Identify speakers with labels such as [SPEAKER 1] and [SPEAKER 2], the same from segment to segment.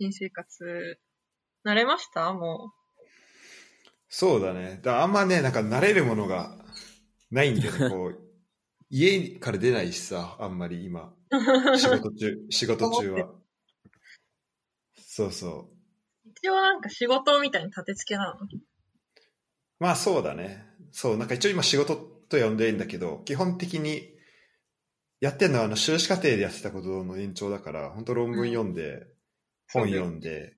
[SPEAKER 1] 新生活、慣れましたも
[SPEAKER 2] そうだね。だからあんまね、なんか慣れるものがないんだよね。こう、家から出ないしさ、あんまり今。
[SPEAKER 1] う。
[SPEAKER 2] 仕事中、仕事中は。そうそう。
[SPEAKER 1] 一応なんか仕事みたいに立て付けなの。
[SPEAKER 2] まあそうだね。そう、なんか一応今仕事と呼んでるんだけど、基本的にやってるのはあの修士課程でやってたことの延長だから、本当論文読んで、本読んで、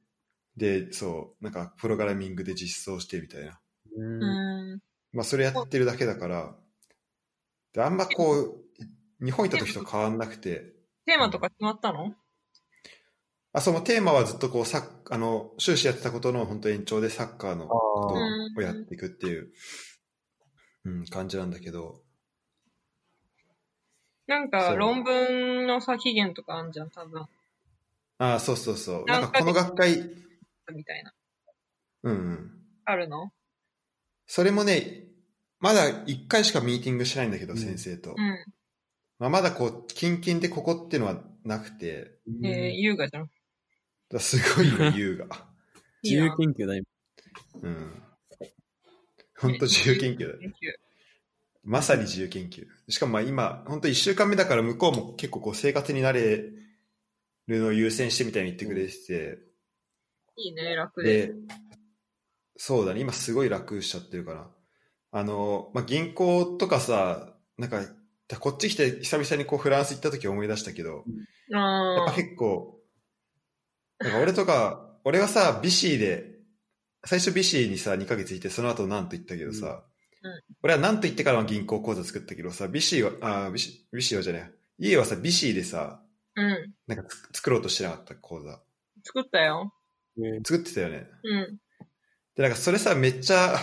[SPEAKER 2] で、そう、なんかプログラミングで実装してみたいな。
[SPEAKER 3] うん。
[SPEAKER 1] うん。
[SPEAKER 2] まあそれやってるだけだから、であんまこう、日本行った時と変わんなくて、
[SPEAKER 1] テーマとか決まったの
[SPEAKER 2] あ、そのテーマはずっとこう、サッあの、終始やってたことの本当延長でサッカーのことをやっていくっていう、うん、感じなんだけど、
[SPEAKER 1] なんか
[SPEAKER 2] そう
[SPEAKER 1] 論文のさ、期限とかあんじゃん、多分。
[SPEAKER 2] ああ、そうそうそう。な
[SPEAKER 1] 何
[SPEAKER 2] んかこの学会、
[SPEAKER 1] みたいな。
[SPEAKER 2] うんうん。
[SPEAKER 1] あるの
[SPEAKER 2] それもね、まだ1回しかミーティングしないんだけど、
[SPEAKER 3] うん
[SPEAKER 2] 先生と。
[SPEAKER 1] うん。
[SPEAKER 2] まあ、まだこう、キンキンでここっていうのはなくて、だか
[SPEAKER 1] えー、優雅じゃん。
[SPEAKER 2] らすごいよ優雅。
[SPEAKER 1] いい
[SPEAKER 3] 自
[SPEAKER 1] な
[SPEAKER 3] 由研究だ、今。
[SPEAKER 2] うん。ほんと自由研究だよ。
[SPEAKER 1] 研究
[SPEAKER 2] まさに自由研究。しかもまあ今、本当1週間目だから向こうも結構こう生活に慣れるのを優先してみたいに言ってくれてて、
[SPEAKER 1] いいね、楽で。
[SPEAKER 2] で、そうだね、今すごい楽しちゃってるから。あの、まあ、銀行とかさ、なんか、こっち来て久々にこうフランス行った時思い出したけど、やっ
[SPEAKER 1] ああ。
[SPEAKER 2] ぱ結構、なんか俺とか、俺はさ、ビシーで、最初ビシーにさ、2ヶ月いて、その後なんと行ったけどさ、
[SPEAKER 1] うんうん
[SPEAKER 2] 俺はなんと行ってからは銀行口座作ったけどさ、ビシーは、あービシビシーはじゃねえ、家はさ、ビシーでさ、
[SPEAKER 1] うん。
[SPEAKER 2] なんかつ作ろうとしてなかった口座。
[SPEAKER 1] 作ったよ。
[SPEAKER 2] 作ってたよね。
[SPEAKER 1] うん。
[SPEAKER 2] で、なんかそれさ、めっちゃ、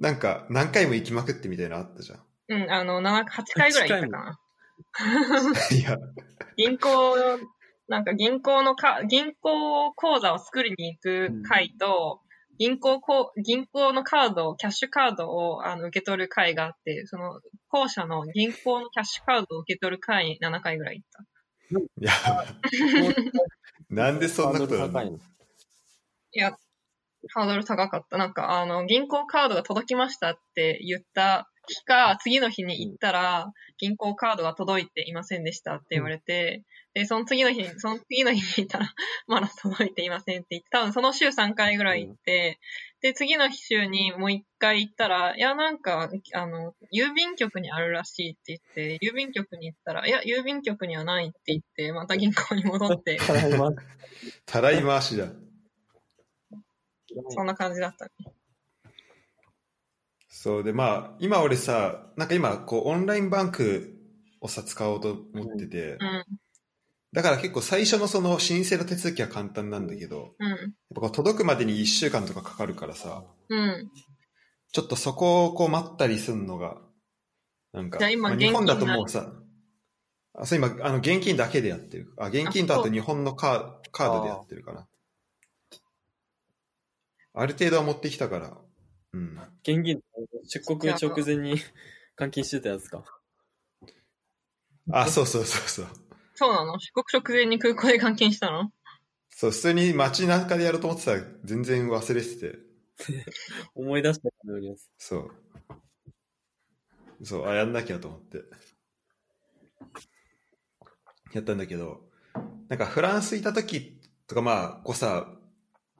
[SPEAKER 2] なんか何回も行きまくってみたいなのあったじゃん。
[SPEAKER 1] うん、あの、7、8回ぐらい行ったかな。
[SPEAKER 2] いや、
[SPEAKER 1] 銀行、なんか銀行のか、銀行口座を作りに行く会と、銀行こう、銀行のカードを、キャッシュカードをあの受け取る会があって、その、校舎の銀行のキャッシュカードを受け取る会に7回ぐらい行った。
[SPEAKER 2] い や、なんでそんなことな
[SPEAKER 3] ハ
[SPEAKER 2] ん
[SPEAKER 3] ードル高
[SPEAKER 2] だ
[SPEAKER 3] いの
[SPEAKER 1] いや、ハードル高かった。なんか、あの、銀行カードが届きましたって言った日か、次の日に行ったら、銀行カードが届いていませんでしたって言われて、で、その次の日に、その次の日に行ったら、 まだ届いていませんって言って、多分その週3回ぐらい行って、で、次の週にもう1回行ったら、いや、なんか、あの、郵便局にあるらしいって言って、郵便局に行ったら、いや、郵便局にはないって言って、また銀行に戻って、
[SPEAKER 3] ただいま
[SPEAKER 2] たらい回しだ。
[SPEAKER 1] そんな感じだったね。
[SPEAKER 2] そうでまあ今俺さなんか今こうオンラインバンクをさ使おうと思ってて、
[SPEAKER 1] うん、
[SPEAKER 2] だから結構最初のその申請の手続きは簡単なんだけどやっ
[SPEAKER 1] うん、
[SPEAKER 2] ぱこう届くまでに1週間とかかかるからさ
[SPEAKER 1] うん。
[SPEAKER 2] ちょっとそこをこう待ったりするのがなんか
[SPEAKER 1] じゃあ今
[SPEAKER 2] ま
[SPEAKER 1] 現
[SPEAKER 2] 日
[SPEAKER 1] 金
[SPEAKER 2] 本だともうさあそう今あの現金だけでやってるあ現金とあ
[SPEAKER 1] あそ
[SPEAKER 2] と
[SPEAKER 1] う
[SPEAKER 2] 日本のカーカードでやってるかなある程度は持ってきたからうん
[SPEAKER 3] 現金、出国直前に換金してたやつか。
[SPEAKER 2] あそうそうそうそう
[SPEAKER 1] そうなの出国直前に空港で監禁したの
[SPEAKER 2] そう、普通に街中でやろうと思ってたら全然忘れてて、
[SPEAKER 3] 思い出したのやつ。
[SPEAKER 2] そう。そう、あ、やんなきゃと思って。やったんだけど、なんかフランスいた時とかまあ、こうさ、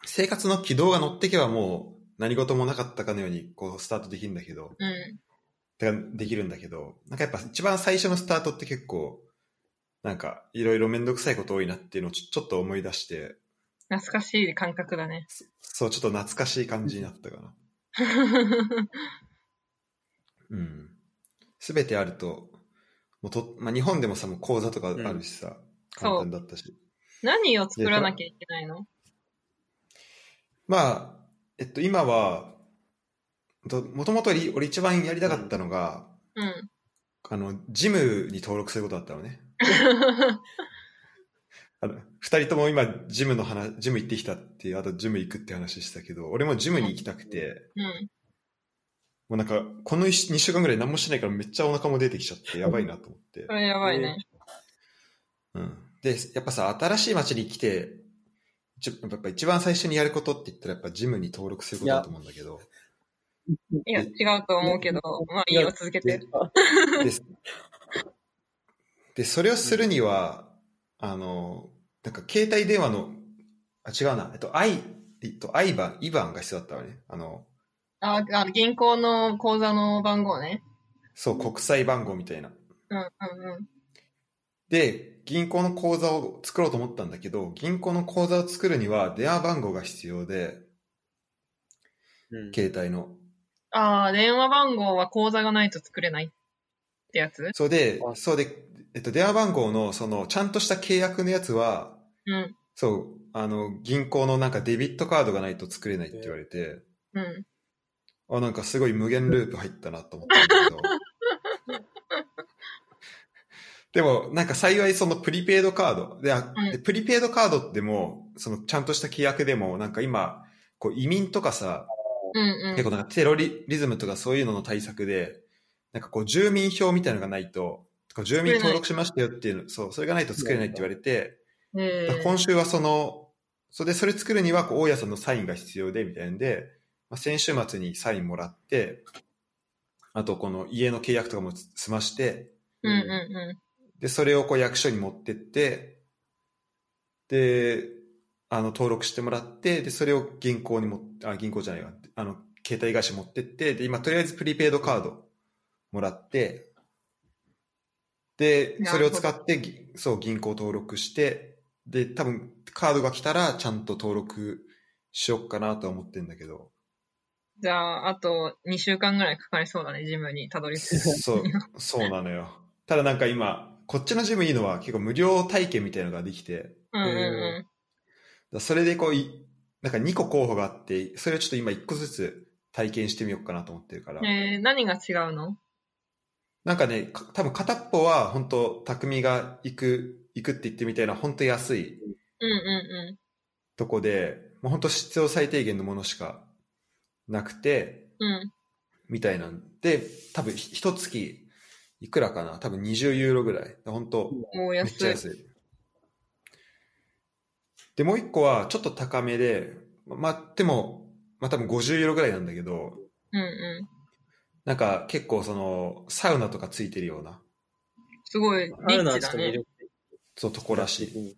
[SPEAKER 2] 生活の軌道が乗ってけばもう何事もなかったかのようにこうスタートできるんだけど、
[SPEAKER 1] うん。
[SPEAKER 2] てかできるんだけど、なんかやっぱ一番最初のスタートって結構、なんかいろいろめんどくさいこと多いなっていうのをちょちょっと思い出して、
[SPEAKER 1] 懐かしい感覚だね。
[SPEAKER 2] そそう、ちょっと懐かしい感じになったかな。うん。すべてあると、もうと、まあ、日本でもさ、もう講座とかあるしさ、簡単だったし。
[SPEAKER 1] 何を作らなきゃいけないの
[SPEAKER 2] まあ、えっと、今は、ともともと俺一番やりたかったのが、
[SPEAKER 1] うん。
[SPEAKER 2] あの、ジムに登録することだったのね。あの、二人とも今、ジムの話、ジム行ってきたっていう、あとジム行くって話してたけど、俺もジムに行きたくて、
[SPEAKER 1] うん。
[SPEAKER 2] もうなんか、この一2週間ぐらい何もしてないからめっちゃお腹も出てきちゃって、やばいなと思って
[SPEAKER 1] そ。れやばいね。
[SPEAKER 2] うんで、やっぱさ、新しい街に来て、じゅやっぱ一番最初にやることって言ったら、やっぱジムに登録することだと思うんだけど。
[SPEAKER 1] いや、違うと思うけど、まあいいよ、続けて。
[SPEAKER 2] です。で、それをするには、あの、なんか携帯電話の、あ、違うな、えっと、アイ、えっと、アイバン、イバンが必要だったわね。あの、
[SPEAKER 1] あ、あの銀行の口座の番号ね。
[SPEAKER 2] そう、国際番号みたいな。
[SPEAKER 1] うんうんうん。
[SPEAKER 2] で、銀行の口座を作ろうと思ったんだけど、銀行の口座を作るには電話番号が必要で、
[SPEAKER 3] うん
[SPEAKER 2] 携帯の。
[SPEAKER 1] ああ、電話番号は口座がないと作れないってやつ
[SPEAKER 2] そうで
[SPEAKER 3] あ、
[SPEAKER 2] そうで、えっと、電話番号の、その、ちゃんとした契約のやつは、
[SPEAKER 1] うん。
[SPEAKER 2] そう、あの、銀行のなんかデビットカードがないと作れないって言われて、
[SPEAKER 1] うん。
[SPEAKER 2] あ、なんかすごい無限ループ入ったなと思ったん だけど。でも、なんか幸いそのプリペイドカード。で、あ
[SPEAKER 1] うん
[SPEAKER 2] でプリペイドカードってもう、そのちゃんとした規約でも、なんか今、こう移民とかさ、
[SPEAKER 1] うんう
[SPEAKER 2] 結
[SPEAKER 1] ん。
[SPEAKER 2] 構なんかテロリズムとかそういうのの対策で、なんかこう住民票みたいのがないと、こう住民登録しましたよっていうの、そう、それがないと作れないって言われて、
[SPEAKER 1] え
[SPEAKER 2] だから今週はその、それでそれ作るにはこう大家さんのサインが必要で、みたいなんで、まあ、先週末にサインもらって、あとこの家の契約とかも済まして、
[SPEAKER 1] うんうんう
[SPEAKER 2] で、それをこう役所に持ってって、で、あの、登録してもらって、で、それを銀行にも、あ、銀行じゃないわ、あの、携帯会社持ってって、で、今、とりあえずプリペイドカードもらって、で、
[SPEAKER 1] なるほど
[SPEAKER 2] それを使って、ぎそう、銀行登録して、で、多分、カードが来たら、ちゃんと登録しよっかなとは思ってんだ けど、
[SPEAKER 1] ん。じゃあ、あと2週間ぐらいかかりそうだね、ジムにたどり着く。
[SPEAKER 2] そう、そうなのよ。ただなんか今、こっちのジムいいのは結構無料体験みたいのができて、
[SPEAKER 1] うんうんう
[SPEAKER 2] だ
[SPEAKER 3] え
[SPEAKER 2] からそれでこうい、なんか2個候補があって、それをちょっと今1個ずつ体験してみようかなと思ってるから。
[SPEAKER 1] ん。えー、何が違うの
[SPEAKER 2] なんかね、か多分片っぽは本当匠が行く、行くって言ってみたいな本当安い
[SPEAKER 1] うんう
[SPEAKER 2] とこで、もう本当必要最低限のものしかなくて、
[SPEAKER 1] んうん。うん。
[SPEAKER 2] みたいなんで、多分ひ一月いくらかな多分20ユーロぐらい。本当
[SPEAKER 1] もう
[SPEAKER 2] めっちゃ
[SPEAKER 1] 安い。
[SPEAKER 2] 安い。で、もう一個はちょっと高めで、まあ、でも、まあ、多分50ユーロぐらいなんだけど、
[SPEAKER 1] うんうん。
[SPEAKER 2] なんか結構その、サウナとかついてるような、
[SPEAKER 1] すごいリ
[SPEAKER 3] あるの
[SPEAKER 1] ッ
[SPEAKER 3] は
[SPEAKER 1] チ
[SPEAKER 3] ち
[SPEAKER 1] だ
[SPEAKER 3] ょっと魅
[SPEAKER 1] ね。
[SPEAKER 3] 力
[SPEAKER 2] そう、とこらしい。
[SPEAKER 3] 的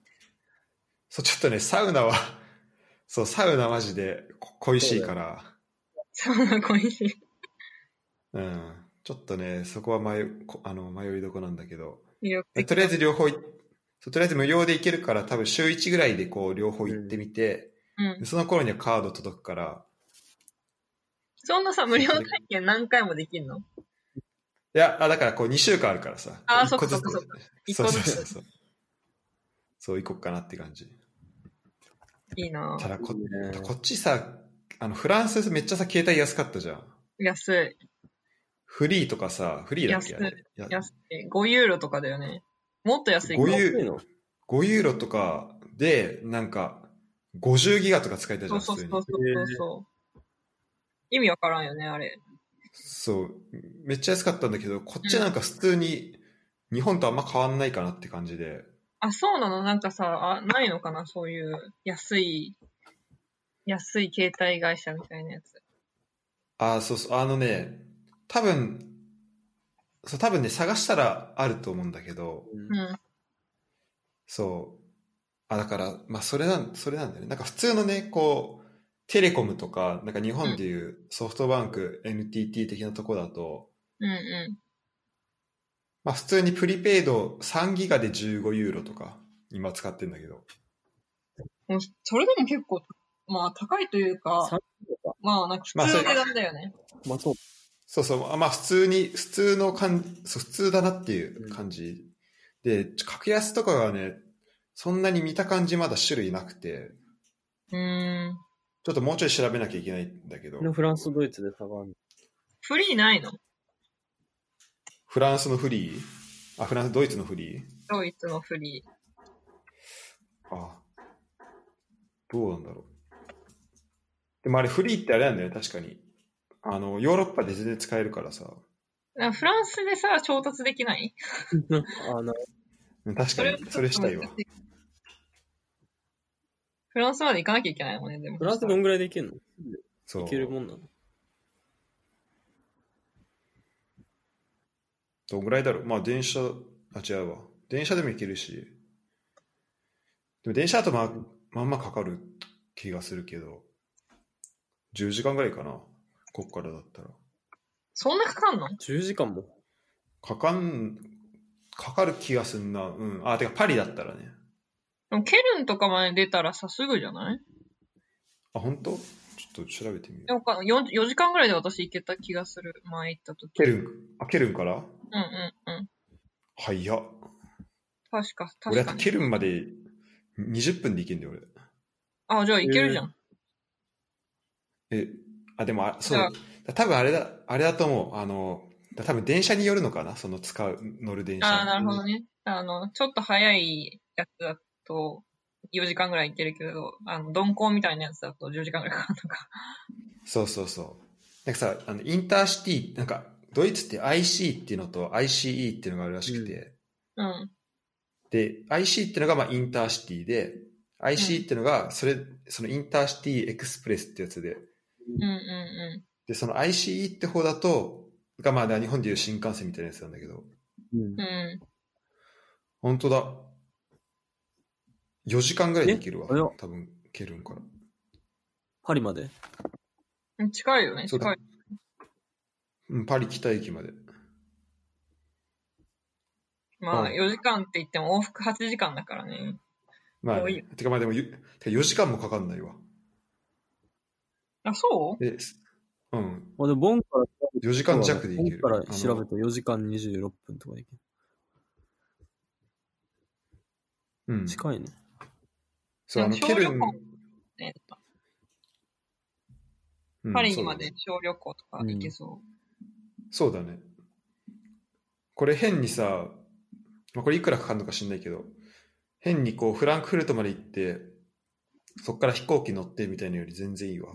[SPEAKER 2] そう、ちょっとね、サウナは、 そう、サウナマジでこ恋しいから、
[SPEAKER 1] サウナ恋しい。
[SPEAKER 2] うん。ちょっとね、そこは迷い、こあの、迷いどこなんだけど、
[SPEAKER 1] 魅力的。
[SPEAKER 2] とりあえず両方いそう、とりあえず無料で行けるから、多分週1ぐらいでこう、両方行ってみて、
[SPEAKER 1] うん
[SPEAKER 2] で。その頃にはカード届くから、
[SPEAKER 1] そんなさ、無料体験何回もできるの
[SPEAKER 2] いや、あだからこう2週間あるからさ。
[SPEAKER 1] あー
[SPEAKER 2] 一個ずつ
[SPEAKER 1] そっかそっ一
[SPEAKER 2] そう
[SPEAKER 1] 個
[SPEAKER 2] そう
[SPEAKER 1] ずつ
[SPEAKER 2] そうそう。そう、行こっかなって感じ。
[SPEAKER 1] いいな
[SPEAKER 2] ただこ、
[SPEAKER 3] ね
[SPEAKER 2] こっちさ、あの、フランスめっちゃさ、携帯安かったじゃん。
[SPEAKER 1] 安
[SPEAKER 2] フリーとかさ、フリーだっけ
[SPEAKER 1] 安い
[SPEAKER 2] あれいや
[SPEAKER 1] い。安い。5ユーロとかだよね。もっと安い。
[SPEAKER 2] 5
[SPEAKER 1] そ
[SPEAKER 2] ユ
[SPEAKER 3] 安いの
[SPEAKER 2] 5ユーロとかで、なんか、50ギガとか使えたじゃ、
[SPEAKER 1] うんそう
[SPEAKER 2] 普
[SPEAKER 1] そ
[SPEAKER 2] 通
[SPEAKER 1] うそ
[SPEAKER 2] に
[SPEAKER 1] う。そうそう。意味わからんよね、あれ。
[SPEAKER 2] そう。めっちゃ安かったんだけど、こっちなんか普通に、日本とあんま変わんないかなって感じで。
[SPEAKER 1] あ、そうなのなんかさ、あないのかなそういう安い、安い携帯会社みたいなやつ。
[SPEAKER 2] ああ、そうそう、あのね、多分、そう、多分ね、探したらあると思うんだけど、
[SPEAKER 1] うん。
[SPEAKER 2] そう。あ、だから、まあ、それなん、それなんだよね。なんか普通のね、こう、テレコムとか、なんか日本でいうソフトバンク、NTT 的なとこだと、
[SPEAKER 1] うんう
[SPEAKER 2] まあ普通にプリペイド3ギガで15ユーロとか、今使ってんだけ
[SPEAKER 1] ん。
[SPEAKER 2] ど。
[SPEAKER 1] もうそれでも結構、まあ高いというか、
[SPEAKER 3] 三キロか
[SPEAKER 1] まあなんか普
[SPEAKER 2] まあ
[SPEAKER 1] 通
[SPEAKER 2] そ
[SPEAKER 1] の
[SPEAKER 2] れ
[SPEAKER 1] 値段だよね。
[SPEAKER 3] まあそう。
[SPEAKER 2] そうそう、あまあ普通に、普通の感そう、普通だなっていう感じ。で、格安とかがね、そんなに見た感じまだ種類なくて、
[SPEAKER 1] うーん。
[SPEAKER 2] ちょっともうちょい調べなきゃいけないんだけど、
[SPEAKER 3] フランスとドイツで差がある
[SPEAKER 1] フリーないの
[SPEAKER 2] フランスのフリーあ、フランス、ドイツのフリー
[SPEAKER 1] ドイツのフリー。
[SPEAKER 2] あどうなんだろう。でもあれフリーってあれなんだよね、確かに。あの、ヨーロッパで全然使えるからさ。
[SPEAKER 1] あフランスでさ、調達できない
[SPEAKER 3] の。あの、
[SPEAKER 2] 確かに、それしたいわ。
[SPEAKER 1] フランスまで行かなきゃいけないもんね、でも。
[SPEAKER 3] フランスどんぐらいで行けるの
[SPEAKER 2] そう
[SPEAKER 3] 行けるもんなの
[SPEAKER 2] どんぐらいだろうまあ電車、あ、違うわ。電車でも行けるし。でも電車だとまあ、まんまかかる気がするけど、10時間ぐらいかな。こっからだったら。
[SPEAKER 1] そんなかかんの
[SPEAKER 3] ?10 時間も。
[SPEAKER 2] かかん、かかる気がすんな。うん。あ、てかパリだったらね。
[SPEAKER 1] でもケルンとかまで出たらさ、すぐじゃない
[SPEAKER 2] あ、本当？ちょっと調べてみよう。
[SPEAKER 1] なんか 4, 4時間ぐらいで私行けた気がする、前行った時。
[SPEAKER 2] ケルン、あ、ケルンか
[SPEAKER 1] う
[SPEAKER 2] ら
[SPEAKER 1] んうんうん。
[SPEAKER 2] 早っ。
[SPEAKER 1] 確か、
[SPEAKER 2] 俺だ
[SPEAKER 1] 確
[SPEAKER 2] っ
[SPEAKER 1] か
[SPEAKER 2] て
[SPEAKER 1] に。
[SPEAKER 2] ケルンまで20分で行けんだよ、俺。
[SPEAKER 1] あ、じゃあ行けるじゃん。
[SPEAKER 2] え、あ、でもあ、そ
[SPEAKER 1] じゃ
[SPEAKER 2] う。だ多分あれだ、あれだと思う。あの、だ多分電車によるのかなその使う、乗る電車。
[SPEAKER 1] ああ、なるほどね。あの、ちょっと早いやつだと、4時間ぐらい行けるけど、あの、鈍行みたいなやつだと10時間ぐらいかかるのか。
[SPEAKER 2] そうそうそう。なんかさ、あのインターシティ、なんか、ドイツって IC っていうのと ICE っていうのがあるらしくて、
[SPEAKER 1] うん。
[SPEAKER 2] で、IC っていうのがまあインターシティで、IC っていうのが、それ、そのインターシティエクスプレスってやつで、
[SPEAKER 1] うんうんう
[SPEAKER 2] で、その ICE って方だと、がまあ日本でいう新幹線みたいなやつなんだけど、
[SPEAKER 3] うん
[SPEAKER 1] ん。うん。
[SPEAKER 2] 本当だ。4時間ぐらいで行けるわ
[SPEAKER 3] え早っ。
[SPEAKER 2] 多分、ケルンから。
[SPEAKER 3] パリまで。
[SPEAKER 1] うん近いよね、
[SPEAKER 2] そう
[SPEAKER 1] 近
[SPEAKER 2] だ
[SPEAKER 1] い。
[SPEAKER 2] うん、パリ北駅まで。
[SPEAKER 1] まあ、
[SPEAKER 2] うん
[SPEAKER 1] 4時間って言っても往復8時間だからね。
[SPEAKER 2] まあ、
[SPEAKER 1] 遠い
[SPEAKER 2] ね、てかまあでも、ゆてか4時間もかかんないわ。
[SPEAKER 1] あ、そう
[SPEAKER 2] で、すうん、
[SPEAKER 3] あ、でも、ボンから調べて、
[SPEAKER 2] 4時間弱で行ける。
[SPEAKER 3] ボンから調べ
[SPEAKER 2] あの
[SPEAKER 3] たら4時間26分とかで行け
[SPEAKER 2] うん
[SPEAKER 3] る。。近いね。
[SPEAKER 2] そう、あの、
[SPEAKER 1] 小
[SPEAKER 2] ケ
[SPEAKER 1] 旅
[SPEAKER 2] ル
[SPEAKER 1] 行
[SPEAKER 2] ン、
[SPEAKER 1] ね
[SPEAKER 2] うん
[SPEAKER 1] パリにま
[SPEAKER 2] そうだ
[SPEAKER 1] で
[SPEAKER 2] ね
[SPEAKER 1] 小旅行とか行けそ
[SPEAKER 2] そうだね。これ変にさ、まあ、これいくらかかるのか知んないけど、変にこう、フランクフルトまで行って、そっから飛行機乗ってみたいなより全然いいわ。
[SPEAKER 1] う。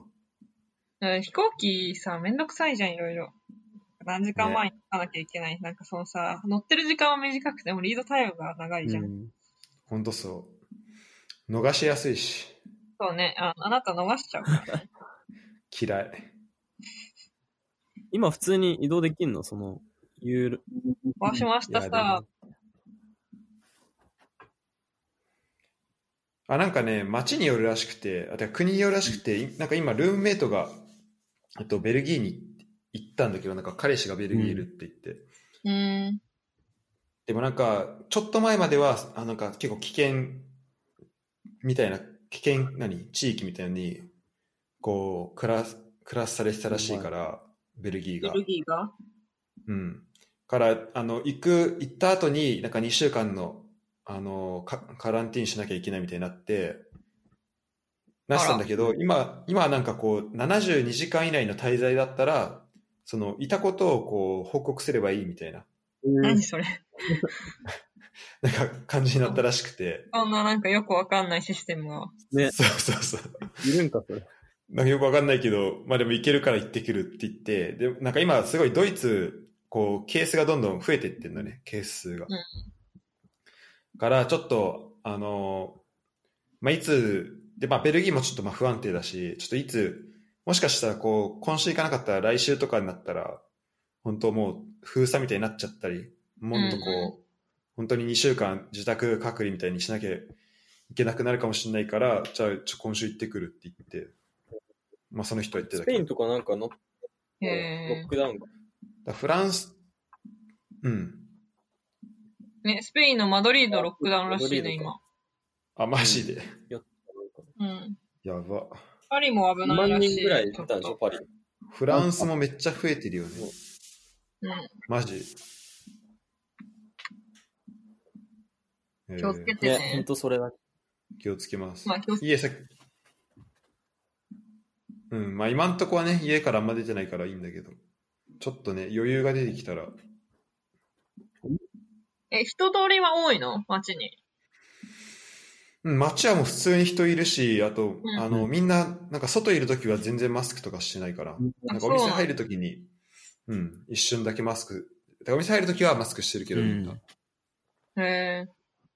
[SPEAKER 1] うん飛行機さ、めんどくさいじゃん、いろいろ。何時間前に行かなきゃいけない。なんかそのさ、乗ってる時間は短くてもリードタイムが長いじゃん。
[SPEAKER 3] うん
[SPEAKER 2] ほんとそう。逃しやすいし、
[SPEAKER 1] そうねあ、あなた逃 しちゃうからね。
[SPEAKER 2] 嫌い。
[SPEAKER 3] 今、普通に移動できんのその、ユーロ。
[SPEAKER 1] 私も明
[SPEAKER 2] いや
[SPEAKER 1] 日さ、
[SPEAKER 2] でもあなんかね町によるらしくてあてか国によるらしくて、いなんか今ルームメイトがえっとベルギーに行ったんだけどなんか彼氏がベルギーいるって言って、
[SPEAKER 1] うーん、
[SPEAKER 2] でもなんかちょっと前まではあなんか結構危険みたいな危険何地域みたいにこうクラスクラスされてたらしいからベルギー
[SPEAKER 1] ベ
[SPEAKER 2] が
[SPEAKER 1] ルギーが。
[SPEAKER 2] うん。から、あの、行く、行った後に、なんか2週間の、あの、かカランティーンしなきゃいけないみたいになって、なしたんだけど、今、今はなんかこう、72時間以内の滞在だったら、その、いたことをこう、報告すればいいみたいな、
[SPEAKER 1] 何それ。
[SPEAKER 2] なんか感じになったらしくて、
[SPEAKER 1] そんななんかよくわかんないシステムが。
[SPEAKER 3] ね、
[SPEAKER 2] そうそうそう。
[SPEAKER 3] いるんか、それ。
[SPEAKER 2] なんかよくわかんないけど、まあでも行けるから行ってくるって言って、で、なんか今すごいドイツ、こう、ケースがどんどん増えてってんのね、ケース数が。から、ちょっと、あの、まあいつ、で、まあベルギーもちょっとまあ不安定だし、ちょっといつ、もしかしたらこう、今週行かなかったら来週とかになったら、本当もう封鎖みたいになっちゃったり、もっとこう、
[SPEAKER 1] うんう
[SPEAKER 2] 本当に2週間自宅隔離みたいにしなきゃいけなくなるかもしれないから、じゃあちょ今週行ってくるって言って、まあその人は言って
[SPEAKER 3] ス
[SPEAKER 2] た
[SPEAKER 3] ペ
[SPEAKER 2] け
[SPEAKER 3] イ
[SPEAKER 2] ど、
[SPEAKER 3] ンとかなんかの、
[SPEAKER 1] へ
[SPEAKER 3] ロッ
[SPEAKER 1] え。
[SPEAKER 3] クダウンが。
[SPEAKER 2] だフランス、うん。
[SPEAKER 1] ね、スペインのマドリードロックダウンらしいね、今。
[SPEAKER 2] あ、マジで。
[SPEAKER 1] うん。
[SPEAKER 2] やば。
[SPEAKER 1] パリも危
[SPEAKER 3] 2
[SPEAKER 1] ない
[SPEAKER 3] 万
[SPEAKER 1] らしい。
[SPEAKER 3] 人ぐらい行ったんで
[SPEAKER 1] ちょ
[SPEAKER 3] しょ、
[SPEAKER 1] っと
[SPEAKER 3] パリ。
[SPEAKER 2] フランスもめっちゃ増えてるよね。
[SPEAKER 1] うん
[SPEAKER 2] マジ。えー
[SPEAKER 1] 気をつけて
[SPEAKER 3] ね、ほん
[SPEAKER 1] ね。
[SPEAKER 3] とそれだけ。
[SPEAKER 2] 気をつけます。
[SPEAKER 1] まあ、気をつけ
[SPEAKER 2] 家さうん、まあ今んとこはね、家からあんま出てないからいいんだけど、ちょっとね、余裕が出てきたら、
[SPEAKER 1] え、人通りは多いの街に。
[SPEAKER 2] うん、街はもう普通に人いるし、あと、
[SPEAKER 1] うん
[SPEAKER 2] あの、みんな、なんか外いるときは全然マスクとかしてないから、なんか
[SPEAKER 1] そ
[SPEAKER 2] お
[SPEAKER 1] う
[SPEAKER 2] 店
[SPEAKER 1] なん
[SPEAKER 2] 入るときに、うん、一瞬だけマスク、だからお店入るときはマスクしてるけど、みんな。
[SPEAKER 3] うん
[SPEAKER 1] へえ。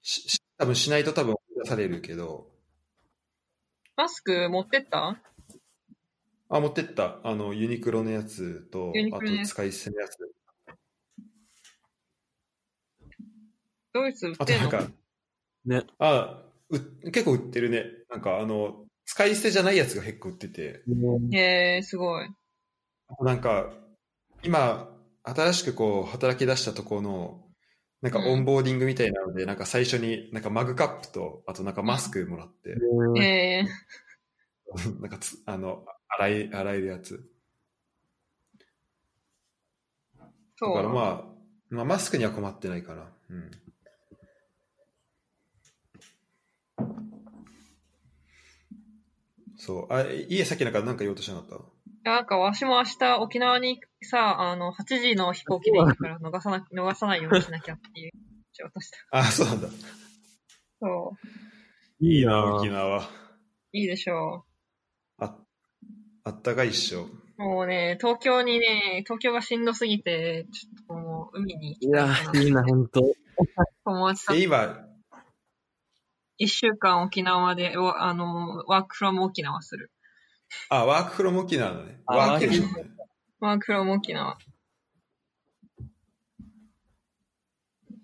[SPEAKER 2] しし多分しないと多分追い出されるけど、
[SPEAKER 1] マスク持ってった
[SPEAKER 2] あ、持ってった。あの、ユニクロのやつと
[SPEAKER 1] ユニ、
[SPEAKER 2] あ
[SPEAKER 1] クロのや
[SPEAKER 2] と
[SPEAKER 1] つ
[SPEAKER 2] 使い捨てのやつ。
[SPEAKER 1] ドイツ売っ
[SPEAKER 2] あと
[SPEAKER 1] てん
[SPEAKER 2] な
[SPEAKER 1] の
[SPEAKER 2] んか、
[SPEAKER 3] ね。
[SPEAKER 2] あう、結構売ってるね。なんかあの、使い捨てじゃないやつが結構売ってて。
[SPEAKER 1] へえ、すごい。
[SPEAKER 2] あとなんか、今、新しくこう、働き出したところの、なんか
[SPEAKER 1] うん
[SPEAKER 2] オンボーディングみたいなので、なんか最初になんかマグカップと、あとなんかマスクもらって、
[SPEAKER 1] へ
[SPEAKER 3] え
[SPEAKER 1] え、
[SPEAKER 2] なんかつ、あの、洗い、洗えるやつ。だ
[SPEAKER 1] そう。
[SPEAKER 2] からまあ、まあ、マスクには困ってないかな。うん。そう。あ、いいえ、さっきなんか、なんか言おうとしなかっ
[SPEAKER 1] なんか、わしも明日沖縄にさ、あの、8時の飛行機で行くから逃さな、逃さないようにしなきゃっていう、しようとした。
[SPEAKER 2] たあ、そう なんだ。
[SPEAKER 1] そう。
[SPEAKER 3] いい
[SPEAKER 2] 沖
[SPEAKER 3] な
[SPEAKER 2] 縄。
[SPEAKER 1] いいでしょ
[SPEAKER 2] あ、あったかいっしょ。
[SPEAKER 1] う。もうね、東京にね、東京がしんどすぎて、ちょっともう海に
[SPEAKER 3] い
[SPEAKER 1] 行きた
[SPEAKER 3] や
[SPEAKER 1] いかな、
[SPEAKER 3] いいな、本当
[SPEAKER 1] 友達と
[SPEAKER 2] え、今、
[SPEAKER 1] 1週間沖縄で、わあの、ワークフロム沖縄する。
[SPEAKER 2] あ、ワークフロム沖縄のね。
[SPEAKER 3] あ
[SPEAKER 2] ワーケーションね。
[SPEAKER 1] ワークフロム沖縄。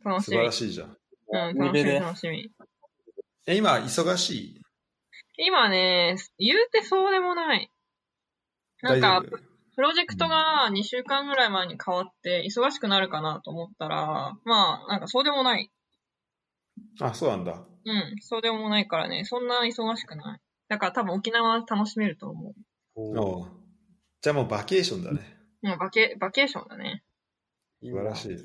[SPEAKER 1] 楽し
[SPEAKER 2] 素晴
[SPEAKER 1] み
[SPEAKER 2] ら。しいじゃん。
[SPEAKER 1] うん、楽しみ、
[SPEAKER 3] 海辺で
[SPEAKER 1] 楽しみ。
[SPEAKER 2] え、今、忙しい
[SPEAKER 1] 今ね、言うてそうでもない。なんか
[SPEAKER 2] 大丈、夫
[SPEAKER 1] プロジェクトが2週間ぐらい前に変わって、忙しくなるかなと思ったら、まあ、なんかそうでもない。
[SPEAKER 2] あ、そうなんだ。
[SPEAKER 1] うん、そうでもないからね、そんな忙しくない。だから多分沖縄楽しめると思
[SPEAKER 2] おうじゃあもうバケーションだね。
[SPEAKER 1] う。もうバケ、バケーションだね。
[SPEAKER 2] 素晴らしい。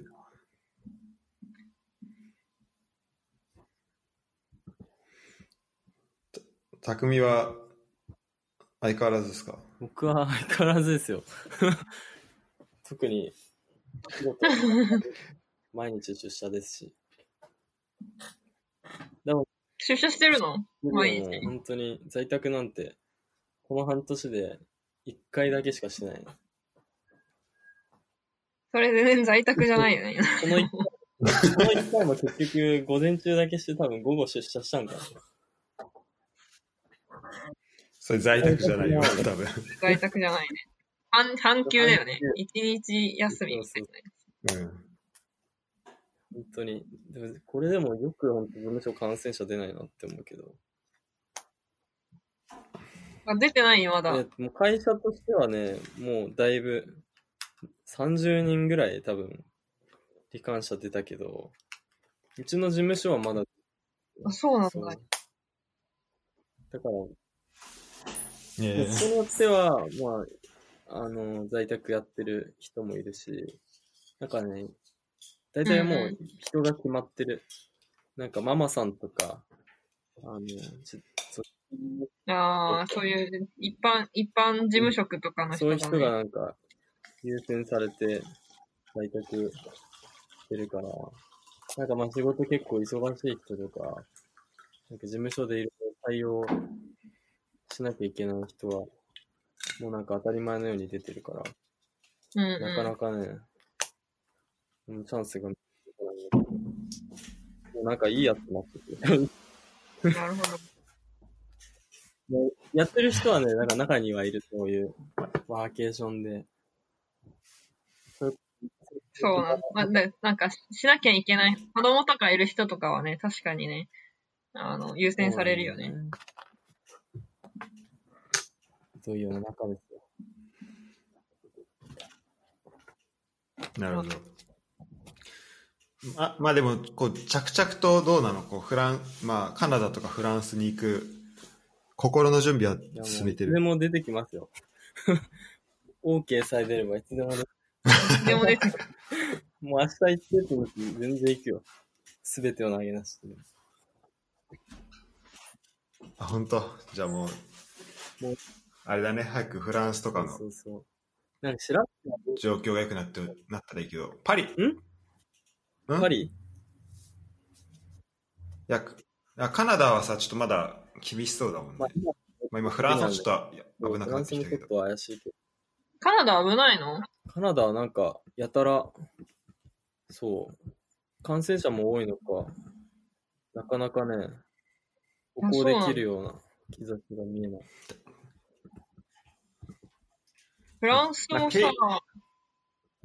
[SPEAKER 2] た匠は相変わらずですか
[SPEAKER 3] 僕は相変わらず ですよ。特に、仕事毎日出社ですし。
[SPEAKER 1] 出社してるの毎日
[SPEAKER 3] もう本当に在宅なんて、この半年で1回だけしかしてない。こ
[SPEAKER 1] それ全然在宅じゃない よね。
[SPEAKER 3] の1この1回も結局、午前中だけして多分午後出社したんだ。
[SPEAKER 2] それ在宅じゃないよ、多分。
[SPEAKER 1] 在宅じゃないね。半、半休だよね。一日休みみたいな。
[SPEAKER 2] うん
[SPEAKER 3] 本当に。でもこれでもよく本当事務所感染者出ないなって思うけど。
[SPEAKER 1] あ出てないよ、まだ。
[SPEAKER 3] ねもう会社としてはね、もうだいぶ、30人ぐらい多分、罹患者出たけど、うちの事務所はまだ、
[SPEAKER 1] あそうなんだ。
[SPEAKER 3] そうだから、
[SPEAKER 2] ね
[SPEAKER 3] 人によっては、まあ、あの、在宅やってる人もいるし、なんかね、大体も
[SPEAKER 1] うんう
[SPEAKER 3] う人が決まってる。なんかママさんとか、あの、ちそ
[SPEAKER 1] ああ、そういう一般、一般事務職とかの人
[SPEAKER 3] そういう
[SPEAKER 1] が、
[SPEAKER 3] 人
[SPEAKER 1] ね
[SPEAKER 3] がなんか優先されて在宅してるから、なんかまあ仕事結構忙しい人とか、なんか事務所でいろいろ対応しなきゃいけない人は、もうなんか当たり前のように出てるから、
[SPEAKER 1] うんうん、
[SPEAKER 3] なかなかね、うん、チャンスがないんだけど。もうなんかいいやつになっててる。
[SPEAKER 1] なるほど。
[SPEAKER 3] もうやってる人はね、なんか中にはいる、そういうワーケーションで。
[SPEAKER 1] そうなんまあでなんかししなきゃいけない。子供とかいる人とかはね、確かにね、あの、優先されるよね。。
[SPEAKER 3] そういう世の中ですよ。
[SPEAKER 2] なるほど。あまあでも、こう、着々とどうなのこう、フラン、まあ、カナダとかフランスに行く、心の準備はい
[SPEAKER 3] やもう
[SPEAKER 2] 進めて
[SPEAKER 3] いつで
[SPEAKER 2] る。
[SPEAKER 3] も出てきますよ。OK さえ出ればいつでも出て
[SPEAKER 1] でも出てくる。
[SPEAKER 3] もう明日行ってって時全然行くよ。すべてを投げ出して。
[SPEAKER 2] あ、本当じゃあもう、
[SPEAKER 3] もう
[SPEAKER 2] あれだね、早くフランスとかの
[SPEAKER 3] そうそう。なんか知らん
[SPEAKER 2] 状況が良くなって、なったらいいけど、パリん
[SPEAKER 3] パリ
[SPEAKER 2] いや、いやカナダはさ、ちょっとまだ厳しそうだもんね
[SPEAKER 3] まあ。今
[SPEAKER 2] まあ、今、フランスはちょっといや危なく
[SPEAKER 3] フ
[SPEAKER 2] な
[SPEAKER 3] ラン
[SPEAKER 2] っ
[SPEAKER 3] ス
[SPEAKER 2] てき
[SPEAKER 3] も
[SPEAKER 2] た
[SPEAKER 3] ち
[SPEAKER 2] け
[SPEAKER 3] ょっ
[SPEAKER 2] ど。
[SPEAKER 3] と怪しいけど。
[SPEAKER 1] カナダ危ないの
[SPEAKER 3] カナダはなんか、やたら、そう、感染者も多いのか、なかなかね、歩行できるような兆しが見えない。
[SPEAKER 1] フランス
[SPEAKER 2] まあ
[SPEAKER 1] も
[SPEAKER 2] け
[SPEAKER 1] さ
[SPEAKER 2] い、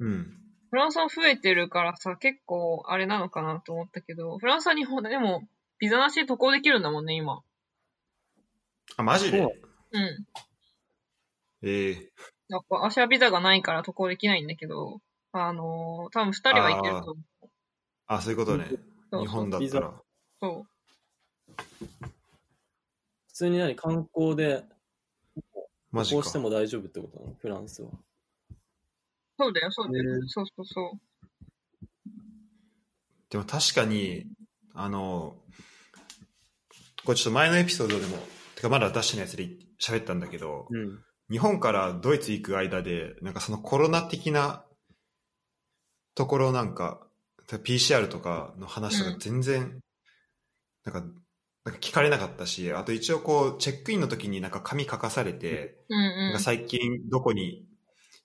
[SPEAKER 2] うん。
[SPEAKER 1] フランスは増えてるからさ、結構あれなのかなと思ったけど、フランスは日本で、でも、ビザなしで渡航できるんだもんね、今。
[SPEAKER 2] あ、マジで
[SPEAKER 3] そう
[SPEAKER 1] うん。
[SPEAKER 2] ええ
[SPEAKER 1] やっぱ、私はビザがないから渡航できないんだけど、あのー、多分二人は行けると思
[SPEAKER 2] あ、そういうことね。
[SPEAKER 1] う。
[SPEAKER 2] 日本だったら。
[SPEAKER 1] そう。
[SPEAKER 3] 普通に何観光で
[SPEAKER 2] マジ
[SPEAKER 3] こう
[SPEAKER 2] か
[SPEAKER 3] して。も大丈夫ってことなのフランスは。
[SPEAKER 1] そうだよ、そうだよ。
[SPEAKER 3] ね
[SPEAKER 1] そうそうそう。
[SPEAKER 2] でも確かに、あの、これちょっと前のエピソードでも、てかまだ出してないやつで喋ったんだけど、
[SPEAKER 3] うん。
[SPEAKER 2] 日本からドイツ行く間で、なんかそのコロナ的なところなんか、PCR とかの話と
[SPEAKER 1] う
[SPEAKER 2] か
[SPEAKER 1] ん
[SPEAKER 2] 全然、なんか、なんか聞かれなかったし、あと一応こう、チェックインの時になんか紙書かされて、
[SPEAKER 1] うん
[SPEAKER 2] なん
[SPEAKER 1] う
[SPEAKER 2] か
[SPEAKER 1] ん。
[SPEAKER 2] 最近どこに、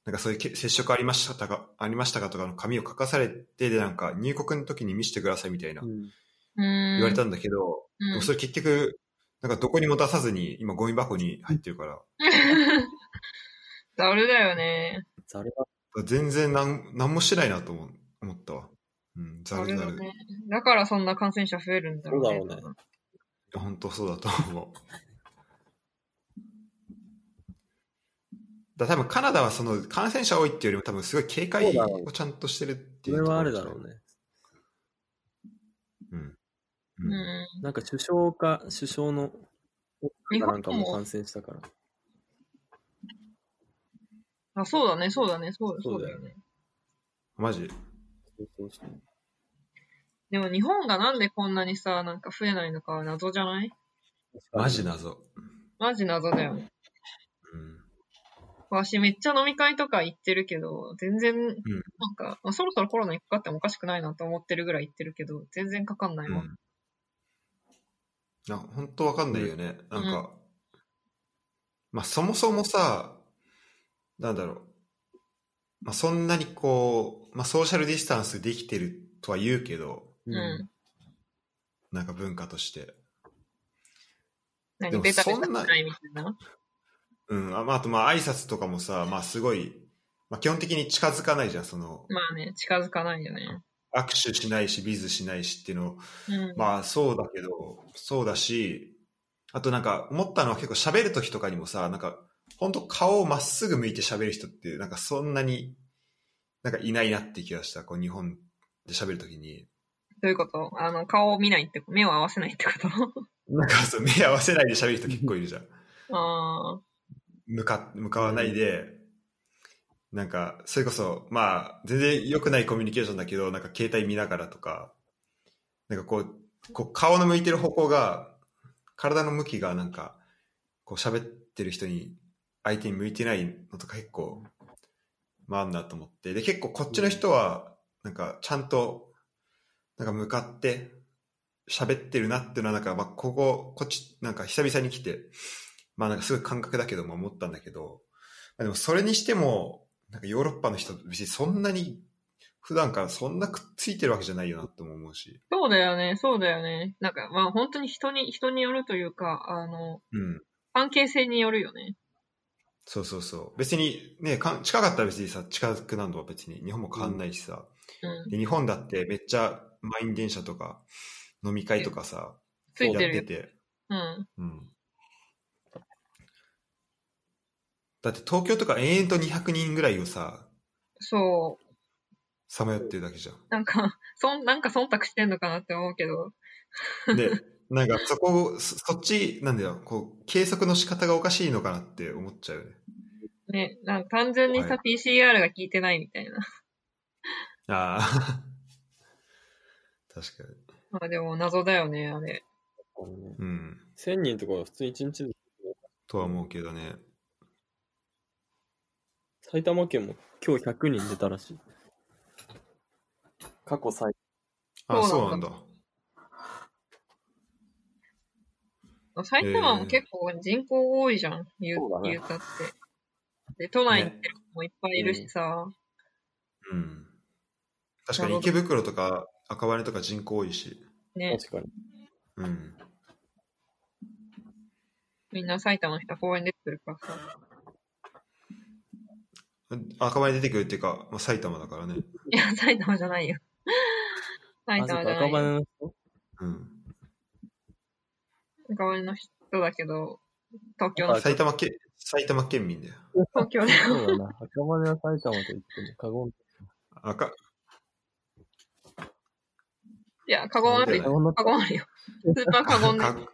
[SPEAKER 2] なんかそういうけ接触ありましたか、ありましたかとかの紙を書かされて、でなんか入国の時に見せてくださいみたいな
[SPEAKER 3] うん、
[SPEAKER 1] 言
[SPEAKER 2] 言われたんだけど、でもそれ結局、なんかどこにも出さずに今ゴミ箱に入ってるから、
[SPEAKER 1] ざるだよね。
[SPEAKER 3] ざるだ
[SPEAKER 2] 全然なんなんもしてないなと思思ったわ。うん、ざ
[SPEAKER 1] ざ
[SPEAKER 2] る
[SPEAKER 1] る
[SPEAKER 2] ざ
[SPEAKER 1] だ
[SPEAKER 2] る。
[SPEAKER 1] ね。だからそんな感染者増えるんだろうね。
[SPEAKER 3] そうだろうね
[SPEAKER 2] 本当そうだと思う。だ多分カナダはその感染者多いっていうよりも多分すごい警戒をちゃんとしてるって
[SPEAKER 3] そ
[SPEAKER 2] いう
[SPEAKER 3] れ
[SPEAKER 2] とこ
[SPEAKER 3] はあ
[SPEAKER 2] ろ
[SPEAKER 3] る
[SPEAKER 2] じゃ
[SPEAKER 3] だ
[SPEAKER 2] ない
[SPEAKER 3] ろうね。
[SPEAKER 2] うん。
[SPEAKER 1] う
[SPEAKER 2] うん
[SPEAKER 1] ん。
[SPEAKER 3] なんか首相か、首相の
[SPEAKER 1] 日
[SPEAKER 3] なん
[SPEAKER 1] 本
[SPEAKER 3] か
[SPEAKER 1] と
[SPEAKER 3] もう
[SPEAKER 1] も、
[SPEAKER 3] 感染したから。
[SPEAKER 1] あ、そうだね、そうだね、そうだ
[SPEAKER 3] そ
[SPEAKER 1] そうう
[SPEAKER 3] だ
[SPEAKER 1] だ
[SPEAKER 3] よ
[SPEAKER 1] よね。
[SPEAKER 2] マジ
[SPEAKER 3] そうそうそう
[SPEAKER 1] でも日本がなんでこんなにさ、なんか増えないのかは謎じゃない
[SPEAKER 2] マジ謎。
[SPEAKER 1] マジ謎だよね。
[SPEAKER 2] うん。
[SPEAKER 1] 私めっちゃ飲み会とか行ってるけど、全然、なんか、まあ、そろそろコロナにかかってもおかしくないなと思ってるぐらい行ってるけど、全然かかんないわ。
[SPEAKER 2] うん、あ本当わかんないよね、なんか、まあそもそもさなんだろう、まあ、そんなにこう、まあ、ソーシャルディスタンスできてるとは言うけど
[SPEAKER 1] うん。
[SPEAKER 3] う
[SPEAKER 2] なんか文化として、で
[SPEAKER 1] 何
[SPEAKER 2] も
[SPEAKER 1] ベタベタ
[SPEAKER 2] そんな
[SPEAKER 1] しないみたいな。
[SPEAKER 2] うんあまあ、あとまあ挨拶とかもさ、まあ、すごい、まあ、基本的に近づかないじゃんその
[SPEAKER 1] まあね、近づかないよね。
[SPEAKER 2] 握手しないしビズしないしっていうのを
[SPEAKER 1] うん。
[SPEAKER 2] まあそうだけど、そうだし、あとなんか思ったのは結構喋るときとかにもさ、なんか本当顔をまっすぐ向いて喋る人ってなんかそんなになんかいないなって気がした。こう日本で喋るときに。
[SPEAKER 1] どういうことあの、顔を見ないって、目を合わせないってこと
[SPEAKER 2] なんかそう目合わせないで喋る人結構いるじゃん。
[SPEAKER 1] ああ、
[SPEAKER 2] 向か、向かわないで、なんかそれこそまあ全然良くないコミュニケーションだけど、なんか携帯見ながらとか、なんかこう、こう顔の向いてる方向が、体の向きがなんか、こう喋ってる人に、相手に向いてないのとか結構、まああんなと思って。で、結構こっちの人は、なんかちゃんと、なんか向かって、喋ってるなっていうのはなんか、まあここ、こっち、なんか久々に来て、まあなんかすごい感覚だけど、まあ思ったんだけど、まあ、でもそれにしても、なんかヨーロッパの人、別にそんなに、普段からそんなくっついてるわけじゃないよなとも思うし。
[SPEAKER 1] そうだよね、そうだよね。なんか、まあ本当に人に、人によるというか、あの、
[SPEAKER 2] うん。
[SPEAKER 1] 関係性によるよね。
[SPEAKER 2] そうそうそう。別にね、かん近かったら別にさ、近くなるのは別に日本も変わんないしさ、
[SPEAKER 1] うん。
[SPEAKER 2] で日本だってめっちゃ満員電車とか飲み会とかさ、
[SPEAKER 1] ついてる
[SPEAKER 2] や
[SPEAKER 1] よ
[SPEAKER 2] って。て、
[SPEAKER 1] うん。
[SPEAKER 2] うん。だって東京とか延々と200人ぐらいをさ、
[SPEAKER 1] そう。
[SPEAKER 2] さまよってるだけじゃん。
[SPEAKER 1] なんか、 そん、なんか忖度してんのかなって思うけど。
[SPEAKER 2] で、なんかそこ、そそっち、なんだよ、こう、計測の仕方がおかしいのかなって思っちゃうよね。
[SPEAKER 1] ね、なんか単純にさ、
[SPEAKER 2] は
[SPEAKER 1] PCR が効いてないみたいな。
[SPEAKER 2] ああ。 確かに。
[SPEAKER 1] まあでも謎だよね、あれ。
[SPEAKER 3] これね。
[SPEAKER 2] うん。
[SPEAKER 3] 1000人とかは普通1日で、
[SPEAKER 2] とは思うけどね。
[SPEAKER 3] 埼玉県も今日100人出たらしい。過去最
[SPEAKER 2] あ、
[SPEAKER 1] そ
[SPEAKER 2] そう
[SPEAKER 1] な
[SPEAKER 2] うなんん
[SPEAKER 1] だ
[SPEAKER 2] だ。
[SPEAKER 1] 埼玉も結構人口多いじゃん、言
[SPEAKER 3] そううだね
[SPEAKER 1] 言うたって。で、都内行ってる子もいっぱいいる
[SPEAKER 3] ね
[SPEAKER 1] しさ。
[SPEAKER 2] うん。確かに池袋とか赤羽とか人口多いし。
[SPEAKER 1] ね
[SPEAKER 3] 確かに。
[SPEAKER 2] うん。
[SPEAKER 1] みんな埼玉の人は公園出てくるからさ。
[SPEAKER 2] 赤羽に出てくるっていうか、まあ、埼玉だからね。
[SPEAKER 1] いや、埼玉じゃないよ。 埼
[SPEAKER 3] あ、そ
[SPEAKER 1] 玉
[SPEAKER 3] っ
[SPEAKER 1] じゃ
[SPEAKER 3] か、
[SPEAKER 1] な
[SPEAKER 3] 赤
[SPEAKER 1] いよ。
[SPEAKER 3] 羽の人
[SPEAKER 2] うん。
[SPEAKER 1] 赤羽の人だけど、東京
[SPEAKER 3] あ
[SPEAKER 1] の、
[SPEAKER 2] 埼玉県、埼玉県民だよ。
[SPEAKER 1] 東京で。
[SPEAKER 3] そうだな。赤羽は埼玉と言っても過言。
[SPEAKER 2] 赤、
[SPEAKER 1] いや、カゴンある
[SPEAKER 2] い
[SPEAKER 1] よ。
[SPEAKER 2] や
[SPEAKER 3] 過言だった
[SPEAKER 1] カゴンあるよ。スーパーカゴン
[SPEAKER 2] か
[SPEAKER 1] で。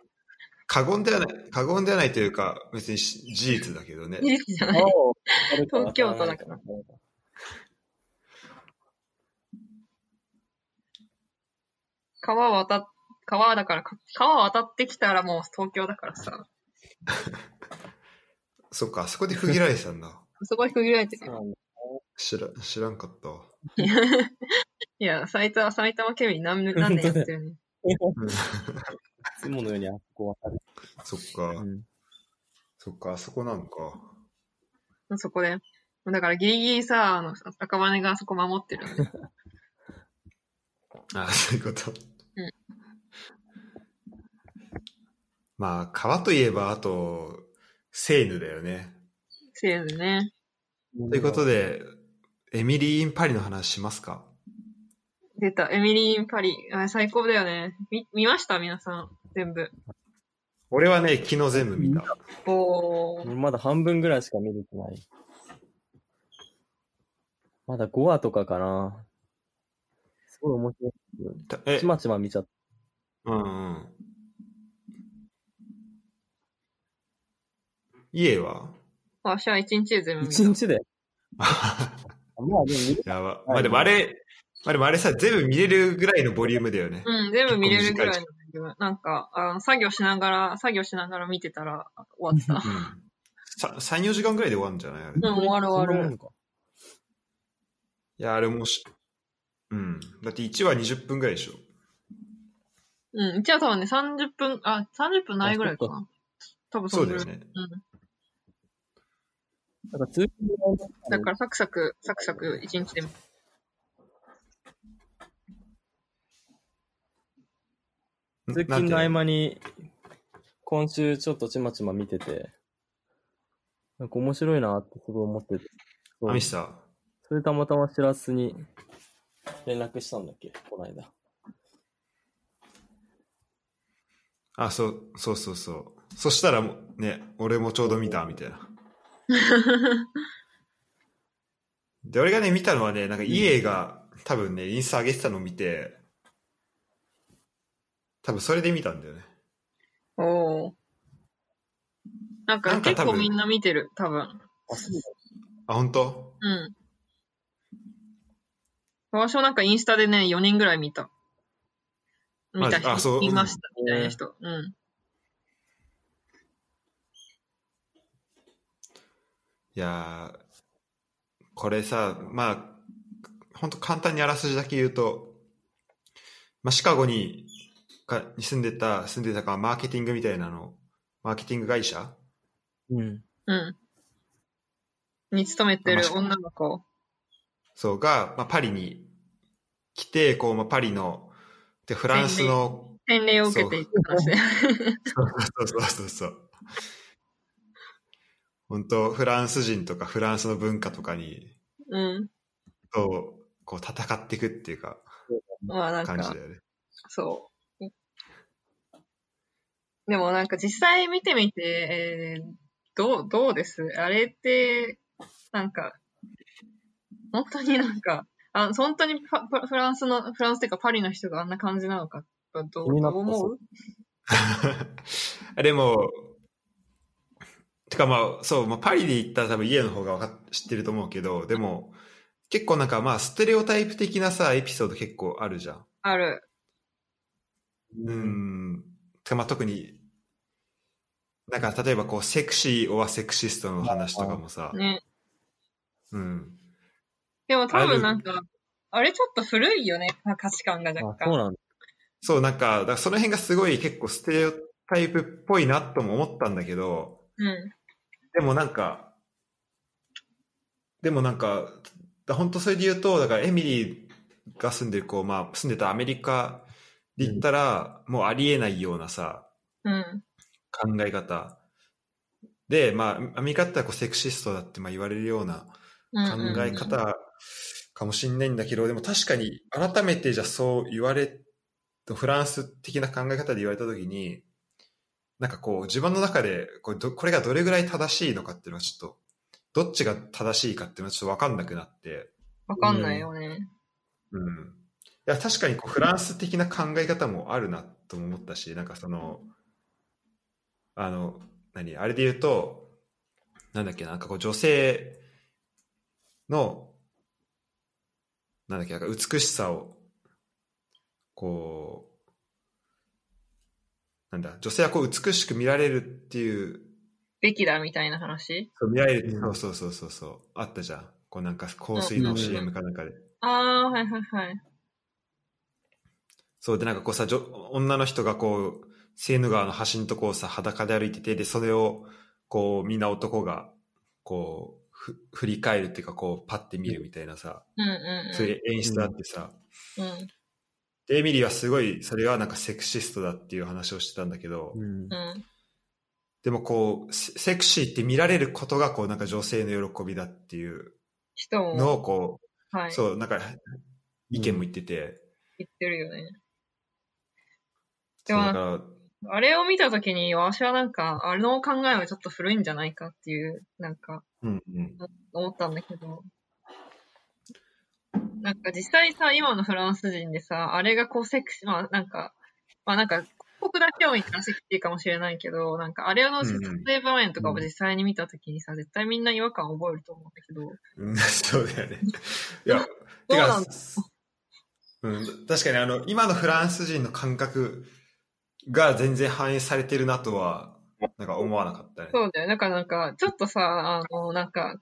[SPEAKER 2] 過言ではない、過言ではないというか、別にし事実だけどね。
[SPEAKER 1] 事実じゃない。
[SPEAKER 3] 青あれか
[SPEAKER 1] 東京都だから
[SPEAKER 3] 赤羽
[SPEAKER 1] 川渡っ、川だから、か川渡ってきたらもう東京だからさ。
[SPEAKER 2] そっか、あそこで区切られてたんだ。
[SPEAKER 1] そこで区切られてる
[SPEAKER 3] そう
[SPEAKER 1] よ。
[SPEAKER 3] なんだ
[SPEAKER 2] 知ら、知らんかったわ。
[SPEAKER 1] いや、埼玉、埼玉県民何年何年やってるね。
[SPEAKER 2] うん
[SPEAKER 3] いつものようにあそこはある。
[SPEAKER 2] そっか
[SPEAKER 3] う、ん
[SPEAKER 2] そっか、あそこなんか。
[SPEAKER 1] そこで。だからギリギリさ、あの、赤羽があそこ守って るんで。
[SPEAKER 2] あそういうこと。
[SPEAKER 1] うん
[SPEAKER 2] まあ、川といえば、あと、セーヌだよね。
[SPEAKER 1] せーのね。
[SPEAKER 2] ということで、エミリー・イン・パリの話しますか
[SPEAKER 1] 出た。エミリー・イン・パリ。あ最高だよね。み、見ました皆さん。全部。
[SPEAKER 2] 俺はね、昨日全部見た。
[SPEAKER 1] おー。
[SPEAKER 3] 俺まだ半分ぐらいしか見れてない。まだ5話とかかな。すごい面白
[SPEAKER 2] た
[SPEAKER 3] い。
[SPEAKER 2] え
[SPEAKER 3] ち、まちま見ちゃった。
[SPEAKER 2] うんうん。家は
[SPEAKER 1] 私は一日で全部見
[SPEAKER 3] 一
[SPEAKER 1] た。
[SPEAKER 3] 日 で。あまあでも見れ
[SPEAKER 2] やば。まあでもあれ、まあでもあれさ、全部見れるぐらいのボリュームだよね。
[SPEAKER 1] うん、全部見れるぐらいなんだけど、なんか、あの作業しながら、作業しながら見てたら終わった。
[SPEAKER 2] うん。さ3、4時間ぐらいで終わるんじゃないあれ。
[SPEAKER 1] うん、終わる
[SPEAKER 3] そ
[SPEAKER 1] 終
[SPEAKER 3] んな
[SPEAKER 1] わ
[SPEAKER 3] も
[SPEAKER 1] る。
[SPEAKER 3] んか。
[SPEAKER 2] いや、あれもし、うん。だって1話20分ぐらいでしょ。
[SPEAKER 1] うん、うちは多分ね、30分、あ、30分ないぐらいかな。多分
[SPEAKER 2] そ
[SPEAKER 1] そうぐ
[SPEAKER 2] だ
[SPEAKER 1] らい
[SPEAKER 2] よね。
[SPEAKER 3] なんか通勤
[SPEAKER 1] だからサクサク、サクサク一日でも。
[SPEAKER 3] 通
[SPEAKER 2] なん
[SPEAKER 3] 勤
[SPEAKER 2] て
[SPEAKER 3] の合間に、今週ちょっとちまちま見てて、なんか面白いなってすごい思ってて。そう
[SPEAKER 2] アミスター。
[SPEAKER 3] それたまたま知らずに連絡したんだっけこの間。
[SPEAKER 2] あ、そう、そうそうそう。そしたらもう、ね、俺もちょうど見た、みたい な。で、俺がね、見たのはね、なんか家が、多分ね、インスタ上げてたのを見て、多分それで見たんだよね。
[SPEAKER 1] おー。なん
[SPEAKER 2] な
[SPEAKER 1] か
[SPEAKER 2] んか
[SPEAKER 1] 結
[SPEAKER 2] 多分
[SPEAKER 1] 構みんな見てる、多分。
[SPEAKER 3] あ、そう
[SPEAKER 2] あ、本当？
[SPEAKER 1] うん。私はなんかインスタでね、4人ぐらい見た。見た
[SPEAKER 2] マジあ
[SPEAKER 1] 人、
[SPEAKER 2] そう
[SPEAKER 1] 見ました、みたい
[SPEAKER 3] うん
[SPEAKER 1] な人。うん。
[SPEAKER 2] いやー、これさ、まあ、本当簡単にあらすじだけ言うと、まあ、シカゴにかに住んでた、住んでたか、マーケティングみたいなの、マーケティング会社
[SPEAKER 3] うん。
[SPEAKER 1] うん。に勤めてる女の子。
[SPEAKER 2] そうが、まあ、パリに来て、こう、まあ、パリの、で、フランスの、
[SPEAKER 1] 洗礼を受けていく話で。
[SPEAKER 2] そうそうそうそう。本当フランス人とかフランスの文化とかに、
[SPEAKER 1] うん。
[SPEAKER 2] と、こう、戦っていくっていうか、
[SPEAKER 1] まあなん
[SPEAKER 2] 感じ
[SPEAKER 1] か
[SPEAKER 2] だ、よね。
[SPEAKER 1] そう。でもなんか実際見てみて、えーどう、どうですあれって、なんか、本当になんか、あ本当にパパフランスの、フランスっていうかパリの人があんな感じなのか、ど
[SPEAKER 3] 気
[SPEAKER 1] うど
[SPEAKER 3] になっ
[SPEAKER 1] う
[SPEAKER 3] た
[SPEAKER 1] 思う
[SPEAKER 2] でも、てかまあ、そう、まあ、パリで行ったら多分家の方がわかっ知ってると思うけど、でも、結構なんかまあ、ステレオタイプ的なさ、エピソード結構あるじゃん。
[SPEAKER 1] ある。
[SPEAKER 2] う。ん。てかまあ、特に、なんか例えばこう、セクシーオアセクシストの話とかもさ、
[SPEAKER 1] ね。
[SPEAKER 2] うん。
[SPEAKER 1] でも多分なんか、あれちょっと古いよね、価値観が
[SPEAKER 3] あ
[SPEAKER 1] 若、
[SPEAKER 3] そう
[SPEAKER 1] 干。
[SPEAKER 3] なんだ。
[SPEAKER 2] そう、なんか、だからその辺がすごい結構ステレオタイプっぽいなとも思ったんだけど、
[SPEAKER 1] うん。
[SPEAKER 2] でもなんか、でもなんか、だ本当それで言うと、だからエミリーが住んでる、こう、まあ、住んでたアメリカで言ったら、もうありえないようなさ、
[SPEAKER 1] うん。
[SPEAKER 2] 考え方で、まあ、アメリカってこうセクシストだってまあ言われるような考え方かもしれないんだけど、でも確かに改めてじゃあそう言われ、フランス的な考え方で言われたときに、なんかこう自分の中でこれどこれがどれぐらい正しいのかっていうのはちょっと、どっちが正しいかっていうのはちょっとわかんなくなって、
[SPEAKER 1] わかんないよね。
[SPEAKER 2] うん。いや、確かにこうフランス的な考え方もあるなとも思ったし、なんかその、あの、何、あれで言うと、なんだっけな、なんかこう女性の、なんだっけ、なんか美しさを、こう、なんだ、女性はこう美しく見られるっていう
[SPEAKER 1] べきだみたいな話。
[SPEAKER 2] そう見られる、
[SPEAKER 3] うん
[SPEAKER 2] そうそうそうそうそうあったじゃんこうなんか香水の CM かなんかで、
[SPEAKER 1] ああー、はいはいはい。
[SPEAKER 2] そうでなんかこうさ女女の人がこうセーヌ川の橋のとこをさ裸で歩いててでそれをこうみんな男がこうふ振り返るっていうかこうパッて見るみたいなさ、
[SPEAKER 1] うんうん
[SPEAKER 2] そういう演出あってさ、
[SPEAKER 1] うん。うん
[SPEAKER 2] でエミリーはすごいそれはなんかセクシストだっていう話をしてたんだけど、
[SPEAKER 3] うん
[SPEAKER 1] うん
[SPEAKER 2] でもこうセセクシーって見られることがこうなんか女性の喜びだっていう
[SPEAKER 1] 人も、
[SPEAKER 2] のをこう、
[SPEAKER 1] はい、
[SPEAKER 2] そう、なんか、意見も言ってて。
[SPEAKER 1] 言ってるよね。
[SPEAKER 2] そ
[SPEAKER 1] で
[SPEAKER 2] う
[SPEAKER 1] も
[SPEAKER 2] だから、
[SPEAKER 1] あれを見たときに、私はなんか、あの考えはちょっと古いんじゃないかっていう、なんか、
[SPEAKER 2] うんうん。
[SPEAKER 1] 思ったんだけど。なんか実際さ、今のフランス人でさ、あれがこうセクシー、まあなんか、まあなんか、国だけを見たらセクシーかもしれないけど、なんかあれの撮影場面とかを実際に見たときにさ、絶対みんな違和感を覚えると思うんだけど、
[SPEAKER 2] うんそうだよね。いや、て
[SPEAKER 1] どうな
[SPEAKER 2] か
[SPEAKER 1] んだ、
[SPEAKER 2] うん、確かにあの、今のフランス人の感覚が全然反映されてるなとは、なんか思わなかったね。
[SPEAKER 1] そうだよ。なんかなんか、ちょっとさ、あの、なんか、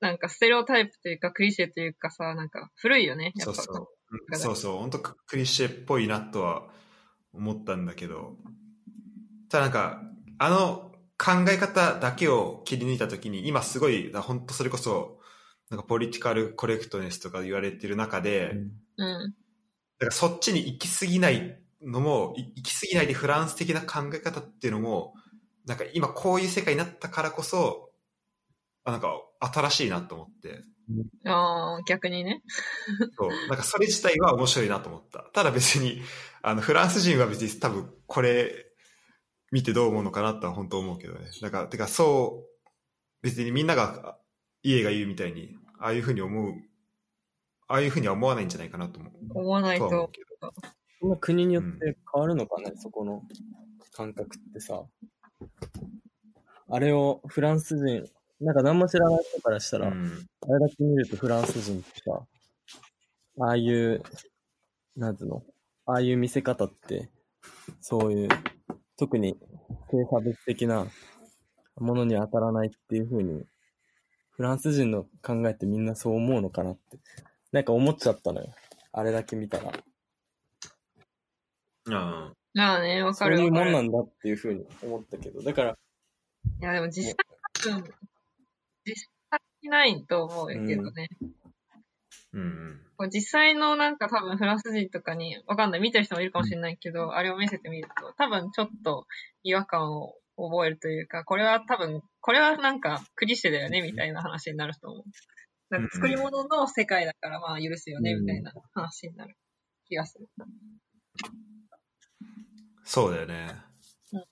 [SPEAKER 1] なんかステレオタイプというか、クリシェというかさ、なんか古いよね、やっ
[SPEAKER 2] そ
[SPEAKER 1] ぱ。
[SPEAKER 2] うそう。うんそうそう。本当クリシェっぽいなとは思ったんだけど、ただなんか、あの考え方だけを切り抜いたときに、今すごい、本当それこそ、なんかポリティカルコレクトネスとか言われてる中で、
[SPEAKER 1] うん。
[SPEAKER 2] だからそっちに行き過ぎないのも、い行き過ぎないでフランス的な考え方っていうのも、なんか今こういう世界になったからこそ、あなんか新しいなと思って、
[SPEAKER 1] ああ、逆にね。
[SPEAKER 2] そう、なんかそれ自体は面白いなと思った。ただ別に、あの、フランス人は別に多分これ見てどう思うのかなとは本当思うけどね。だから、てかそう、別にみんなが、あ家が言うみたいに、ああいうふうに思う、ああいうふうには思わないんじゃないかなと思う。
[SPEAKER 1] 思わない
[SPEAKER 2] とは思う
[SPEAKER 1] と。
[SPEAKER 2] けど。
[SPEAKER 3] そんな国によって変わるのかね、そこの感覚ってさ。あれをフランス人、なんか何も知らない人からしたら、
[SPEAKER 2] うん
[SPEAKER 3] あれだけ見るとフランス人ってさ、ああいう、なんつうの、ああいう見せ方って、そういう、特に性差別的なものに当たらないっていう風に、フランス人の考えってみんなそう思うのかなって、なんか思っちゃったのよ。あれだけ見たら。
[SPEAKER 2] うん
[SPEAKER 1] まあね、わ
[SPEAKER 3] そ
[SPEAKER 1] か
[SPEAKER 3] う
[SPEAKER 1] るわ
[SPEAKER 3] いう
[SPEAKER 1] か
[SPEAKER 3] もん
[SPEAKER 1] る。
[SPEAKER 3] ないんだっていう風に思ったけど、だから、
[SPEAKER 1] や、でも実際多分、実際ないと思うけどね。
[SPEAKER 2] うん
[SPEAKER 1] こう実際のなんか多分フランス人とかに、わかんない、見てる人もいるかもしれないけど、あれを見せてみると、多分ちょっと違和感を覚えるというか、これは多分、これはなんかクリシェだよね、みたいな話になると思う。なんか作り物の世界だから、まあ許すよね、みたいな話になる気がする。
[SPEAKER 2] そうだよね
[SPEAKER 1] うん。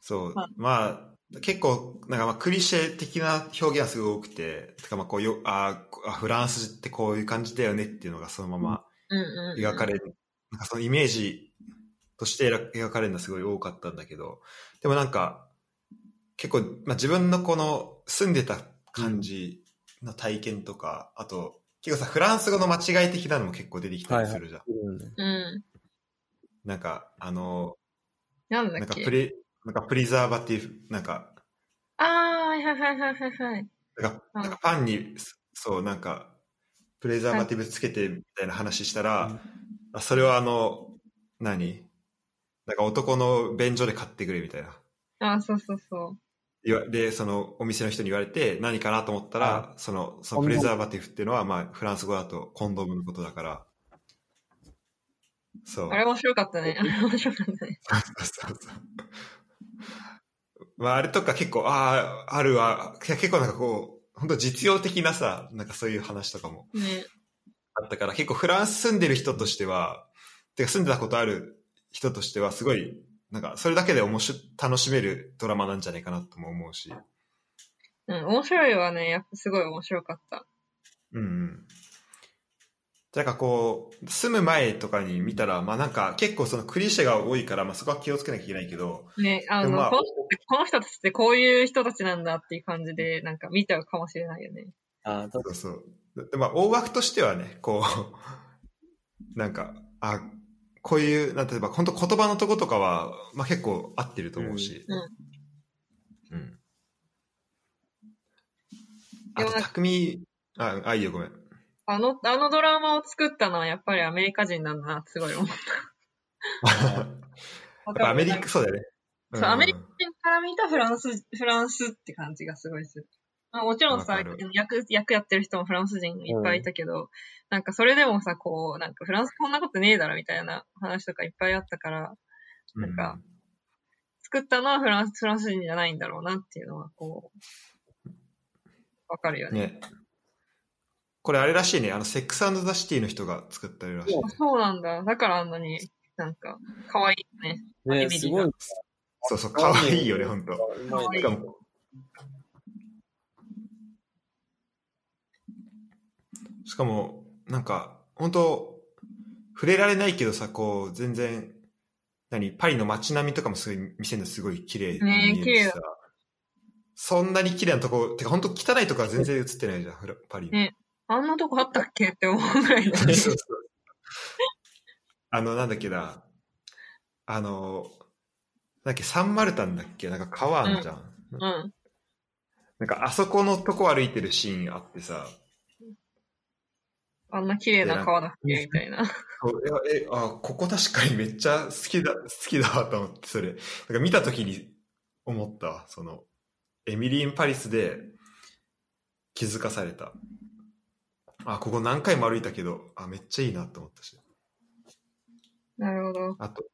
[SPEAKER 2] そう
[SPEAKER 1] はい、
[SPEAKER 2] まあ、結構、なんかまあクリシェ的な表現はすごい多くて、てかまあこうよあーあ、フランスってこういう感じだよねっていうのがそのまま
[SPEAKER 1] うんうんうん。
[SPEAKER 2] 描かれる、なんかそのイメージとして描描かれるのはすごい多かったんだけど、でもなんか、結構、まあ、自分のこの住んでた感じの体験とか、あと、結構さ、フランス語の間違い的なのも結構出てきたりするじゃん。
[SPEAKER 1] うん。
[SPEAKER 2] なんか、あの、
[SPEAKER 1] なんだ
[SPEAKER 2] なん
[SPEAKER 1] っ
[SPEAKER 2] か
[SPEAKER 1] け
[SPEAKER 2] プレ、なんかプリザーバティブ、なんか、
[SPEAKER 1] ああ、はいはいはいはいはいはい。
[SPEAKER 2] なんか、
[SPEAKER 1] うん
[SPEAKER 2] なんかパンに、そう、なんか、プレザーバティブつけてみたいな話したら、
[SPEAKER 3] うん
[SPEAKER 2] あそれはあの、何なんか男の便所で買ってくれみたいな。
[SPEAKER 1] ああ、そうそうそう。
[SPEAKER 2] 言わで、そのお店の人に言われて、何かなと思ったら、その、そのプレザーバティブっていうのは、まあ、フランス語だとコンドームのことだから、そう
[SPEAKER 1] あ。れ面白かったね。あれ面白かったね。
[SPEAKER 2] そうそう。 まあ、あれとか結構、ああ、あるわ。いや結構なんかこう、本当実用的なさ、なんかそういう話とかも
[SPEAKER 1] ね。
[SPEAKER 2] あったから、結構フランス住んでる人としては、てか住んでたことある人としては、すごい、なんかそれだけで面白、楽しめるドラマなんじゃないかなとも思うし。
[SPEAKER 1] うん、面白いはね、やっぱすごい面白かった。
[SPEAKER 2] うんうん。なんかこう、住む前とかに見たら、まあなんか結構そのクリシェが多いから、まあそこは気をつけなきゃいけないけど、
[SPEAKER 1] ね、あ
[SPEAKER 2] で
[SPEAKER 1] の、
[SPEAKER 2] もまあ
[SPEAKER 1] この人ってこの人たちってこういう人たちなんだっていう感じで、なんか見ちゃうかもしれないよね。
[SPEAKER 3] ああ、た
[SPEAKER 2] そうそう。でまあ、大枠としてはね、こう、 なんか、あ、こういう、なんて言えば、本当言葉のとことかは、まあ結構合ってると思うし。
[SPEAKER 1] うん
[SPEAKER 2] うん。あと、
[SPEAKER 1] でもなんか
[SPEAKER 2] 匠、あ、あ、いいよ、ご めん。
[SPEAKER 1] あの、あのドラマを作ったのはやっぱりアメリカ人なんだなってすごい思っ
[SPEAKER 2] やっぱ
[SPEAKER 1] た。
[SPEAKER 2] アメリカ、そうだよね。
[SPEAKER 1] そうアメリカ人から見たフランス、フランスって感じがすごいする。まあ、もちろんさ
[SPEAKER 2] わかる、
[SPEAKER 1] 役、役やってる人もフランス人いっぱいいたけど、なんかそれでもさ、こう、なんかフランスこんなことねえだろみたいな話とかいっぱいあったから、
[SPEAKER 2] うん
[SPEAKER 1] なんか作ったのはフランス、フランス人じゃないんだろうなっていうのは、こう、わかるよね。
[SPEAKER 2] ね。これあれらしいね、あの、セックスザ・シティの人が作ったらしい。
[SPEAKER 1] あそうなんだ。だからあんなに、なんか、可愛いよね。
[SPEAKER 3] ね、
[SPEAKER 1] メディが
[SPEAKER 3] すごい。
[SPEAKER 2] そうそう、かわいいよね、ほんと。
[SPEAKER 3] うまい
[SPEAKER 2] し
[SPEAKER 3] ね
[SPEAKER 2] かも、しかも、なんか、本当触れられないけどさ、こう、全然、何、パリの街並みとかもすごい見せるのすごい綺麗に
[SPEAKER 1] ねえ
[SPEAKER 2] 見えるしさ、そんなに綺麗なとこ、てか本当汚いとこは全然映ってないじゃん、フラパリの。
[SPEAKER 1] ねあんなとこあったっけって思うぐらいだ
[SPEAKER 2] そうそうあの、なんだっけな、あの、なんだっけ、サンマルタンだっけ、なんか川あんじゃん
[SPEAKER 1] うん。
[SPEAKER 2] なんかあそこのとこ歩いてるシーンあってさ、
[SPEAKER 1] あんな綺麗な川だっけみたい な。
[SPEAKER 2] そういやえあここ確かにめっちゃ好きだ、好きだわと思って、それ。なんか見たときに思ったわ、その、エミリー・イン・パリスで気づかされた。あ、ここ何回も歩いたけど、あ、めっちゃいいなと思ったし。
[SPEAKER 1] なるほど。
[SPEAKER 2] あと、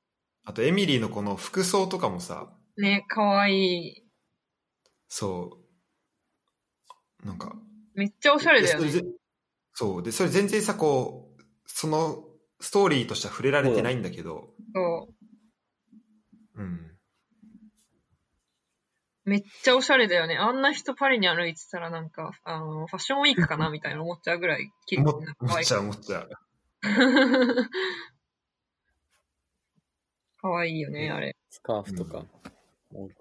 [SPEAKER 2] あとエミリーのこの服装とかもさ、
[SPEAKER 1] ね、可愛い。
[SPEAKER 2] そう、なんか、
[SPEAKER 1] めっちゃおしゃれだよ
[SPEAKER 2] で
[SPEAKER 1] ね
[SPEAKER 2] そ。れぜそう。で、それ全然さ、こう、そのストーリーとしては触れられてないんだけど、
[SPEAKER 1] そ
[SPEAKER 2] うん。
[SPEAKER 1] う。めっちゃおしゃれだよね。あんな人パリに歩いてたらなんか、あの、ファッションウィークかなみたいな思っちゃうぐらい綺麗
[SPEAKER 2] 思っ
[SPEAKER 1] な可
[SPEAKER 2] 思っ
[SPEAKER 1] 愛い
[SPEAKER 2] ち。ゃう、思っちゃう。
[SPEAKER 1] 可愛いよね、あれ。
[SPEAKER 3] スカーフとか。なんか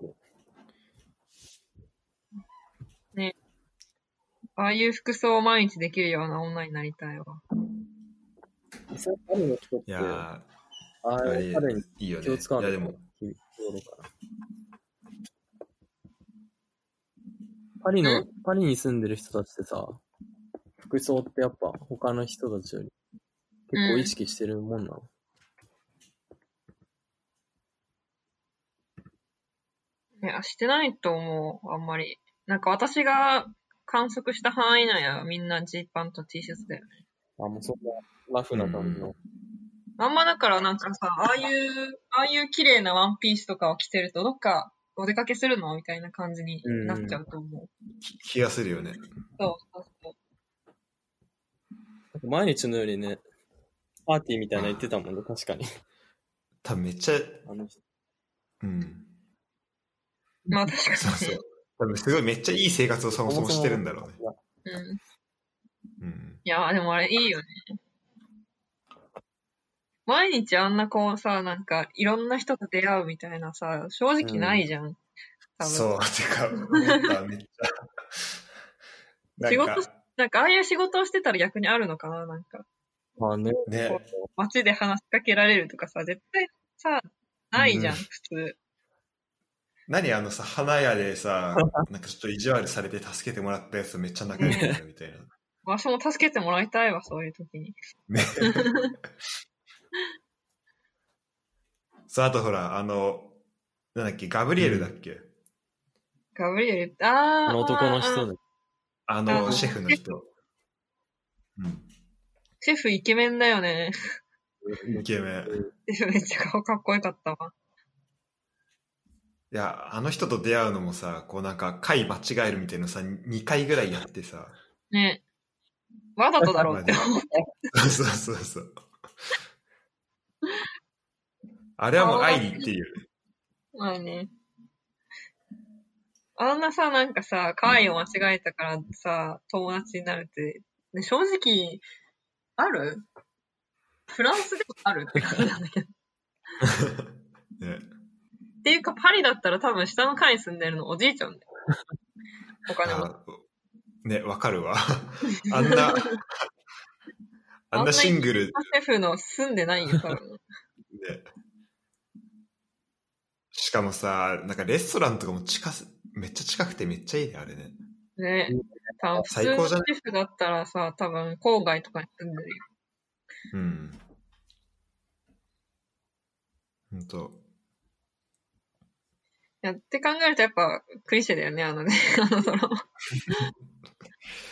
[SPEAKER 1] ああいう服装を毎日できるような女になりたいわ。
[SPEAKER 3] 実際、パリの人っ
[SPEAKER 2] い
[SPEAKER 3] て、
[SPEAKER 2] や
[SPEAKER 3] あ
[SPEAKER 2] ー、
[SPEAKER 3] あ
[SPEAKER 2] あれ
[SPEAKER 3] いう彼に
[SPEAKER 2] いいよね。
[SPEAKER 3] 気を使う
[SPEAKER 2] い
[SPEAKER 3] の
[SPEAKER 2] や、でも、
[SPEAKER 3] 日頃からパリの、パリに住んでる人たちってさ、服装ってやっぱ他の人たちより結構意識してるもんなの、
[SPEAKER 1] いや、してないと思う、あんまり。なんか私が観測した範囲内はみんなジーパンと T シャツだよね。
[SPEAKER 3] あ、もうそんなラフな感じの。
[SPEAKER 1] あんまだからなんかさ、ああいう、ああいう綺麗なワンピースとかを着てると、どっかお出かけするのみたいな感じになっちゃうと思う。
[SPEAKER 2] き気がするよね。
[SPEAKER 1] そうそうそう。
[SPEAKER 3] なんか毎日のようにね、パーティーみたいなの言ってたもんね、確 かに。
[SPEAKER 2] 多分めっちゃ、
[SPEAKER 3] あの人
[SPEAKER 2] うん。
[SPEAKER 1] まあ確か
[SPEAKER 2] そう
[SPEAKER 1] に
[SPEAKER 2] そ
[SPEAKER 1] ね
[SPEAKER 2] う。。多分すごいめっちゃいい生活をそもそもしてるんだろうね。
[SPEAKER 1] うん。い
[SPEAKER 2] うん。
[SPEAKER 1] や、でもあれいいよね。毎日あんなこうさ、なんかいろんな人と出会うみたいなさ、正直ないじゃん。多分
[SPEAKER 2] そう、てか、思っためっちゃ。
[SPEAKER 1] 仕事
[SPEAKER 2] なんか
[SPEAKER 1] なんかああいう仕事をしてたら逆にあるのかななんか。
[SPEAKER 3] まあね、
[SPEAKER 2] ね、
[SPEAKER 1] 街で話しかけられるとかさ、絶対さ、ないじゃん、
[SPEAKER 2] うん
[SPEAKER 1] 普通。
[SPEAKER 2] 何あのさ、花屋で さ、なんかちょっと意地悪されて助けてもらったやつめっちゃ仲良くなるみたいな。
[SPEAKER 1] 私も助けてもらいたいわ、そういう時に。
[SPEAKER 2] ね。そう、あとほら、あの、なんだっけ、ガブリエルだっけ、
[SPEAKER 1] ガブリエル、あー。
[SPEAKER 3] あの男の
[SPEAKER 1] あ
[SPEAKER 3] 人
[SPEAKER 1] ー。
[SPEAKER 3] ね。
[SPEAKER 2] あ
[SPEAKER 1] あ
[SPEAKER 2] の、
[SPEAKER 1] の
[SPEAKER 2] シェフの人。うん。
[SPEAKER 1] シェフイケメンだよね。
[SPEAKER 2] イケメン。
[SPEAKER 1] めっちゃ顔かっこよかったわ。
[SPEAKER 2] いや、あの人と出会うのもさ、こうなんか、回間違えるみたいなのさ、2回ぐらいやって さ、
[SPEAKER 1] ねわざとだろうって思った。
[SPEAKER 2] そうそうそう。あれはもう愛理っていう。
[SPEAKER 1] まあね。あんなさ、なんかさ、可愛いを間違えたからさ、友達になるって、ね、正直、あるフランスでもあ るって感じなんだけど。
[SPEAKER 2] ね、
[SPEAKER 1] っていうか、パリだったら多分下の階に住んでるのおじいちゃんだ よ。お金も。
[SPEAKER 2] あね、わかるわ。あん な、あんなシングル
[SPEAKER 1] シェフの住んでない よ、多分。
[SPEAKER 2] で。しかもさ、なんかレストランとかも近す、めっちゃ近くてめっちゃいいね、あれね。
[SPEAKER 1] ね。多分普通
[SPEAKER 2] 最高
[SPEAKER 1] の
[SPEAKER 2] じ
[SPEAKER 1] シェ
[SPEAKER 2] ゃな
[SPEAKER 1] フだったらさ、多分郊外とかに住んでるよ。
[SPEAKER 2] うん。ほんと。
[SPEAKER 1] いやって考えるとやっぱクリシェだよね、あのね、あのドラマ。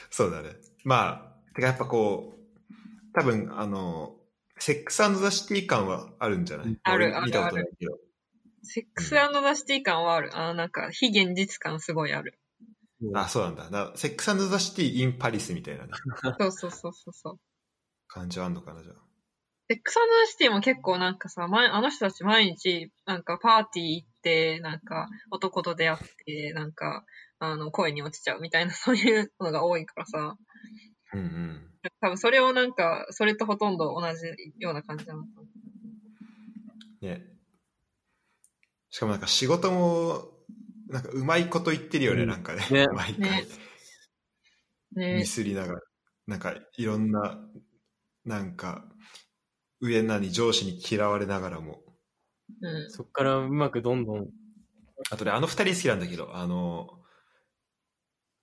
[SPEAKER 2] そうだね。まあ、てかやっぱこう、多分、あの、セックスザ・シティ感はあるんじゃない
[SPEAKER 1] ある
[SPEAKER 2] 俺
[SPEAKER 1] ある
[SPEAKER 2] 見たことないけど。
[SPEAKER 1] セックスザ・シティ感はある。あのなんか非現実感すごいあ る。
[SPEAKER 2] あ、そうなんだ。なセックスザ・シティ・イン・パリスみたいなね、
[SPEAKER 1] そうそうそうそうそう。
[SPEAKER 2] 感じはあんのかな、じゃあ。
[SPEAKER 1] セックスザ・シティも結構なんかさ、前あの人たち毎日なんかパーティー行って、なんか男と出会って、なんかあの恋に落ちちゃうみたいな そういうのが多いからさ、
[SPEAKER 2] うんうん。
[SPEAKER 1] 多分それをなんか、それとほとんど同じような感じなのかな。
[SPEAKER 2] ね。しかもなんか仕事も、なんかうまいこと言ってるよね、
[SPEAKER 3] うん
[SPEAKER 2] なんかね。
[SPEAKER 3] ね
[SPEAKER 2] 毎
[SPEAKER 1] ね
[SPEAKER 2] 回、
[SPEAKER 1] ね
[SPEAKER 2] ミスりながら。なんかいろんな、なんか、上なに上司に嫌われながらも。
[SPEAKER 1] うん。
[SPEAKER 3] そっからうまくどんどん。
[SPEAKER 2] あとね、あの二人好きなんだけど、あの、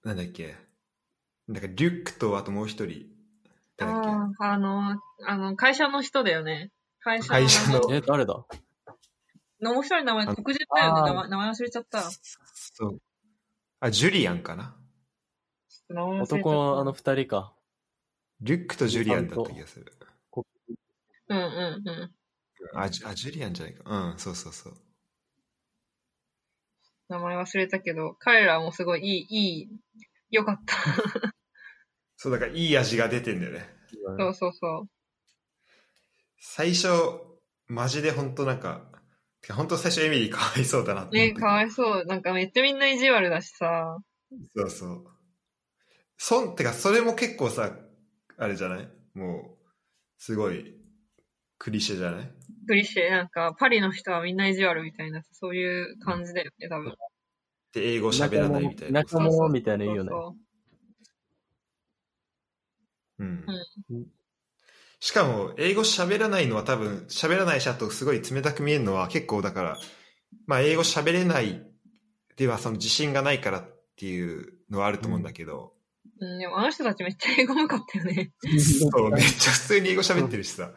[SPEAKER 2] なんだっけ。なんかリュックとあともう一人。誰だっけ
[SPEAKER 1] ああ、あの、あの、会社の人だよね。会社の。
[SPEAKER 2] 会社の
[SPEAKER 3] え、誰だ
[SPEAKER 1] の面白い名前、
[SPEAKER 2] あの
[SPEAKER 1] 黒人だよね。
[SPEAKER 3] あー
[SPEAKER 1] 名前名前忘れちゃった。ちょっ
[SPEAKER 2] そう。あ、ジュリアンかな。
[SPEAKER 1] と名前忘れちゃった
[SPEAKER 3] 男のあの二人か。
[SPEAKER 2] リュックとジュリアンだった気がする。
[SPEAKER 1] うんうんうん。
[SPEAKER 2] あ、ジュあジュリアンじゃないか。うん、そうそうそう。
[SPEAKER 1] 名前忘れたけど、彼らもすごいいい、いい、よかった。
[SPEAKER 2] そう、だからいい味が出てんだよね。
[SPEAKER 1] そうそうそう。
[SPEAKER 2] 最初、マジで本当なんか、てか本当最初エミリーかわいそうだなって思って
[SPEAKER 1] ね、かわいそう。なんかめっちゃみんな意地悪だしさ。
[SPEAKER 2] そうそう。そん、てかそれも結構さ、あれじゃないもう、すごい、クリシェじゃない
[SPEAKER 1] クリシェ、なんかパリの人はみんな意地悪みたいな、そういう感じだよね、多分。
[SPEAKER 2] で、英語喋らないみたいな。
[SPEAKER 3] 仲間みたいな言うよね。
[SPEAKER 1] そ
[SPEAKER 2] うん
[SPEAKER 3] うん。
[SPEAKER 2] しかも、英語喋らないのは多分、喋らないし、あとすごい冷たく見えるのは結構だから、まあ英語喋れないではその自信がないからっていうのはあると思うんだけど、
[SPEAKER 1] う。うん、でもあの人たちめっちゃ英語うまかったよね。
[SPEAKER 2] そう、めっちゃ普通に英語喋ってるしさ。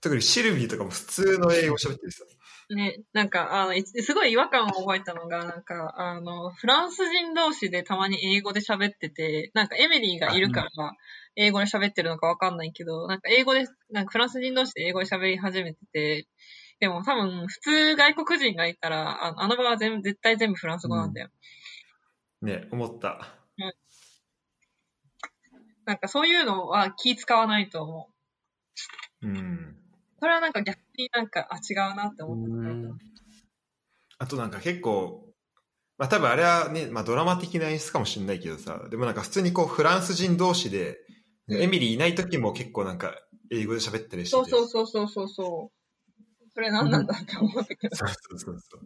[SPEAKER 2] 特にシルビーとかも普通の英語喋ってるしさ。
[SPEAKER 1] ね、なんか、あの、いすごい違和感を覚えたのが、なんか、あの、フランス人同士でたまに英語で喋ってて、なんかエメリーがいるから、英語で喋ってるのかわかんないけど、なんか英語で、なんかフランス人同士で英語で喋り始めてて、でも多分、普通外国人がいたら、あのあの場は全部、絶対全部フランス語なんだよ。
[SPEAKER 2] ね、思った。
[SPEAKER 1] なんかそういうのは気使わないと思う。
[SPEAKER 2] うん。
[SPEAKER 1] それはなんか逆になんか、あ、違うなって思った。
[SPEAKER 3] うん
[SPEAKER 2] あとなんか結構、まあ多分あれはね、まあドラマ的な演出かもしれないけどさ、でもなんか普通にこうフランス人同士で、エミリーいない時も結構なんか英語で喋ったりして
[SPEAKER 1] そう
[SPEAKER 2] て。
[SPEAKER 1] そうそうそうそうそう。それ何なんだって思ったけど。
[SPEAKER 2] そうそうそうそう。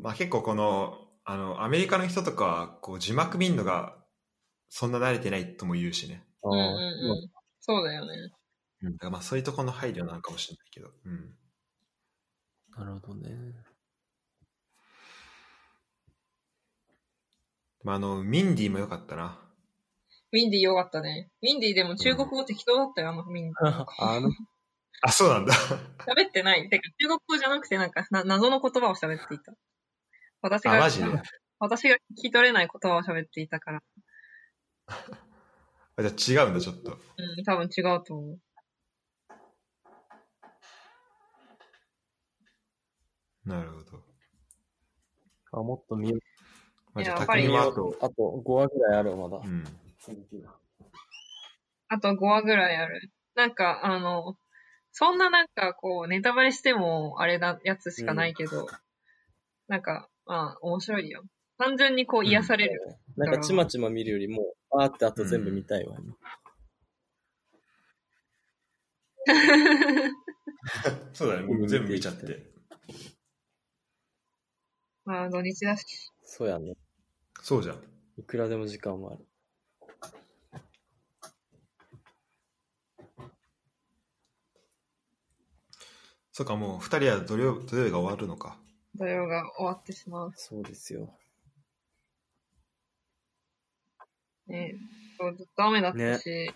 [SPEAKER 2] まあ結構この、あの、アメリカの人とかは、こう字幕見んのが、そんな慣れてないとも言うしね。
[SPEAKER 3] あ
[SPEAKER 1] うんうん
[SPEAKER 3] ー
[SPEAKER 1] うん。そうだよね。
[SPEAKER 2] うん、だからまあそういうところの配慮なのかもしれないけど、うん、
[SPEAKER 3] なるほどね。
[SPEAKER 2] まああのミンディも良かったな
[SPEAKER 1] ウィンディーよかったね。ウィンディーでも中国語適当だったよ、あのウィンディー。
[SPEAKER 3] あの、
[SPEAKER 2] あそうなんだ
[SPEAKER 1] 喋ってない。てか、中国語じゃなくて、なんかな、謎の言葉を喋っていた。私
[SPEAKER 2] あ
[SPEAKER 1] が、
[SPEAKER 2] マジ で
[SPEAKER 1] 私が聞き取れない言葉を喋っていたから。
[SPEAKER 2] あじゃあ違うんだちょっと
[SPEAKER 1] うん、多分違うと思う。
[SPEAKER 2] なるほど。
[SPEAKER 3] あ、もっと見よ
[SPEAKER 2] まあ、じゃあ、
[SPEAKER 1] いややっぱり
[SPEAKER 2] 匠
[SPEAKER 3] う。
[SPEAKER 2] は
[SPEAKER 3] あ
[SPEAKER 2] あと
[SPEAKER 3] と、、あと5話ぐらいある、まだ
[SPEAKER 2] う。ん。
[SPEAKER 1] あと5話ぐらいある。なんか、あの、そんななんかこう、ネタバレしてもあれだ、やつしかないけど、なんか、まあ、面白いよ。単純にこう、癒される。
[SPEAKER 3] なんかちまちま見るよりも、あーってあと全部見たいわ、
[SPEAKER 2] そうだね、僕全部見ちゃって。
[SPEAKER 1] まあ、土日だし。
[SPEAKER 3] そうやね。
[SPEAKER 2] そうじゃん。
[SPEAKER 3] いくらでも時間もある。
[SPEAKER 2] そうか、もう二人は土曜土曜日が終わるのか。
[SPEAKER 1] 土曜が終わってしまう
[SPEAKER 3] そうですよ。
[SPEAKER 1] ね。そうずっと雨だったし、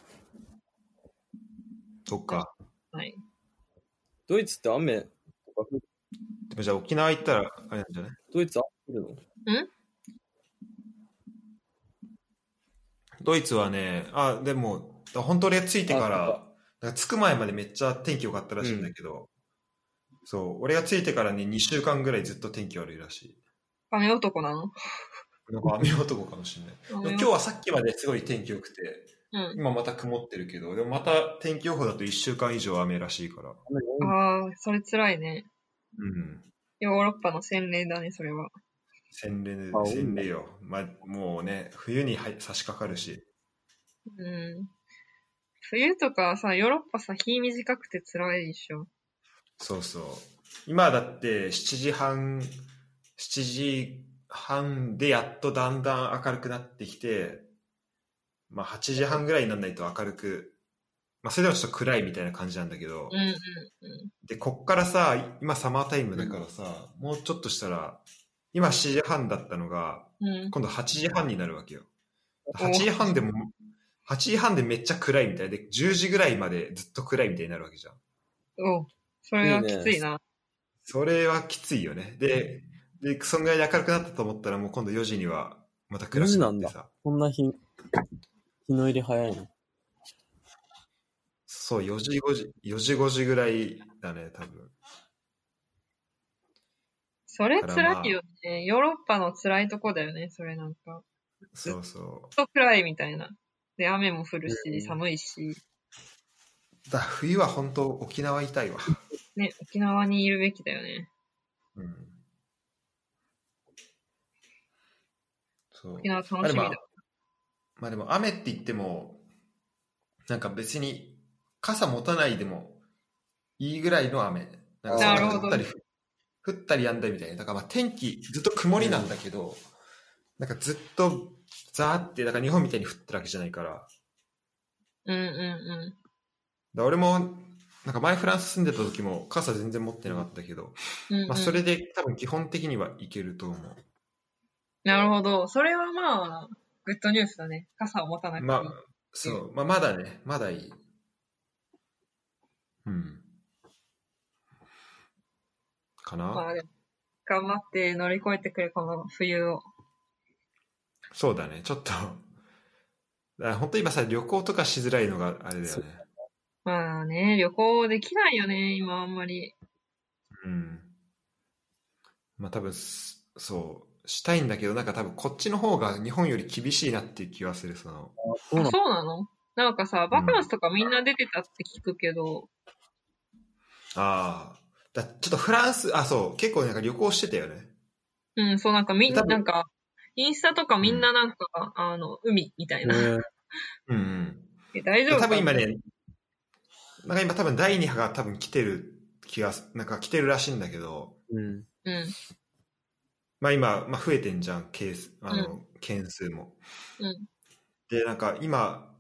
[SPEAKER 2] そっか。
[SPEAKER 1] はい。
[SPEAKER 3] ドイツって雨とか降、
[SPEAKER 2] でもじゃあ沖縄行ったら、あれなんじゃない
[SPEAKER 3] ドイツ雨降るの
[SPEAKER 2] ドイツはね、あ、でも、本当に着いてから、
[SPEAKER 3] あ
[SPEAKER 2] だから着く前までめっちゃ天気良かったらしいんだけど、そう、俺が着いてからね、2週間ぐらいずっと天気悪いらし
[SPEAKER 1] 雨男なの
[SPEAKER 2] い。なんか雨男かもしれない。でも
[SPEAKER 1] 雨
[SPEAKER 2] 今日
[SPEAKER 1] 男
[SPEAKER 2] はさっきまですごい天気良くて、
[SPEAKER 1] う
[SPEAKER 2] 今また曇ってるけど、でもまた天気予報だと1週間以上雨らしいから。
[SPEAKER 3] 雨
[SPEAKER 1] ん。
[SPEAKER 3] 多い
[SPEAKER 1] ああ、それ辛いね。
[SPEAKER 2] うん。
[SPEAKER 1] ヨーロッパの洗礼だね、それは。
[SPEAKER 2] 洗礼で
[SPEAKER 3] あ、多い
[SPEAKER 2] 洗
[SPEAKER 3] んだ
[SPEAKER 2] 礼よ。まあ、もうね、冬に入差し掛かるし。
[SPEAKER 1] うん。冬とかさ、ヨーロッパさ、日短くて辛いでしょ。
[SPEAKER 2] そうそう。今だって7時半、7時半でやっとだんだん明るくなってきて、まあ8時半ぐらいにならないと明るく、まあそれでもちょっと暗いみたいな感じなんだけど、
[SPEAKER 1] うんうん。
[SPEAKER 2] で、こっからさ、今サマータイムだからさ、もうちょっとしたら、今7時半だったのが、
[SPEAKER 1] うん。
[SPEAKER 2] 今度8時半になるわけよ。
[SPEAKER 1] お
[SPEAKER 2] 8時半でも、8時半でめっちゃ暗いみたいで、10時ぐらいまでずっと暗いみたいになるわけじゃん。
[SPEAKER 1] おそれはきついな。
[SPEAKER 2] それはきついよね。で、で、そんぐらい明るくなったと思ったら、もう今度4時にはまた暗くなっ
[SPEAKER 3] 4時
[SPEAKER 2] て
[SPEAKER 3] なん
[SPEAKER 2] さ。
[SPEAKER 3] こんな日、日の入り早いの。
[SPEAKER 2] そう、4時5時、4時5時ぐらいだね、多分。
[SPEAKER 1] それ
[SPEAKER 2] だからまあ
[SPEAKER 1] 辛いよね。ヨーロッパの辛いとこだよね、それなんか。
[SPEAKER 2] そうそ
[SPEAKER 1] ずっと暗いみたいな。で、雨も降る
[SPEAKER 3] うん
[SPEAKER 1] し、寒いし。
[SPEAKER 2] う。だ冬は本当沖縄痛いわ。
[SPEAKER 1] ね、沖縄にいるべきだよね。
[SPEAKER 2] うん。そう
[SPEAKER 1] 沖。縄楽しみ
[SPEAKER 2] あれまあ
[SPEAKER 1] だ。、
[SPEAKER 2] まあでも雨って言っても、なんか別に傘持たないでもいいぐらいの雨。なんか
[SPEAKER 1] なるほど
[SPEAKER 2] 降ったり降ったりやんだりみたいな。だからまあ天気ずっと曇りなんだけど、なんかずっとザーって、だから日本みたいに降ってるわけじゃないから。だか
[SPEAKER 1] うんう
[SPEAKER 2] ら俺も、なんか前フランス住んでた時も傘全然持ってなかったけど、
[SPEAKER 1] んうん。うんうん
[SPEAKER 2] まあそれで多分基本的にはいけると思う。
[SPEAKER 1] なるほど。それはまあ、グッドニュースだね。傘を持たなくていい。
[SPEAKER 2] まあ、そう、まあ、まだね、まだいい。うん。かな、
[SPEAKER 1] まあでも頑張って乗り越えてくれ、この冬を。
[SPEAKER 2] そうだね、ちょっと。だ本当今さ、旅行とかしづらいのがあれだよ
[SPEAKER 3] そう
[SPEAKER 2] ね。
[SPEAKER 1] まあね、旅行できないよね、今あんまり。
[SPEAKER 2] うん。まあ多分す、そう、したいんだけど、なんか多分こっちの方が日本より厳しいなっていう気はする、その。
[SPEAKER 3] そうなの
[SPEAKER 1] そうなのなんかさ、バカンスとかみんな出てたって聞くけど、
[SPEAKER 2] ああ。だちょっとフランス、あ、そう、結構なんか旅行してたよね。
[SPEAKER 1] うん、そうなんかみん
[SPEAKER 2] 多
[SPEAKER 1] な、
[SPEAKER 2] 分
[SPEAKER 1] なんか、インスタとかみんななんか、あの、海みたいな。
[SPEAKER 2] う
[SPEAKER 3] ね
[SPEAKER 2] んうん。
[SPEAKER 1] え大丈夫か
[SPEAKER 2] 多分今。ね、なんか今多分第2波が多分来てる気がす、なんか来てるらしいんだけど、
[SPEAKER 3] うん。
[SPEAKER 1] うん。
[SPEAKER 2] まあ今、まあ、増えてんじゃん、ケース、あの、件数も。
[SPEAKER 1] うん
[SPEAKER 2] で、なんか今、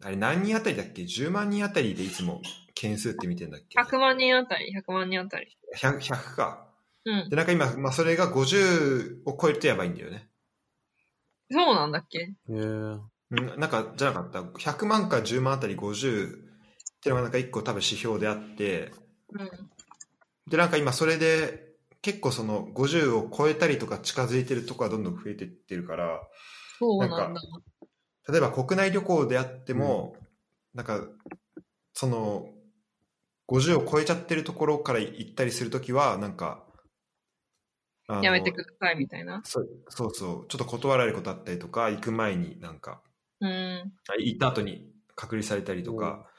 [SPEAKER 2] あれ何人あたりだっけ ?10 万人あたりでいつも件数って見てんだっけ
[SPEAKER 1] 100万人あたり、100万人あたり。
[SPEAKER 2] 100, 100か。
[SPEAKER 1] うん。
[SPEAKER 2] で、なんか今、まあそれが50を超えるとやばいんだよね。
[SPEAKER 1] そうなんだっけ
[SPEAKER 3] えー、
[SPEAKER 2] うんなんか、じゃなかった。100万か10万あたり50ってのがなんか一個多分指標であって、
[SPEAKER 1] うん。
[SPEAKER 2] で、なんか今それで、結構その50を超えたりとか近づいてるとこはどんどん増えていってるから、
[SPEAKER 1] そうなん
[SPEAKER 2] な
[SPEAKER 1] だ
[SPEAKER 2] ん。例えば国内旅行であっても、なんか、その、50を超えちゃってるところから行ったりするときは、なんか、あの
[SPEAKER 1] やめてくださいみたいな。
[SPEAKER 2] そうそうそう、ちょっと断られることあったりとか、行く前になんか、
[SPEAKER 1] うん。
[SPEAKER 2] 行った後に隔離されたりとか、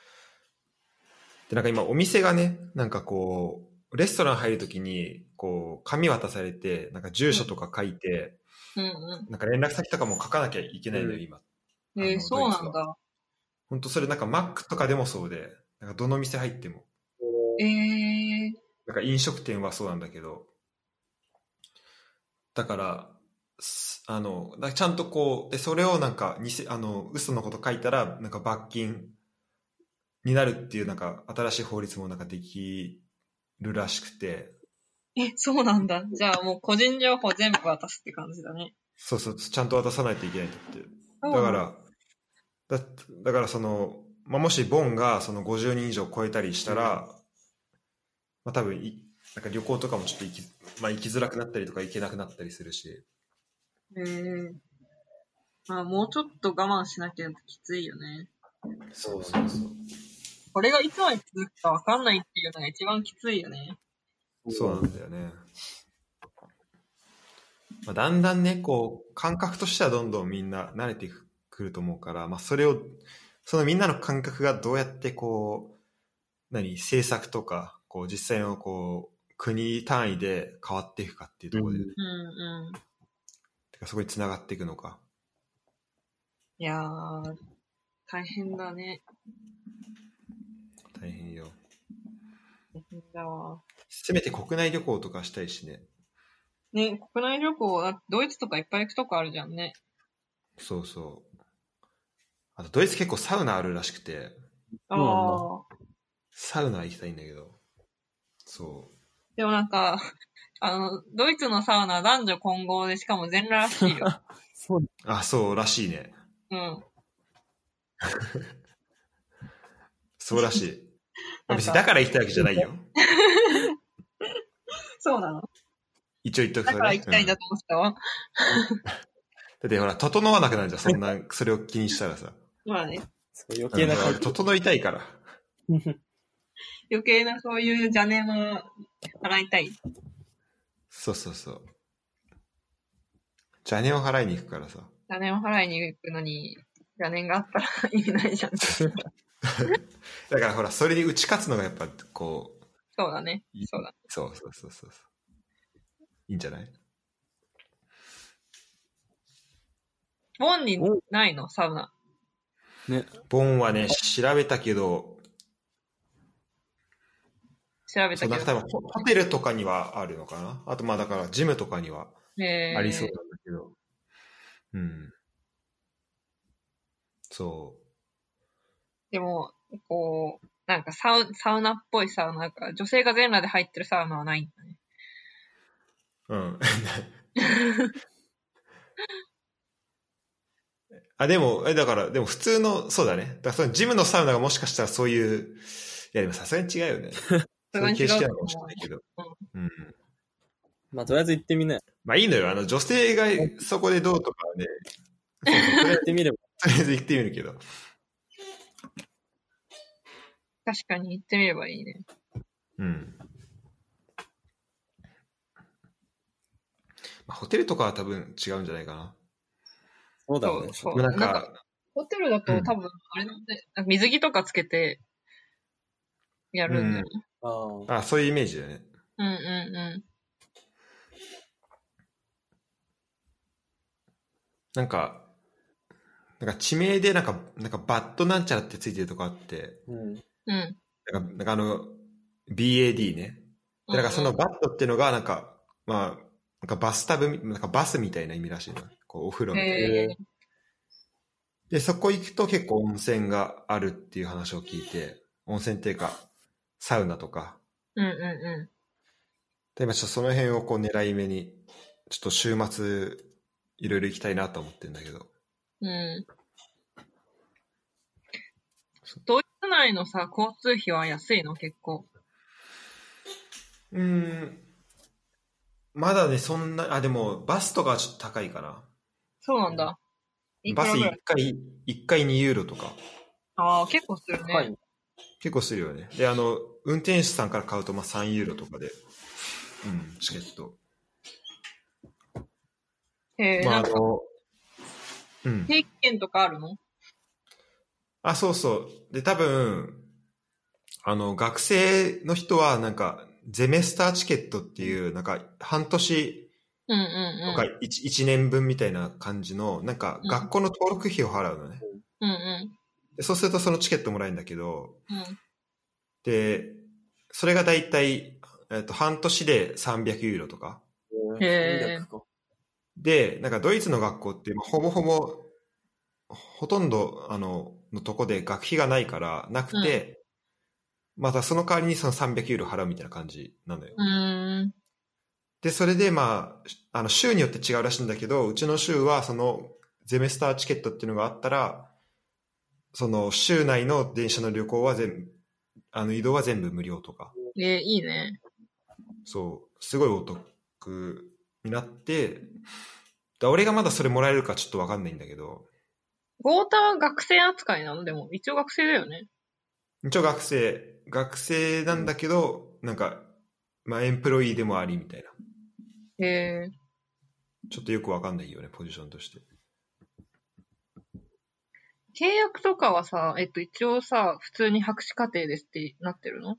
[SPEAKER 2] で、なんか今お店がね、なんかこう、レストラン入るときに、こう、紙渡されて、なんか住所とか書いて、
[SPEAKER 1] うん
[SPEAKER 2] なんか連絡先とかも書かなきゃいけないのよ、
[SPEAKER 3] うん
[SPEAKER 2] 今。
[SPEAKER 1] うん。え
[SPEAKER 2] あ
[SPEAKER 1] ー、
[SPEAKER 2] の
[SPEAKER 1] そうなんだ。
[SPEAKER 2] 本当それなんかマックとかでもそうで、なんかどの店入っても。
[SPEAKER 1] えー、
[SPEAKER 2] なんか飲食店はそうなんだけど、だから、すあの、だちゃんとこう、で、それをなんか、偽、あの、嘘のこと書いたら、なんか罰金になるっていう、なんか、新しい法律もなんかできるらしくて、
[SPEAKER 1] え、そうなんだ。じゃあもう個人情報全部渡すって感じだね。
[SPEAKER 2] そうそう、ちゃんと渡さないといけないんだって。
[SPEAKER 1] うん
[SPEAKER 2] だか。ら、だだからその、まあ、もしボンがその50人以上超えたりしたら、まあ多分い、なんか旅行とかもちょっと行き,、まあ、行きづらくなったりとか行けなくなったりするし、
[SPEAKER 1] うん。まあもうちょっと我慢しなければきついよね。
[SPEAKER 2] そうそうそう。
[SPEAKER 1] これがいつまで続くかわかんないっていうのが一番きついよね。
[SPEAKER 2] そうなんだよね。まあ、だんだんね、こう、感覚としてはどんどんみんな慣れてくくると思うから、まあ、それを、そのみんなの感覚がどうやってこう、何、政策とか、こう、実際のこう、国単位で変わっていくかっていうところで、
[SPEAKER 3] う
[SPEAKER 1] う
[SPEAKER 3] ん
[SPEAKER 1] んうん。
[SPEAKER 2] てかそこに繋がっていくのか。
[SPEAKER 1] いやー、大変だね。
[SPEAKER 2] 大変よ。
[SPEAKER 1] 大変だわ。
[SPEAKER 2] せめて国内旅行とかしたいしね。
[SPEAKER 1] ね、国内旅行、だってドイツとかいっぱい行くとこあるじゃんね。
[SPEAKER 2] そうそう。あと、ドイツ結構サウナあるらしくて、
[SPEAKER 3] そうなんだ
[SPEAKER 1] ああ。
[SPEAKER 2] サウナ行きたいんだけど、そう。
[SPEAKER 1] でもなんか、 あの、ドイツのサウナは男女混合でしかも全裸らしいよ。
[SPEAKER 3] そう
[SPEAKER 2] あ、そうらしいね。
[SPEAKER 1] うん。
[SPEAKER 2] そうらしい。
[SPEAKER 1] なんか
[SPEAKER 2] 別にだから行きたいわけじゃないよ。
[SPEAKER 1] そうなの
[SPEAKER 2] 一応言っとくと
[SPEAKER 1] だ
[SPEAKER 2] ね
[SPEAKER 1] から行きたいんだ
[SPEAKER 2] うん
[SPEAKER 1] と思ってたわ。
[SPEAKER 2] だってほら、整わなくなるじゃん、そんな、それを気にしたらさ。
[SPEAKER 1] まあね、
[SPEAKER 3] そう余
[SPEAKER 2] うん
[SPEAKER 3] 計な感
[SPEAKER 2] 俺整いたいから。
[SPEAKER 3] じ。
[SPEAKER 1] 余計なそういう邪念は払いたい。
[SPEAKER 2] そうそうそう。邪念を払いに行くからさ。
[SPEAKER 1] 邪念を払いに行くのに、邪念があったら意味ないじゃん。
[SPEAKER 2] だからほら、それに打ち勝つのがやっぱ、こう、
[SPEAKER 1] そうだね。そうだ。
[SPEAKER 2] そうそうそうそうそう。いいんじゃない
[SPEAKER 1] ボンにないのサウナ。
[SPEAKER 3] ね。
[SPEAKER 2] ボンはね、調べたけど、
[SPEAKER 1] 調べ
[SPEAKER 2] そ
[SPEAKER 1] た
[SPEAKER 2] う
[SPEAKER 1] け
[SPEAKER 2] なんか多
[SPEAKER 1] ど。
[SPEAKER 2] 分ホホテルとかにはあるのかなあとまあだから、ジムとかには
[SPEAKER 1] え
[SPEAKER 2] ありそうなんだけど。うん。そう。
[SPEAKER 1] でも、こう、なんかサウサウナっぽいサウナが、女性が全裸で入ってるサウナはないんだね。
[SPEAKER 2] うん。 あ、でも、え、だから、でも普通の、そうだね。だからそのジムのサウナがもしかしたらそういう、いやでもさすがに違うよ ね。そういう形式なのかもしれないけど。うん。
[SPEAKER 3] まあ、とりあえず行ってみなよ。
[SPEAKER 2] まあいいのよ。あの、女性がそこでどうとかはね、そうそう
[SPEAKER 3] 行ってみれば。
[SPEAKER 2] とりあえず言ってみるけど。
[SPEAKER 1] 確かに行ってみればいいね。
[SPEAKER 2] うん。まあ、ホテルとかは多分違うんじゃないかな。
[SPEAKER 3] そうだ
[SPEAKER 1] そ
[SPEAKER 3] ろう
[SPEAKER 1] う
[SPEAKER 3] ね。
[SPEAKER 1] そう。
[SPEAKER 2] なん
[SPEAKER 1] なん
[SPEAKER 2] か
[SPEAKER 1] か、ホテルだと
[SPEAKER 2] うん
[SPEAKER 1] 多分、あれなんで、なんか水着とかつけて、やるんだよね。
[SPEAKER 3] ああ。
[SPEAKER 2] あ、そういうイメージだよね。
[SPEAKER 1] うんうんう
[SPEAKER 2] なんか、なんか地名でなんか、なんかバッドなんちゃらってついてるとこあって、
[SPEAKER 3] うん。
[SPEAKER 1] ん。うん。
[SPEAKER 2] なんかなんかあの、BAD ね。で、なんかそのバッドっていうのがなんか、まあ、なんかバスタブみ、なんかバスみたいな意味らしいな。こうお風呂みたいな。
[SPEAKER 1] えー、
[SPEAKER 2] で、そこ行くと結構温泉があるっていう話を聞いて、温泉っていうか、サウナとか。
[SPEAKER 1] うんうんう
[SPEAKER 2] で、今ちょっとその辺をこう狙い目に、ちょっと週末、いろいろ行きたいなと思ってるんだけど。
[SPEAKER 1] ん。うん。ドイツ内のさ、交通費は安いの結構。
[SPEAKER 2] うーん。まだね、そんな、あ、でも、バスとかはちょっと高いかな。
[SPEAKER 1] そうなんだ。いく
[SPEAKER 2] バ
[SPEAKER 1] ら
[SPEAKER 2] ス
[SPEAKER 1] ぐら
[SPEAKER 2] 1
[SPEAKER 1] い
[SPEAKER 2] 回、一回2ユーロとか。
[SPEAKER 1] ああ、結構するね。
[SPEAKER 3] 高いね。
[SPEAKER 2] 結構するよね。で、あの、運転手さんから買うと、まあ3ユーロとかで、うん、チケット。
[SPEAKER 1] えー、
[SPEAKER 2] まあ、
[SPEAKER 1] な
[SPEAKER 2] あ
[SPEAKER 1] んか、
[SPEAKER 2] の、うん。
[SPEAKER 1] 定期券とかあるの
[SPEAKER 2] あ、そうそう。で、多分、あの、学生の人は、なんか、ゼメスターチケットっていう、なんか、半年
[SPEAKER 1] うんうん
[SPEAKER 2] と
[SPEAKER 1] う
[SPEAKER 2] か
[SPEAKER 1] ん。
[SPEAKER 2] 1、一年分みたいな感じの、なんか、
[SPEAKER 1] うん
[SPEAKER 2] 学校の登録費を払うのね。
[SPEAKER 1] うんうん。
[SPEAKER 2] でそうすると、そのチケットもらえるんだけど、
[SPEAKER 1] うん。
[SPEAKER 2] で、それが大体、えっと、半年で300ユーロとか。
[SPEAKER 1] へー
[SPEAKER 2] で、なんかドイツの学校って、まあほぼほぼ、ほとんど、あの、のとこで学費がないから、なくて、またその代わりにその300ユーロ払うみたいな感じなのよ。
[SPEAKER 1] うーん。
[SPEAKER 2] で、それでまあ、あの、州によって違うらしいんだけど、うちの州はその、ゼメスターチケットっていうのがあったら、その、州内の電車の旅行は全部、あの、移動は全部無料とか。
[SPEAKER 1] えー、いいね。
[SPEAKER 2] そう、すごいお得になって、だ俺がまだそれもらえるかちょっとわかんないんだけど、
[SPEAKER 1] ゴータは学生扱いなのでも、一応学生だよね。
[SPEAKER 2] 一応学生、学生なんだけど、なんか、まあエンプロイーでもありみたいな。
[SPEAKER 1] へえ。
[SPEAKER 2] ちょっとよくわかんないよね、ポジションとして。
[SPEAKER 1] 契約とかはさ、えっと、一応さ、普通に博士課程ですってなってるの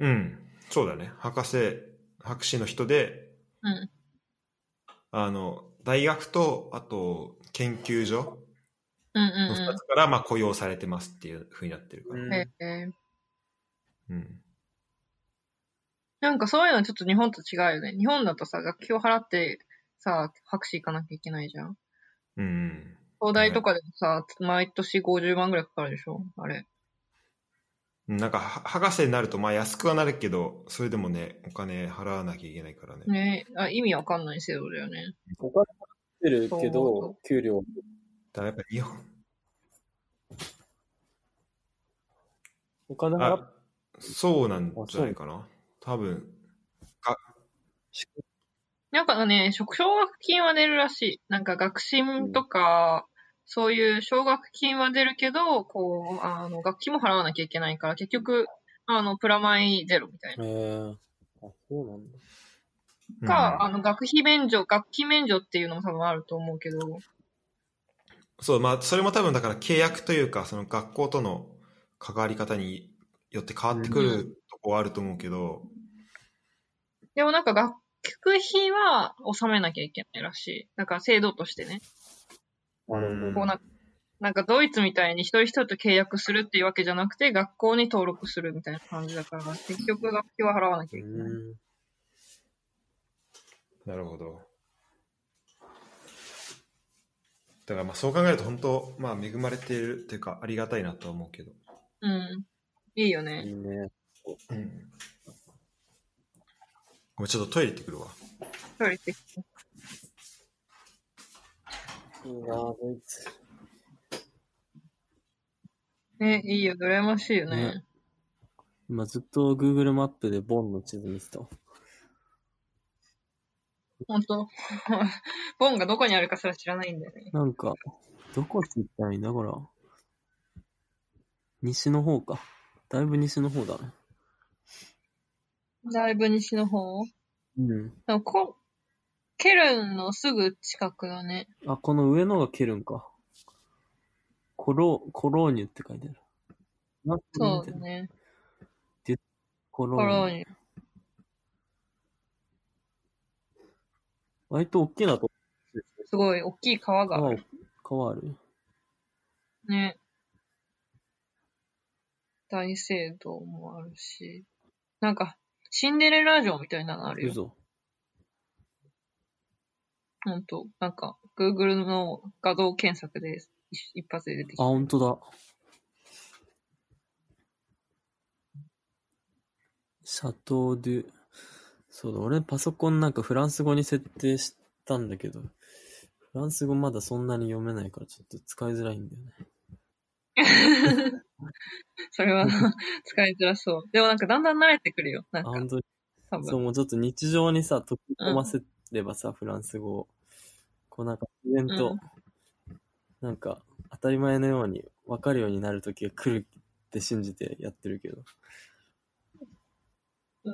[SPEAKER 2] うん、そうだね。博士、博士の人で、
[SPEAKER 1] うん。
[SPEAKER 2] あの、大学と、あと、研究所
[SPEAKER 1] うん
[SPEAKER 2] の
[SPEAKER 1] う
[SPEAKER 2] 2つから、まあ雇用されてますっていうふうになってるから。
[SPEAKER 1] んうん。へえ。
[SPEAKER 2] うん。
[SPEAKER 1] なんかそういうのちょっと日本と違うよね。日本だとさ、学費を払ってさ、博士行かなきゃいけないじゃん。
[SPEAKER 2] うん。
[SPEAKER 1] 東大とかでもさ、毎年50万ぐらいかかるでしょあれ。
[SPEAKER 2] なんか、は博士になると、まあ安くはなるけど、それでもね、お金払わなきゃいけないからね。
[SPEAKER 1] ねあ意味わかんない制度だよね。
[SPEAKER 3] お金は出るけ
[SPEAKER 1] そうそ
[SPEAKER 3] ど、給料。
[SPEAKER 2] だからやっぱ日本、
[SPEAKER 3] お金払っ
[SPEAKER 2] あ、そうなんじゃないかな。多分、
[SPEAKER 1] なんかね、食奨学金は出るらしい。なんか学信とか、そういう奨学金は出るけど、こう、あの、学費も払わなきゃいけないから、結局、あの、プラマイゼロみたいな。
[SPEAKER 3] へーあ、そうなんだ。
[SPEAKER 1] か、
[SPEAKER 2] うん
[SPEAKER 1] あの、学費免除、学費免除っていうのも多分あると思うけど、
[SPEAKER 2] そう、まあ、それも多分だから契約というか、その学校との関わり方によって変わってく
[SPEAKER 1] う
[SPEAKER 2] るとこはあると思うけど、
[SPEAKER 1] でもなんか学費は納めなきゃいけないらしい。なんか制度としてね。
[SPEAKER 3] なる
[SPEAKER 1] こうなんか、なんかドイツみたいに一人一人と契約するっていうわけじゃなくて、学校に登録するみたいな感じだから、結局学費は払わなきゃいけない。
[SPEAKER 3] うん
[SPEAKER 2] なるほど。だからまあそう考えると本当、まあ恵まれているというかありがたいなとは思うけど。
[SPEAKER 1] うん。いいよね。
[SPEAKER 3] いいね。
[SPEAKER 2] うん。ごめん、ちょっとトイレ行ってくるわ。
[SPEAKER 1] トイレ行ってきて
[SPEAKER 3] いいなあ、ドイツ。
[SPEAKER 1] ね、いいよ。羨ましいよね
[SPEAKER 3] ね。今ずっと Google マップでボンの地図見てた。
[SPEAKER 1] ほん と。ボンがどこにあるかすら知らないんだよね。
[SPEAKER 3] なんか、どこって言ったらいいんだ、これは。西の方か。だいぶ西の方だね。
[SPEAKER 1] だいぶ西の方
[SPEAKER 3] うん。
[SPEAKER 1] でもこ、ケルンのすぐ近くだね。
[SPEAKER 3] あ、この上のがケルンか。コロ、コローニュって書いてある。なんか
[SPEAKER 1] そ
[SPEAKER 3] 見
[SPEAKER 1] う
[SPEAKER 3] て
[SPEAKER 1] だ
[SPEAKER 3] る
[SPEAKER 1] ね。
[SPEAKER 3] コロ
[SPEAKER 1] コロ
[SPEAKER 3] ー
[SPEAKER 1] ー
[SPEAKER 3] ニュ。
[SPEAKER 1] ニ
[SPEAKER 3] 割と大きなとこ
[SPEAKER 1] すごい大きい川があ
[SPEAKER 3] 川
[SPEAKER 1] る。
[SPEAKER 3] 川ある。
[SPEAKER 1] ね。大聖堂もあるし。なんか、シンデレラ城みたいなのあるよ。
[SPEAKER 3] 嘘。
[SPEAKER 1] ほんと。なんか、Google の画像検索で一一発で出てきた。
[SPEAKER 3] あ、本当だ。シャトー・デュ。そうだ、俺パソコンなんかフランス語に設定したんだけど、フランス語まだそんなに読めないからちょっと使いづらいんだよね。
[SPEAKER 1] それは使いづらそう。でもなんかだんだん慣れてくるよ。なん
[SPEAKER 3] あ、
[SPEAKER 1] か、
[SPEAKER 3] 本当に。
[SPEAKER 1] 多
[SPEAKER 3] そう、
[SPEAKER 1] 分。
[SPEAKER 3] もうちょっと日常にさ、溶き込ませればさ、フランス語を。こうなんか、自然と、
[SPEAKER 1] うん
[SPEAKER 3] なんか、当たり前のように分かるようになる時が来るって信じてやってるけど。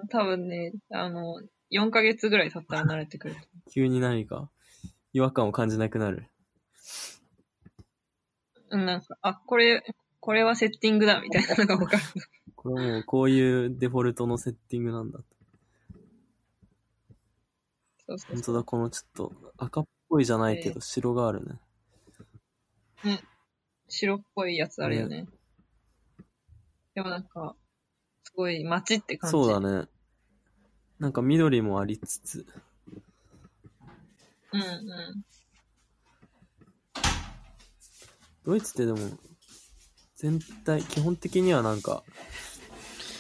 [SPEAKER 1] 多分ね、あの、4ヶ月ぐらい経ったら慣れてくる。
[SPEAKER 3] 急に何か違和感を感じなくなる。
[SPEAKER 1] うんなんか、あ、これ、これはセッティングだ、みたいなのが分かる。
[SPEAKER 3] これはもうこういうデフォルトのセッティングなんだ。
[SPEAKER 1] そうそう
[SPEAKER 3] 本
[SPEAKER 1] そ
[SPEAKER 3] 当だ、このちょっと赤っぽいじゃないけど、白があるね。
[SPEAKER 1] う白っぽいやつあるよね。でもなんか、すごい街って感じ。
[SPEAKER 3] そうだね。なんか緑もありつつ。
[SPEAKER 1] うんうん。
[SPEAKER 3] ドイツってでも、全体、基本的にはなんか、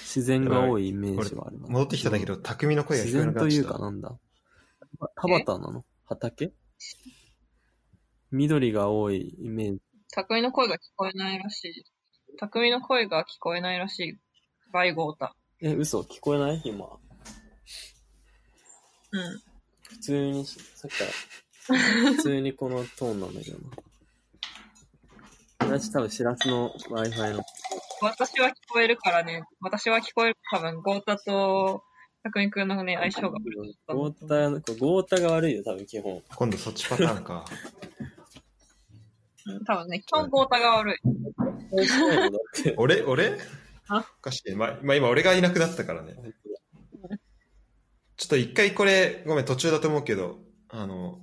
[SPEAKER 3] 自然が多いイメージはあるな。
[SPEAKER 2] 戻ってきたんだけど、匠の声が
[SPEAKER 3] 自
[SPEAKER 2] 聞こえな
[SPEAKER 3] 然
[SPEAKER 2] くな
[SPEAKER 3] と
[SPEAKER 2] っ
[SPEAKER 3] い
[SPEAKER 2] ちゃ
[SPEAKER 3] う
[SPEAKER 2] っ
[SPEAKER 3] か
[SPEAKER 2] た。
[SPEAKER 3] なんだ。田畑なの畑緑が多いイメージ。
[SPEAKER 1] 匠の声が聞こえないらしい。匠の声が聞こえないらしい。バイゴータ。
[SPEAKER 3] え、嘘聞こえない今。
[SPEAKER 1] うん。
[SPEAKER 3] 普通にし、さっき から、普通にこのトーンなんだけどな。私多分、しらすの Wi-Fi の。
[SPEAKER 1] 私は聞こえるからね。私は聞こえる。多分、ゴータと匠くんのね、相性が悪かった
[SPEAKER 3] ゴータ、これゴータが悪いよ、多分、基 本。
[SPEAKER 2] 今度そっちパターンか。
[SPEAKER 1] うん多分ね、基本ゴータが悪い。
[SPEAKER 3] こうしたいのだって。
[SPEAKER 2] 俺俺お
[SPEAKER 1] あ
[SPEAKER 2] かしい。ま、まあ、今俺がいなくなったからね。ちょっと一回これ、ごめん、途中だと思うけど、あの、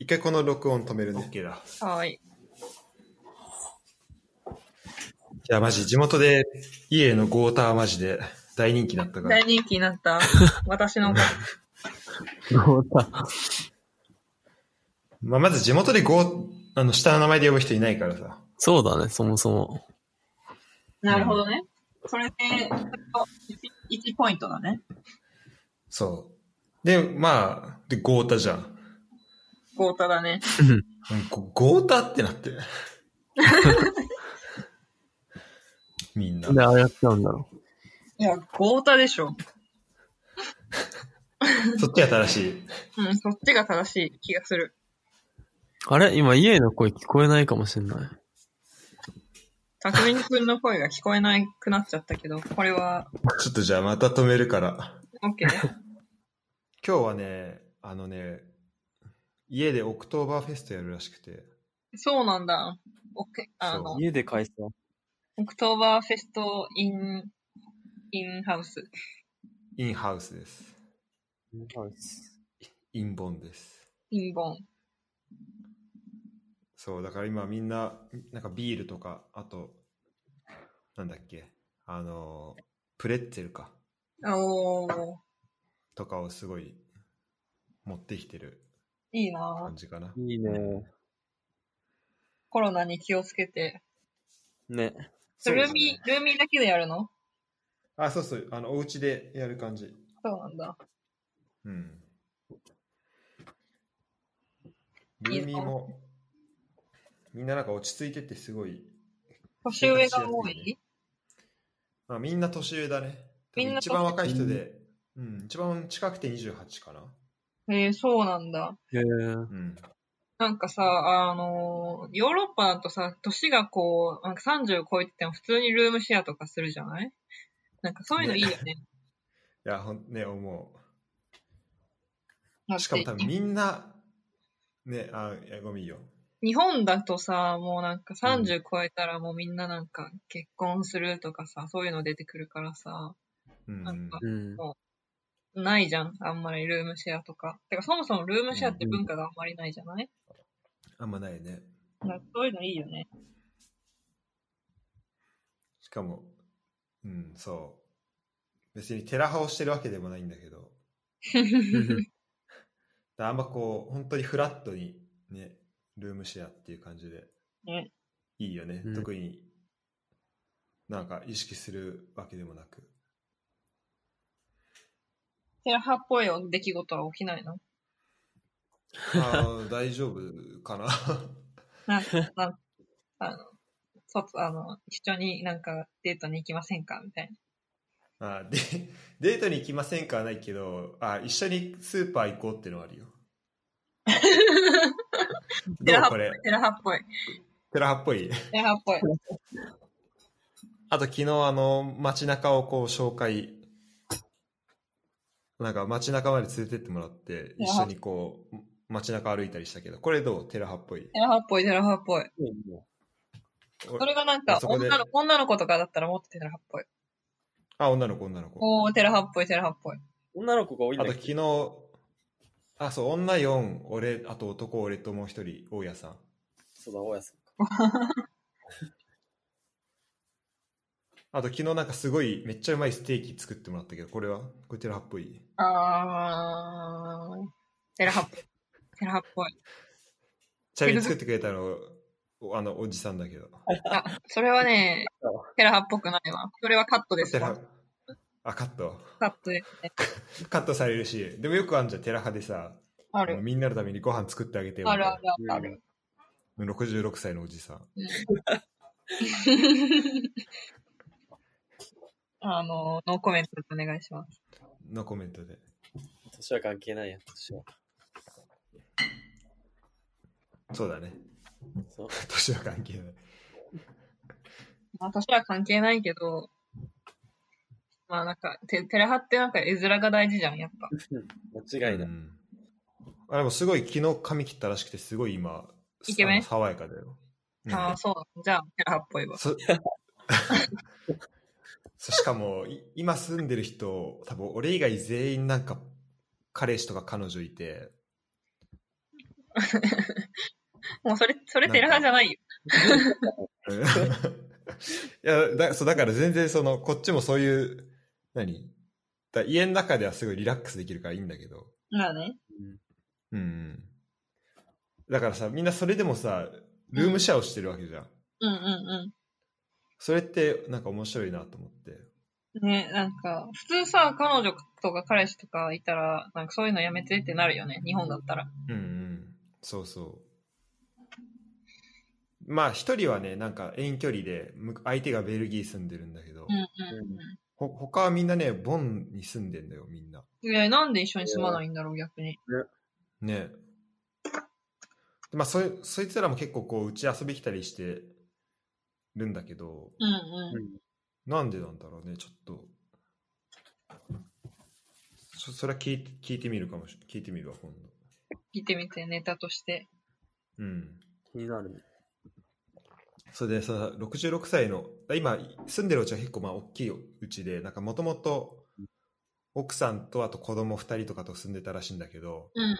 [SPEAKER 2] 一回この録音止めるね。OK だ。
[SPEAKER 1] はい。
[SPEAKER 2] いや、マジ、地元で、家のゴーターマジで 大人気だったから
[SPEAKER 1] 大。人気になった。私のおかげ。
[SPEAKER 3] ゴータ。
[SPEAKER 2] まあ、まず地元でゴー、あの、下の名前で呼ぶ人いないからさ。
[SPEAKER 3] そうだね、そもそも。
[SPEAKER 1] なるほどね。それで、1ポイントだね。
[SPEAKER 2] そう。で、まあ、で、ゴータじゃん。
[SPEAKER 1] ゴータだね。
[SPEAKER 2] うんゴゴータってなって。 みんな。
[SPEAKER 3] ああやっちゃうんだろう。
[SPEAKER 1] いや、ゴータでしょ。
[SPEAKER 2] そっちが正しい。
[SPEAKER 1] うん、そっちが正しい気がする。
[SPEAKER 3] あれ今、家の声聞こえないかもしれない。
[SPEAKER 1] 匠くんの声が聞こえなくなっちゃったけど、これは、
[SPEAKER 2] ちょっとじゃあまた止めるから。
[SPEAKER 1] OK ね。
[SPEAKER 2] 今日はね、あのね、家でオクトーバーフェストやるらしくて。
[SPEAKER 1] そうなんだ。オクあ
[SPEAKER 2] そ
[SPEAKER 1] の、
[SPEAKER 3] 家で返すの
[SPEAKER 1] オクトーバーフェストイン、インハウス。
[SPEAKER 2] インハウスです。インボンです。
[SPEAKER 1] インボン。
[SPEAKER 2] そう、だから今みんな、なんかビールとか、あと、なんだっけ、あの、プレッツェルか、
[SPEAKER 1] おー、
[SPEAKER 2] とかをすごい持ってきてる
[SPEAKER 1] いいな
[SPEAKER 2] 感じかな。
[SPEAKER 3] いいね。
[SPEAKER 1] コロナに気をつけて。
[SPEAKER 3] ね。
[SPEAKER 1] そ
[SPEAKER 2] そう
[SPEAKER 1] れル
[SPEAKER 2] です
[SPEAKER 1] ー
[SPEAKER 2] ね
[SPEAKER 1] ミー、ルーミーだけでやるの
[SPEAKER 2] あ、そうそう、あの、お家でやる感じ。
[SPEAKER 1] そうなんだ。
[SPEAKER 2] うん。
[SPEAKER 1] いい
[SPEAKER 2] ルー
[SPEAKER 1] な
[SPEAKER 2] ミーも、みんななんか落ち着いててすごい、
[SPEAKER 1] 年上が多い
[SPEAKER 2] まあ、みんな年上だね。多
[SPEAKER 1] みん
[SPEAKER 2] 分
[SPEAKER 1] な
[SPEAKER 2] 一番若い人で、うん、一番近くて28かな。
[SPEAKER 1] えー、そうなんだ。
[SPEAKER 3] へえ。
[SPEAKER 2] うん。
[SPEAKER 1] なんかさ、あのーヨーロッパだとさ、年がこう、なんか30超えてても普通にルームシェアとかするじゃないなんかそういうのいいよね。
[SPEAKER 2] いや、ほんね、思
[SPEAKER 1] だって
[SPEAKER 2] う。しかも多分みんな、ね、あ、いや、ごめんよ。
[SPEAKER 1] 日本だとさ、もうなんか30超えたらもうみんななんか結婚するとかさ、そういうの出てくるからさ、
[SPEAKER 2] うん。
[SPEAKER 1] なんか
[SPEAKER 3] うん。
[SPEAKER 1] ないじゃん、あんまりルームシェアとか。てかそもそもルームシェアって文化があんまりないじゃない、
[SPEAKER 2] あんまないね。
[SPEAKER 1] なんかそういうのいいよね。
[SPEAKER 2] しかも、うん、そう。別にテラ派をしてるわけでもないんだけど、だあんまこう、本当にフラットに、ね、ルームシェアっていう感じで、
[SPEAKER 1] ね
[SPEAKER 2] いいよね。
[SPEAKER 3] うん
[SPEAKER 2] 特になんか意識するわけでもな く。
[SPEAKER 1] テラハっぽい出来事は起きない の
[SPEAKER 2] あー大丈夫かな
[SPEAKER 1] なんか、なんかあの、そあの、一緒になんかデートに行きませんかみたい
[SPEAKER 2] あーでデートに行きませんかはないけどあー一緒にスーパー行こうってのはあるよ
[SPEAKER 1] テ
[SPEAKER 2] ど
[SPEAKER 1] ラ
[SPEAKER 2] う
[SPEAKER 1] ハ
[SPEAKER 2] これ
[SPEAKER 1] な。テラハっぽい。
[SPEAKER 2] テラハっぽい
[SPEAKER 1] テラハっぽい。
[SPEAKER 2] あと昨日あの街中をこう紹介なんか街中まで連れてってもらって一緒にこう街中歩いたりしたけど、これどうテラハっぽい。
[SPEAKER 1] テラハっぽい、テラハっぽい。
[SPEAKER 2] お
[SPEAKER 1] それがなんか
[SPEAKER 2] そこで
[SPEAKER 1] 女の、女の子とかだったらもっとテラハっぽい。
[SPEAKER 2] あ、女の子、女の子。
[SPEAKER 1] おー、テラハっぽい、テラハっぽい。
[SPEAKER 3] 女の子が多いん
[SPEAKER 2] あ
[SPEAKER 3] だ
[SPEAKER 2] と
[SPEAKER 3] っ
[SPEAKER 2] 昨
[SPEAKER 3] け
[SPEAKER 2] 日、あ、そう、女4、俺、あと男、俺ともう一人、大家さん。
[SPEAKER 3] そうだ、大家さんか。
[SPEAKER 2] あと昨日なんかすごい、めっちゃうまいステーキ作ってもらったけど、これはこれテラハっぽい。
[SPEAKER 1] あー、テラハっぽい。テラハっぽい。
[SPEAKER 2] ちなみに作ってくれたの、おあの、おじさんだけど。
[SPEAKER 1] あ、それはね、テラハっぽくないわ。それはカットです
[SPEAKER 2] テラ
[SPEAKER 1] わ
[SPEAKER 2] ハ。あ、カット。
[SPEAKER 1] カットですね。
[SPEAKER 2] カットされるし、でもよくあんじゃん、テラハでさ、
[SPEAKER 1] あ
[SPEAKER 2] もう
[SPEAKER 1] る。
[SPEAKER 2] みんなのためにご飯作ってあげてよ
[SPEAKER 1] あるある
[SPEAKER 3] うん
[SPEAKER 1] ある。
[SPEAKER 2] 66歳のおじさん。
[SPEAKER 1] あの、ノーコメントでお願いします。
[SPEAKER 2] のコメントで。
[SPEAKER 3] 年は関係ないや、年は。
[SPEAKER 2] そうだね。
[SPEAKER 3] そう。
[SPEAKER 2] 年は関係ない。
[SPEAKER 1] 私は関係ないけど、まあなんか、てテラハってなんか絵面が大事じゃん、やっぱ。
[SPEAKER 3] 間違いな
[SPEAKER 2] う
[SPEAKER 3] い。
[SPEAKER 2] んあ、でもすごい昨日髪切ったらしくて、すごい今、
[SPEAKER 1] イケメン
[SPEAKER 2] あの爽やかだよ。うん
[SPEAKER 1] ああ、そう。じゃあ、テラハっぽいわ。
[SPEAKER 2] そ そしかもい今住んでる人多分俺以外全員なんか彼氏とか彼女いて
[SPEAKER 1] もうそれ、それテラハじゃないよ。
[SPEAKER 2] うん いやだそうだから全然そのこっちもそういう何だ家の中ではすごいリラックスできるからいいんだけど、
[SPEAKER 1] まあね。
[SPEAKER 3] う
[SPEAKER 2] うんう
[SPEAKER 3] ん
[SPEAKER 2] ん、だからさみんなそれでもさルームシェアをしてるわけじゃん
[SPEAKER 1] うんうん
[SPEAKER 2] それってなんか面白いなと思って
[SPEAKER 1] うん。ね、なんか、普通さ、彼女とか彼氏とかいたら、なんかそういうのやめてってなるよね、日本だったら。
[SPEAKER 2] うんうんそうそうまあ一人はねなんか遠距離でむ相手がベルギー住んでるんだけど、
[SPEAKER 1] うんうん
[SPEAKER 2] ほ他はみんなねボンに住んでんだよみんな
[SPEAKER 1] うん。え、なんで一緒に住まないんだろう、逆に。
[SPEAKER 2] ねでまあそいそいつらも結構こううち遊び来たりしてるんだけど
[SPEAKER 1] うん
[SPEAKER 3] う
[SPEAKER 1] うん
[SPEAKER 2] なんでなんだろうねちょっとそそれは聞い聞いてみるかもし聞いてみるわ今度
[SPEAKER 1] ん。聞いてみて、ネタとして。
[SPEAKER 2] うん
[SPEAKER 3] 気になるね。
[SPEAKER 2] それでさ66歳の今住んでるうちは結構まあ大きいうちでなんかもともと奥さんとあと子供2人とかと住んでたらしいんだけど、
[SPEAKER 1] うん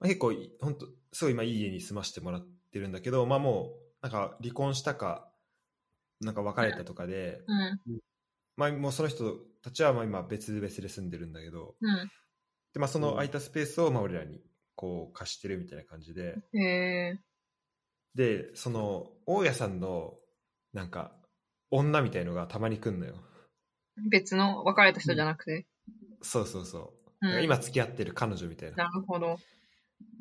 [SPEAKER 2] まあ、結構本当すごい今いい家に住ましてもらってるんだけどまあもうなんか離婚したかなんか別れたとかで、
[SPEAKER 1] うん
[SPEAKER 2] まあもうその人たちはまあ今別々で住んでるんだけど
[SPEAKER 1] う
[SPEAKER 2] でまあその空いたスペースをまあ俺らにこう貸してるみたいな感じで、
[SPEAKER 1] ん。へえ。
[SPEAKER 2] でその大家さんのなんか女みたいのがたまに来んのよ
[SPEAKER 1] 別の別れた人じゃなくて。
[SPEAKER 2] そうそうそう、
[SPEAKER 1] うん
[SPEAKER 2] 今付き合ってる彼女みたいな
[SPEAKER 1] なるほど。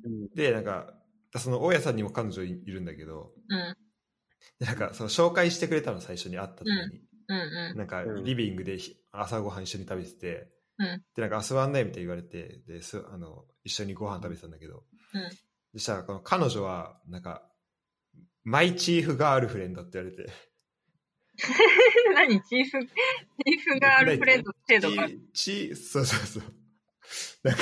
[SPEAKER 3] うん。
[SPEAKER 2] でなんかその大家さんにも彼女いいるんだけど
[SPEAKER 1] うん。
[SPEAKER 2] でなんかその紹介してくれたの最初に会った時に、
[SPEAKER 1] うんう
[SPEAKER 2] なんか
[SPEAKER 3] うん
[SPEAKER 2] リビングでひ朝ごはん一緒に食べてて、
[SPEAKER 1] うん
[SPEAKER 2] でなんか遊ばんないみたいに言われてですあの一緒にご飯食べてたんだけど、
[SPEAKER 1] うん
[SPEAKER 2] でしたらこの彼女はなんかマイチーフガールフレンドって言われて
[SPEAKER 1] ん。 何チーフ、チーフガールフレンド制度がある。
[SPEAKER 2] ち、ち、そうそうそう。なんか、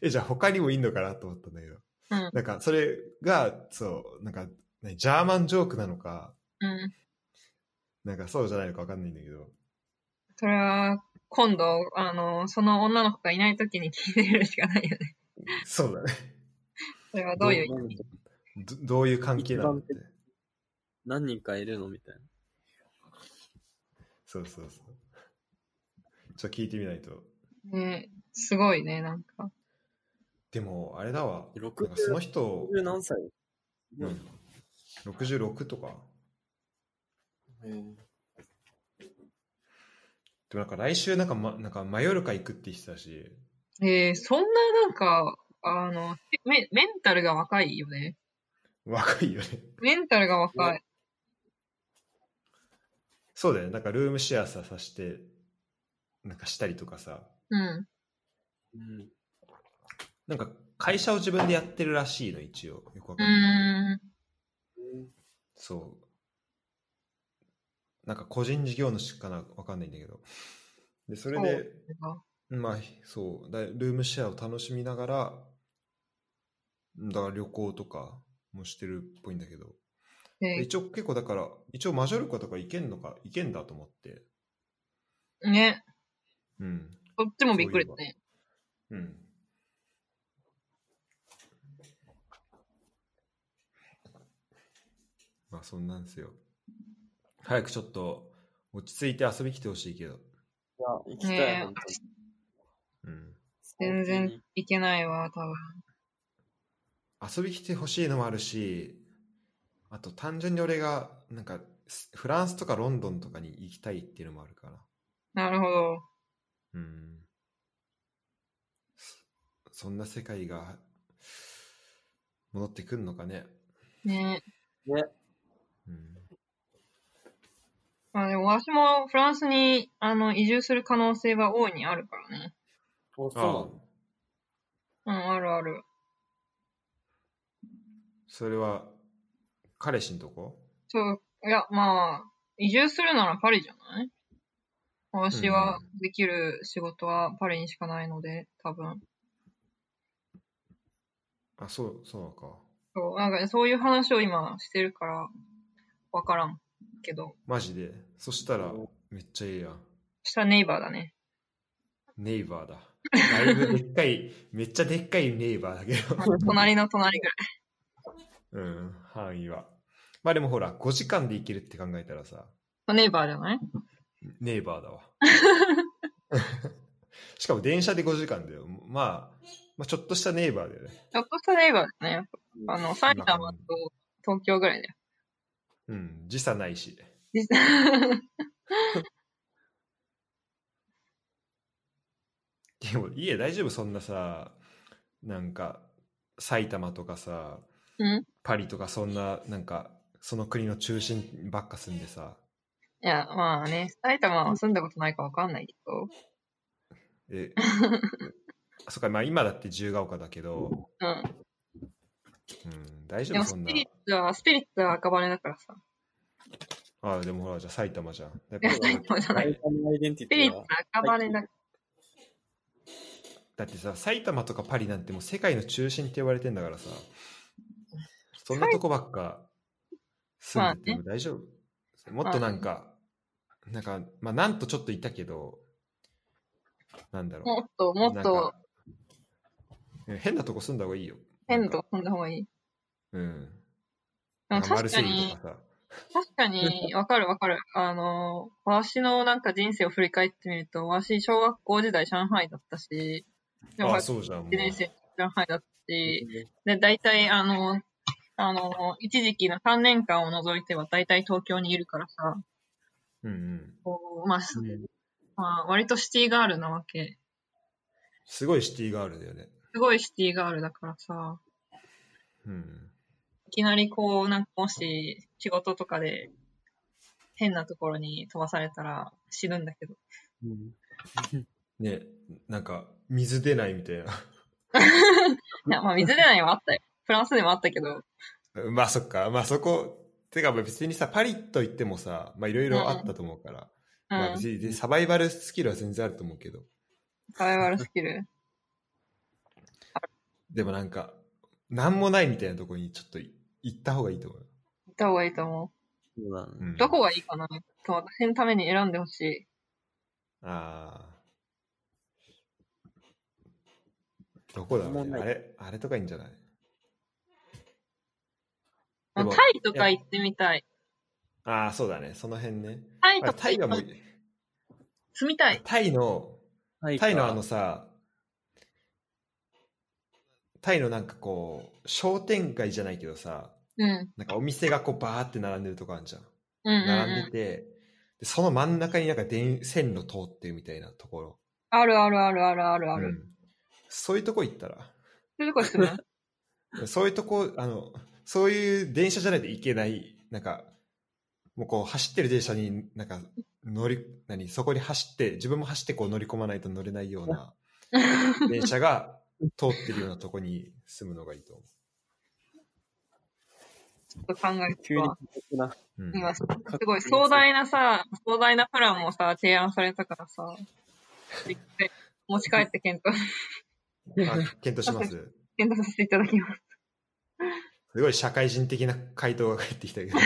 [SPEAKER 2] え、じゃあ他にもいんのかなと思ったんだけ
[SPEAKER 1] う
[SPEAKER 2] ど。
[SPEAKER 1] ん
[SPEAKER 2] なんか、それが、そう、なんか、ねジャーマンジョークなのか、
[SPEAKER 1] うん。
[SPEAKER 2] なんかそうじゃないのかわかんないんだけど。
[SPEAKER 1] それは、今度、あの、その女の子がいないときに聞いてみるしかないよね。
[SPEAKER 2] そうだね。
[SPEAKER 1] それはどういう、
[SPEAKER 3] 何
[SPEAKER 2] どどういう関係なのって
[SPEAKER 3] 一。何人かいるのみたいな。
[SPEAKER 2] そうそうそう。ちょっと聞いてみないと。
[SPEAKER 1] ね、すごいね、なんか。
[SPEAKER 2] でも、あれだわ。なん
[SPEAKER 3] 60
[SPEAKER 2] かその人、
[SPEAKER 3] 60何歳
[SPEAKER 2] う、
[SPEAKER 3] うん
[SPEAKER 2] 66とか。
[SPEAKER 3] うん。
[SPEAKER 2] でもなんか来週なんか、ま、なんかマヨルカ行くって言ってたし、
[SPEAKER 1] えー、そんななんか、あの、メメンタルが若いよね。
[SPEAKER 2] 若いよね。
[SPEAKER 1] メンタルが若い。
[SPEAKER 2] そうだよね、なんかルームシェアささして、なんかしたりとかさ、
[SPEAKER 1] うん。
[SPEAKER 3] うん。
[SPEAKER 2] なんか会社を自分でやってるらしいの、一応。よくわ
[SPEAKER 1] う
[SPEAKER 2] かんない。
[SPEAKER 1] ーん。
[SPEAKER 2] そう。なんか個人事業主かな、わかんないんだけど。で、それで、まあ、そうだ、ルームシェアを楽しみながら、だから旅行とかもしてるっぽいんだけど、
[SPEAKER 1] え
[SPEAKER 2] 一応結構だから、一応マジョルカとか行けんのか、行けんだと思って、
[SPEAKER 1] ーね。
[SPEAKER 2] うん、
[SPEAKER 1] こっちもびっくりだね。
[SPEAKER 2] うん。まあそんなんですよ。早くちょっと落ち着いて遊び来てほしいけど。
[SPEAKER 3] いや、行きたい、
[SPEAKER 1] ねえ
[SPEAKER 3] 本当に
[SPEAKER 2] うん。
[SPEAKER 1] 全然いけないわ、多分。
[SPEAKER 2] 遊び来てほしいのもあるし、あと単純に俺がなんかスフランスとかロンドンとかに行きたいっていうのもあるから。
[SPEAKER 1] なるほど。
[SPEAKER 2] うん。そそんな世界が戻ってくんのかね。
[SPEAKER 1] ね。
[SPEAKER 2] うん。
[SPEAKER 1] まあでも私もフランスにあの移住する可能性は大いにあるからね。
[SPEAKER 3] おそうなの
[SPEAKER 2] あ
[SPEAKER 1] うん、あるある。
[SPEAKER 2] それは彼氏んとこ
[SPEAKER 1] そう、いや、まあ、移住するならパリじゃない私はできる仕事はパリにしかないので、多分。
[SPEAKER 2] あ、そう、そうなのか。
[SPEAKER 1] そう、なんかねそういう話を今してるから、わからんけど、
[SPEAKER 2] マジで。そしたら、めっちゃええやん。
[SPEAKER 1] 下ネイバーだね。
[SPEAKER 2] ネイバーだ。だいぶでっかい、 めっちゃでっかいネイバーだけど。
[SPEAKER 1] 隣の隣ぐらい。
[SPEAKER 2] うん、範囲は。まあでもほら、5時間で行けるって考えたらさ、
[SPEAKER 1] まあネイバーじゃない
[SPEAKER 2] ネイバーだわ。 しかも電車で5時間だよ。まあ、まあ、ちょっとしたネイバーだよね。
[SPEAKER 1] ちょっとしたネイバーだね。やっぱあの、埼玉と東京ぐらいだよ。
[SPEAKER 2] うん、時差ないし。
[SPEAKER 1] 実際
[SPEAKER 2] でも家大丈夫そんなさ、なんか、埼玉とかさ、
[SPEAKER 1] うん
[SPEAKER 2] パリとかそんな、なんか、その国の中心ばっか住んでさ、
[SPEAKER 1] いや、まあね、埼玉は住んだことないかわかんないけど、
[SPEAKER 2] えそっか、まあ今だって自由が丘だけど、
[SPEAKER 1] うん。
[SPEAKER 2] うん、大丈
[SPEAKER 1] で
[SPEAKER 2] 夫
[SPEAKER 1] も
[SPEAKER 2] そ
[SPEAKER 1] ス
[SPEAKER 2] んな
[SPEAKER 1] ピ。リッツは、スピリッツは赤羽だからさ。
[SPEAKER 2] あでもほら、じゃあ埼玉じゃん。や
[SPEAKER 1] い
[SPEAKER 2] っぱ
[SPEAKER 1] や埼玉じゃな
[SPEAKER 3] 埼玉アイデンティ
[SPEAKER 1] スピ
[SPEAKER 3] テ
[SPEAKER 1] リッ
[SPEAKER 3] ィ
[SPEAKER 1] ツ
[SPEAKER 3] は
[SPEAKER 1] は赤羽だ
[SPEAKER 2] だってさ、埼玉とかパリなんてもう世界の中心って言われてんだからさ、そんなとこばっか住んでても大丈夫。もっとなんか、なんか、まあなんとちょっといたけど、なんだろう。
[SPEAKER 1] もっともっ
[SPEAKER 2] なん
[SPEAKER 1] と
[SPEAKER 2] かうん変なとこ住んだ方がいいよ。
[SPEAKER 1] 変なとこ飛んだ方がいい。で
[SPEAKER 2] うん。
[SPEAKER 1] も
[SPEAKER 2] なんかマ
[SPEAKER 1] 確
[SPEAKER 2] ル
[SPEAKER 1] か
[SPEAKER 2] セイユと
[SPEAKER 1] に、
[SPEAKER 2] かさ。
[SPEAKER 1] 確かに、わかるわかる。あの、私のなんか人生を振り返ってみると、私、小学校時代上海だったし、でも
[SPEAKER 2] あ
[SPEAKER 1] 1
[SPEAKER 2] あ、そうじゃん。もう
[SPEAKER 1] 年生上海だったし、で、大体、あの、あの、一時期の3年間を除いては大体東京にいるからさ、
[SPEAKER 2] うんうん。
[SPEAKER 1] こうまあ、
[SPEAKER 2] うん
[SPEAKER 1] まあ、割とシティガールなわけ。
[SPEAKER 2] すごいシティガールだよね。
[SPEAKER 1] すごいシティガールだからさ、
[SPEAKER 2] うん。
[SPEAKER 1] いきなりこう、なんかもし仕事とかで変なところに飛ばされたら死ぬんだけど。
[SPEAKER 3] うん
[SPEAKER 2] ね、なんか、水出ないみたい
[SPEAKER 1] いや、まあ水出ないはあったよ。フランスでもあったけど。
[SPEAKER 2] な。 まあそっか、まあそこ、てかまあ別にさ、パリと言ってもさ、まあいろいろあったと思うから、
[SPEAKER 1] うん。
[SPEAKER 2] まあ別にでサバイバルスキルは全然あると思うけど、
[SPEAKER 1] サバイバルスキル。
[SPEAKER 2] でもなんか、なんもないみたいなところにちょっとい行った方がいいと思う。
[SPEAKER 1] 行った方がいいと思
[SPEAKER 3] そうだね
[SPEAKER 2] う。ん
[SPEAKER 1] う。どこがいいかなと私のために選んでほしい。
[SPEAKER 2] ああ。どこだろう
[SPEAKER 3] なん
[SPEAKER 2] ね。
[SPEAKER 3] もな
[SPEAKER 2] あ
[SPEAKER 3] い
[SPEAKER 2] れ、あれとかいいんじゃない
[SPEAKER 1] まあ
[SPEAKER 2] でも
[SPEAKER 1] タイとか行ってみたい。
[SPEAKER 2] ああ、そうだね。その辺ね。
[SPEAKER 1] タイ
[SPEAKER 2] あ
[SPEAKER 1] と
[SPEAKER 2] タ
[SPEAKER 1] か
[SPEAKER 2] イはもう
[SPEAKER 1] 住、みたい。
[SPEAKER 2] タイの、
[SPEAKER 3] タイか
[SPEAKER 2] タイのあの、さ、タイのなんかこう、商店街じゃないけどさ、
[SPEAKER 1] うん。うん
[SPEAKER 2] なんかお店がこうバーって並んでるとこあるじゃん。
[SPEAKER 1] うん、
[SPEAKER 2] 並ん
[SPEAKER 1] う
[SPEAKER 2] で
[SPEAKER 1] ん。
[SPEAKER 2] て、でその真ん中になんか電線路通ってるみたいなところ。
[SPEAKER 1] あるあるあるあるあるあ
[SPEAKER 2] う
[SPEAKER 1] る。
[SPEAKER 2] んそういうとこ行ったら、
[SPEAKER 1] そういうとこ住む
[SPEAKER 2] そういうとこ、あの、そういう電車じゃないといけない、なんか、もうこう走ってる電車になんか乗り、何、そこに走って、自分も走ってこう乗り込まないと乗れないよう な電車が通ってるようなとこに住むのがいいと思
[SPEAKER 1] ちょっと考えて
[SPEAKER 3] 急に
[SPEAKER 1] み
[SPEAKER 3] 聞くな。
[SPEAKER 2] う。うん、
[SPEAKER 1] 今、すごい壮大なさ、壮大なプランをさ、提案されたからさ、一回持ち帰って検討、
[SPEAKER 2] あ検討します。
[SPEAKER 1] 検討させていただきます。
[SPEAKER 2] すごい社会人的な回答が返ってきた けど。
[SPEAKER 1] い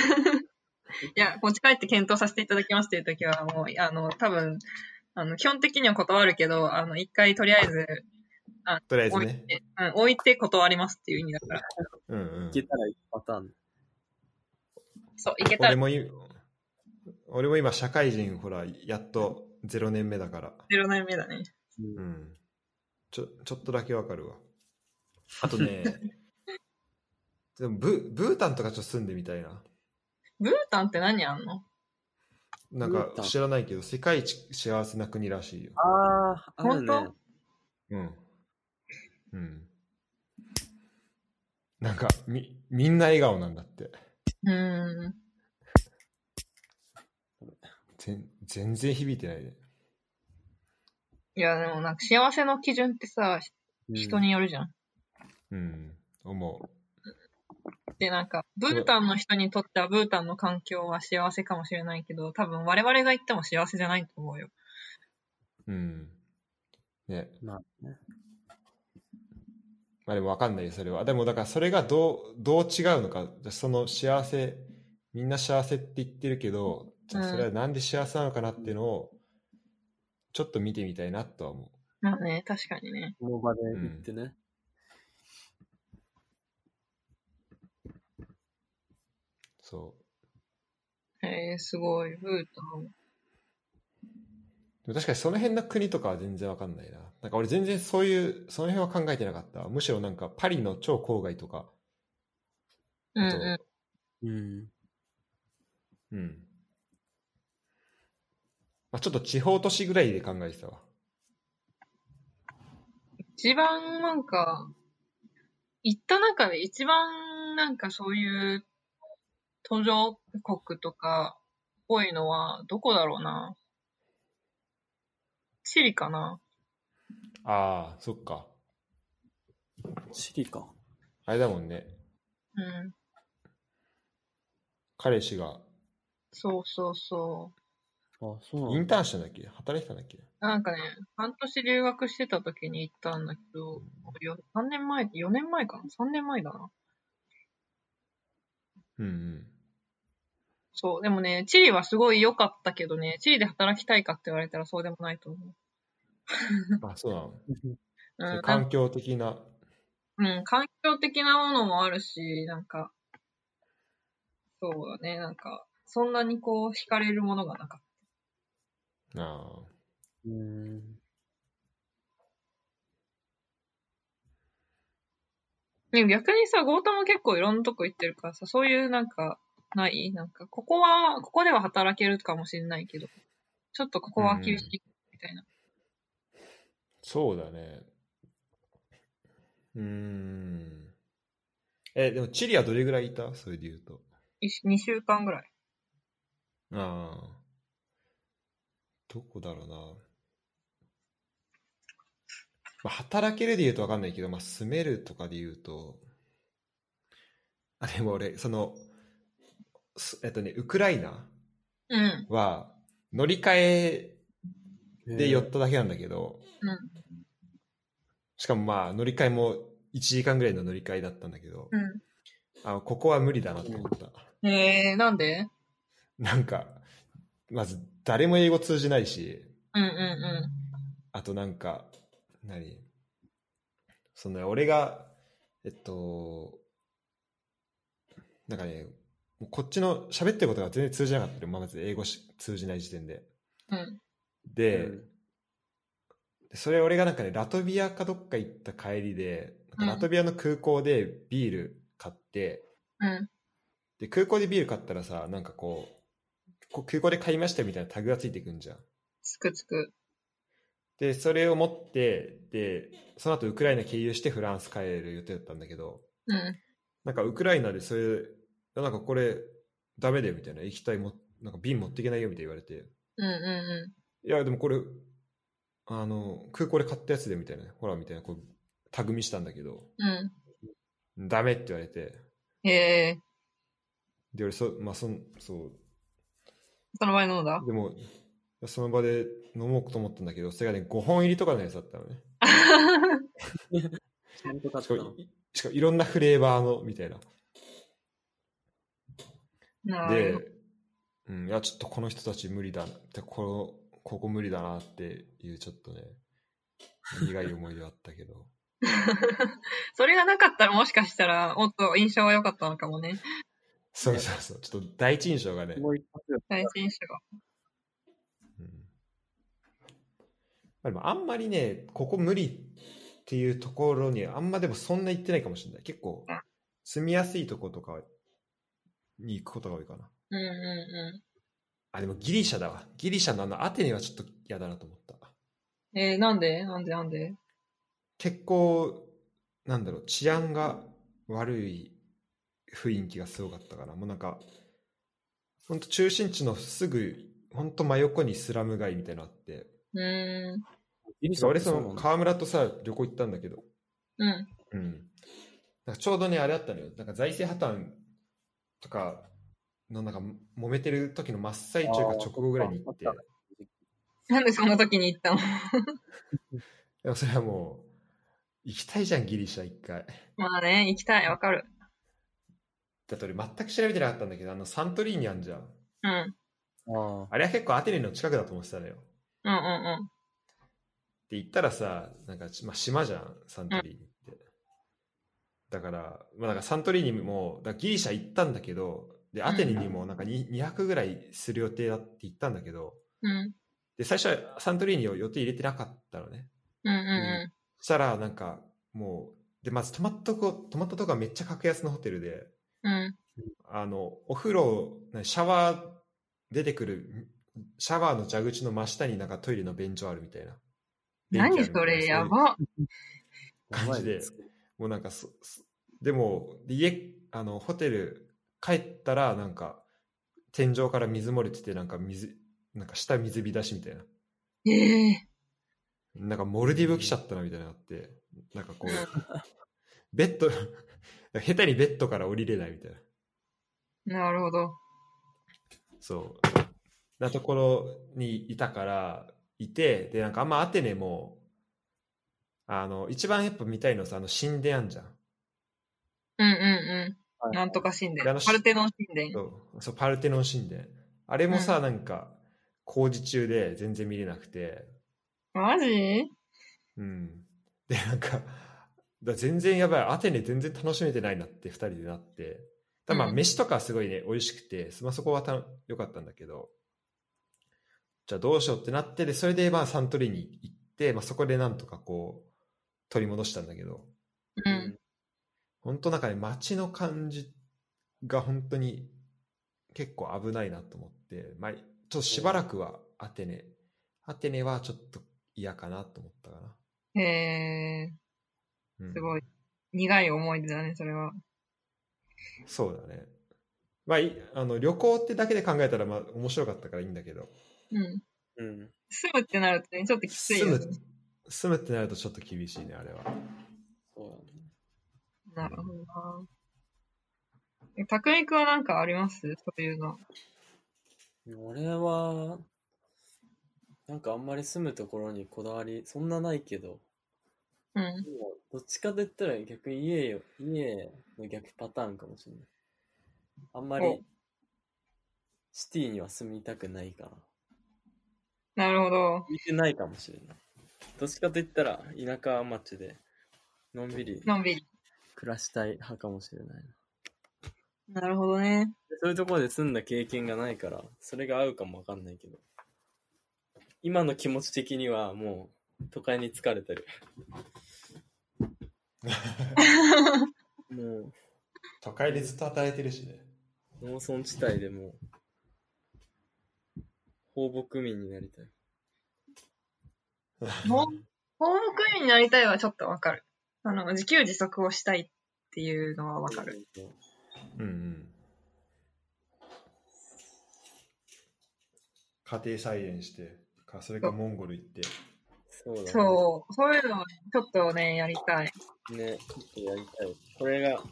[SPEAKER 1] や、持ち帰って検討させていただきますっていう時は、もう、あの、多分、あの、基本的には断るけど、あの、一回とりあえず、
[SPEAKER 2] とりあえず
[SPEAKER 1] 置い
[SPEAKER 2] ね。
[SPEAKER 1] て、うん、置いて断りますっていう意味だから。
[SPEAKER 2] うんうん
[SPEAKER 3] い。けたら一パターン。
[SPEAKER 1] そう、いけた
[SPEAKER 2] 俺
[SPEAKER 1] ら
[SPEAKER 2] もい俺も今、社会人、ほら、やっと0年目だから。
[SPEAKER 1] 0年目だね。
[SPEAKER 2] うん。ちょ、ちょっとだけわかるわ。あとね、 でもブ、ブータンとかちょっと住んでみたいな。
[SPEAKER 1] ブータンって何あんの
[SPEAKER 2] なん
[SPEAKER 3] ブー
[SPEAKER 2] か
[SPEAKER 3] タン
[SPEAKER 2] 知らないけど、世界一幸せな国らしいよ。
[SPEAKER 3] ああ、ある
[SPEAKER 1] 本当
[SPEAKER 3] ね。
[SPEAKER 2] うん。うん。なんか、み、みんな笑顔なんだって。
[SPEAKER 1] うーん。
[SPEAKER 2] 全全然響いてないね。
[SPEAKER 1] いや、でもなんか幸せの基準ってさ、人によるじゃん。
[SPEAKER 2] うん。思う。
[SPEAKER 1] で、なんか、ブータンの人にとってはブータンの環境は幸せかもしれないけど、多分我々が行っても幸せじゃないと思うよ。
[SPEAKER 2] うん。ね。
[SPEAKER 3] まあね
[SPEAKER 2] まあでもわかんないよ、それは。でもだからそれがどう、どう違うのか。その幸せ、みんな幸せって言ってるけど、じゃあそれはなんで幸せなのかなっていうのを、ちょっと見てみたいなとは思
[SPEAKER 1] まあね、確かにね。
[SPEAKER 3] その場で行ってね。
[SPEAKER 2] う。そう。
[SPEAKER 1] えー、すごい、ブータン。
[SPEAKER 2] でも確かにその辺の国とかは全然わかんないな。なんか俺全然そういう、その辺は考えてなかった。むしろなんかパリの超郊外とか、
[SPEAKER 1] うん
[SPEAKER 2] あと
[SPEAKER 1] う
[SPEAKER 3] うん。
[SPEAKER 2] うん。まあちょっと地方都市ぐらいで考えてたわ。
[SPEAKER 1] ん。一番なんか、行った中で一番なんかそういう途上国とか多いのはどこだろうな。チリかな。
[SPEAKER 2] ああ、そっか。
[SPEAKER 3] チリか。
[SPEAKER 2] あれだもんね。
[SPEAKER 1] うん。
[SPEAKER 2] 彼氏が、
[SPEAKER 1] そうそうそ
[SPEAKER 3] あ、そう
[SPEAKER 2] イ
[SPEAKER 3] な
[SPEAKER 2] ン
[SPEAKER 3] ん
[SPEAKER 2] タ
[SPEAKER 3] だ。
[SPEAKER 2] ーンしたんだっけ働いてたんだっけ
[SPEAKER 1] う。なんかね、半年留学してた時に行ったんだけど、よ3年前、4年前かな ?3 年前だな。
[SPEAKER 2] うんうん。
[SPEAKER 1] そう。でもね、チリはすごい良かったけどね、チリで働きたいかって言われたらそうでもないと思う。
[SPEAKER 2] あ、そうなの
[SPEAKER 1] う
[SPEAKER 2] そ
[SPEAKER 1] ん
[SPEAKER 2] れ。環境的な。
[SPEAKER 1] うん、環境的なものもあるし、なんか、そうだね、なんか、そんなにこう、惹かれるものがなかっ
[SPEAKER 2] ああ。
[SPEAKER 3] うん。
[SPEAKER 1] た。ね、逆にさ、ゴータも結構いろんなとこ行ってるからさ、そういうなんか、ないなんか、ここは、ここでは働けるかもしれないけど、ちょっとここは厳しい、みたいな。
[SPEAKER 2] そうだね。うーん。え、でもチリはどれぐらいいたそれで言うと。
[SPEAKER 1] 2週間ぐらい。
[SPEAKER 2] ああ。どこだろうな。まあ、働けるで言うとわかんないけど、まあ、住めるとかで言うと、あ、でも俺、その、すえっとね、ウクライナ
[SPEAKER 1] うん。
[SPEAKER 2] は、乗り換えで寄
[SPEAKER 3] よ
[SPEAKER 2] っただけなんだけど、
[SPEAKER 1] うん
[SPEAKER 2] しかもまあ乗り換えも1時間ぐらいの乗り換えだったんだけど、あのここは無理だなと思った、
[SPEAKER 1] うん。えー、なんで
[SPEAKER 2] なんかまず誰も英語通じないし
[SPEAKER 1] うんう
[SPEAKER 2] あとなんか何その俺がえっとなんかねもうこっちの喋ってることが全然通じなかったのまあまず英語し通じない時点で
[SPEAKER 1] んうん。うん。
[SPEAKER 2] で、でそれ俺がなんかね、ラトビアかどっか行った帰りで、なんか
[SPEAKER 1] うん
[SPEAKER 2] ラトビアの空港でビール買って、
[SPEAKER 1] うん。
[SPEAKER 2] で、空港でビール買ったらさ、なんかこう、こ空港で買いましたみたいなタグがついてくんじゃん。
[SPEAKER 1] つくつく。
[SPEAKER 2] で、それを持って、で、その後ウクライナ経由してフランス帰る予定だったんだけど、
[SPEAKER 1] うん。
[SPEAKER 2] なんかウクライナでそれ、あなんかこれダメだよみたいな、液体も、なんか瓶持っていけないよみたいな言われて、
[SPEAKER 1] うんう
[SPEAKER 2] いや、でもこれ、あの、空港で買ったやつでみたいな、ほらみたいな、こう、タグ見したんだけど、
[SPEAKER 1] んうん。う
[SPEAKER 2] ダメって言われて、
[SPEAKER 1] ん。えー、
[SPEAKER 2] で、俺そ、まあ、そん、そ
[SPEAKER 1] その場に飲んだ
[SPEAKER 2] う、でも、その場で飲もうと思ったんだけど、それがね、5本入りとかのやつだったのね。
[SPEAKER 3] ちゃんと買っ
[SPEAKER 2] したか
[SPEAKER 3] の
[SPEAKER 2] も、いしかもいろんなフレーバーの、みたいな。
[SPEAKER 1] まあ
[SPEAKER 2] で、うん、いや、ちょっとこの人たち無理だな、でこの、ここ無理だなっていう、ちょっとね、苦い思いではあったけど。
[SPEAKER 1] それがなかったらもしかしたらもっと印象は良かったのかもね。
[SPEAKER 2] そうそうそう、ちょっと第一印象がね、
[SPEAKER 3] もう一発
[SPEAKER 1] 第一印象が。
[SPEAKER 2] うんまあ、でもあんまりね、ここ無理っていうところに、あんまでもそんな行ってないかもしれない。結構
[SPEAKER 1] うん、
[SPEAKER 2] 住みやすいとことかに行くことが多いかな。
[SPEAKER 1] うんう
[SPEAKER 2] あ、でもギリシャだわ。ギリシャのあのアテネはちょっと嫌だなと思った。
[SPEAKER 1] んうん。えー、なんでなんでなんで
[SPEAKER 2] 結構、なんだろう、治安が悪い雰囲気がすごかったから、もうなんか、ほんと中心地のすぐ、ほんと真横にスラム街みたいなのあって、
[SPEAKER 1] うーん。
[SPEAKER 3] ギリシャ
[SPEAKER 2] 俺そ
[SPEAKER 3] そうな
[SPEAKER 2] の
[SPEAKER 3] んだ
[SPEAKER 2] 川村とさ、旅行行ったんだけど、
[SPEAKER 1] うん。
[SPEAKER 2] うん。なんかちょうどね、あれあったのよ。なんか財政破綻とかのなんか揉めてる時の真っ最中か
[SPEAKER 3] あー
[SPEAKER 2] 直後ぐらいに行って
[SPEAKER 3] そっか、
[SPEAKER 1] なんでそんな時に行ったの
[SPEAKER 2] でもそれはもう、行きたいじゃん、ギリシャ一回。
[SPEAKER 1] まあね、行きたい、わかる。
[SPEAKER 2] だって俺全く調べてなかったんだけど、あのサントリーニあんじゃん。
[SPEAKER 1] うん。うん
[SPEAKER 3] ああ。
[SPEAKER 2] あれは結構アテネの近くだと思ってたのよ。
[SPEAKER 1] うんうん。
[SPEAKER 2] で、行ったらさ、なんかち、まあ、島じゃん、サントリーニって。だから、まあ、なんかサントリーニも、だからギリシャ行ったんだけど、で、アテネにもなんかに200ぐらいする予定だって言ったんだけど、
[SPEAKER 1] うん。
[SPEAKER 2] で、最初はサントリーニを予定入れてなかったのね。
[SPEAKER 1] うんう
[SPEAKER 2] そしたら、なんか、もう、で、まず泊まったとこ、泊まったとこがめっちゃ格安のホテルで、
[SPEAKER 1] んうん。うん。
[SPEAKER 2] あの、お風呂、なシャワー出てくる、シャワーの蛇口の真下になんかトイレの便所あるみたいな。
[SPEAKER 1] 何
[SPEAKER 2] 便器あ
[SPEAKER 1] そ
[SPEAKER 2] るみ
[SPEAKER 1] れ、
[SPEAKER 2] たいな
[SPEAKER 1] や。ば。
[SPEAKER 2] 感じで
[SPEAKER 3] うまいね
[SPEAKER 2] もうなんかそ、そでも、で家、あの、ホテル帰ったら、なんか、天井から水漏れてて、なんか水、なんか下水浸しみたいな。
[SPEAKER 1] ええ
[SPEAKER 2] なんかモルディブ来ちゃったなみたいなのがあって、なんかこう、ベッド、 下手にベッドから降りれないみたいな。
[SPEAKER 1] なるほど。
[SPEAKER 2] そう。なところにいたから、いて、で、なんかあんまアテネも、あの、一番やっぱ見たいのはさ、あの神殿あんじゃん。
[SPEAKER 1] うんうんうん。なんとか神
[SPEAKER 2] あ
[SPEAKER 1] 殿。
[SPEAKER 2] の
[SPEAKER 1] パルテノン神殿。
[SPEAKER 2] そう、そうパルテノン神殿。あれもさ、なんか、工事中で全然見れなくて、
[SPEAKER 1] マジ
[SPEAKER 2] うん。で、なんか、だ全然やばい。アテネ全然楽しめてないなって二人でなって。ただまあ、
[SPEAKER 1] うん
[SPEAKER 2] 飯とかはすごいね、美味しくて、まあそこはた良かったんだけど、じゃあどうしようってなって、で、それでまあサントリーに行って、まあそこでなんとかこう、取り戻したんだけど、
[SPEAKER 1] うん。
[SPEAKER 2] 本当なんかね、街の感じが本当に結構危ないなと思って、まあ、ちょっとしばらくはアテネ、アテネはちょっと嫌かなと思ったかな。
[SPEAKER 1] え
[SPEAKER 2] うん
[SPEAKER 1] ー、すごい。苦い思い出だね、それは。
[SPEAKER 2] そうだね。まあ、いあの旅行ってだけで考えたら、まあ、面白かったからいいんだけど、
[SPEAKER 1] うん。
[SPEAKER 3] うん。
[SPEAKER 1] 住むってなるとね、ちょっときつい
[SPEAKER 2] 住
[SPEAKER 1] よ、ね。
[SPEAKER 2] む、住むってなるとちょっと厳しいね、あれは。
[SPEAKER 3] そうなん
[SPEAKER 1] なる
[SPEAKER 3] だね。
[SPEAKER 1] ほどな。えたくみくんはなんかありますそういうの。
[SPEAKER 3] 俺は、なんかあんまり住むところにこだわり、そんなないけど、
[SPEAKER 1] うん。
[SPEAKER 3] でもどっちかで言ったら逆に家よ、家の逆パターンかもしれない。あんま
[SPEAKER 1] お
[SPEAKER 3] り、シティには住みたくないかな。
[SPEAKER 1] なるほど。
[SPEAKER 3] 見てないかもしれない。どっちかと言ったら、田舎町で、のんびり
[SPEAKER 1] のんびり。
[SPEAKER 3] 暮らしたい派かもしれないな。
[SPEAKER 1] なるほどね。
[SPEAKER 3] そういうところで住んだ経験がないから、それが合うかもわかんないけど。今の気持ち的にはもう都会に疲れ てる。も
[SPEAKER 2] 都会でずっと働いてるしね。
[SPEAKER 3] う農村地帯でもう放牧民になりたい。
[SPEAKER 1] も放牧民になりたいはちょっとわかる。あの、自給自足をしたいっていうのはわかる。
[SPEAKER 3] そう
[SPEAKER 2] うんうん。家庭菜園して、かそれかモンゴル行って。
[SPEAKER 3] そうだね。
[SPEAKER 1] そう、そういうのはちょっとね、やりたい。
[SPEAKER 3] ね、ちょっとやりたい。これが、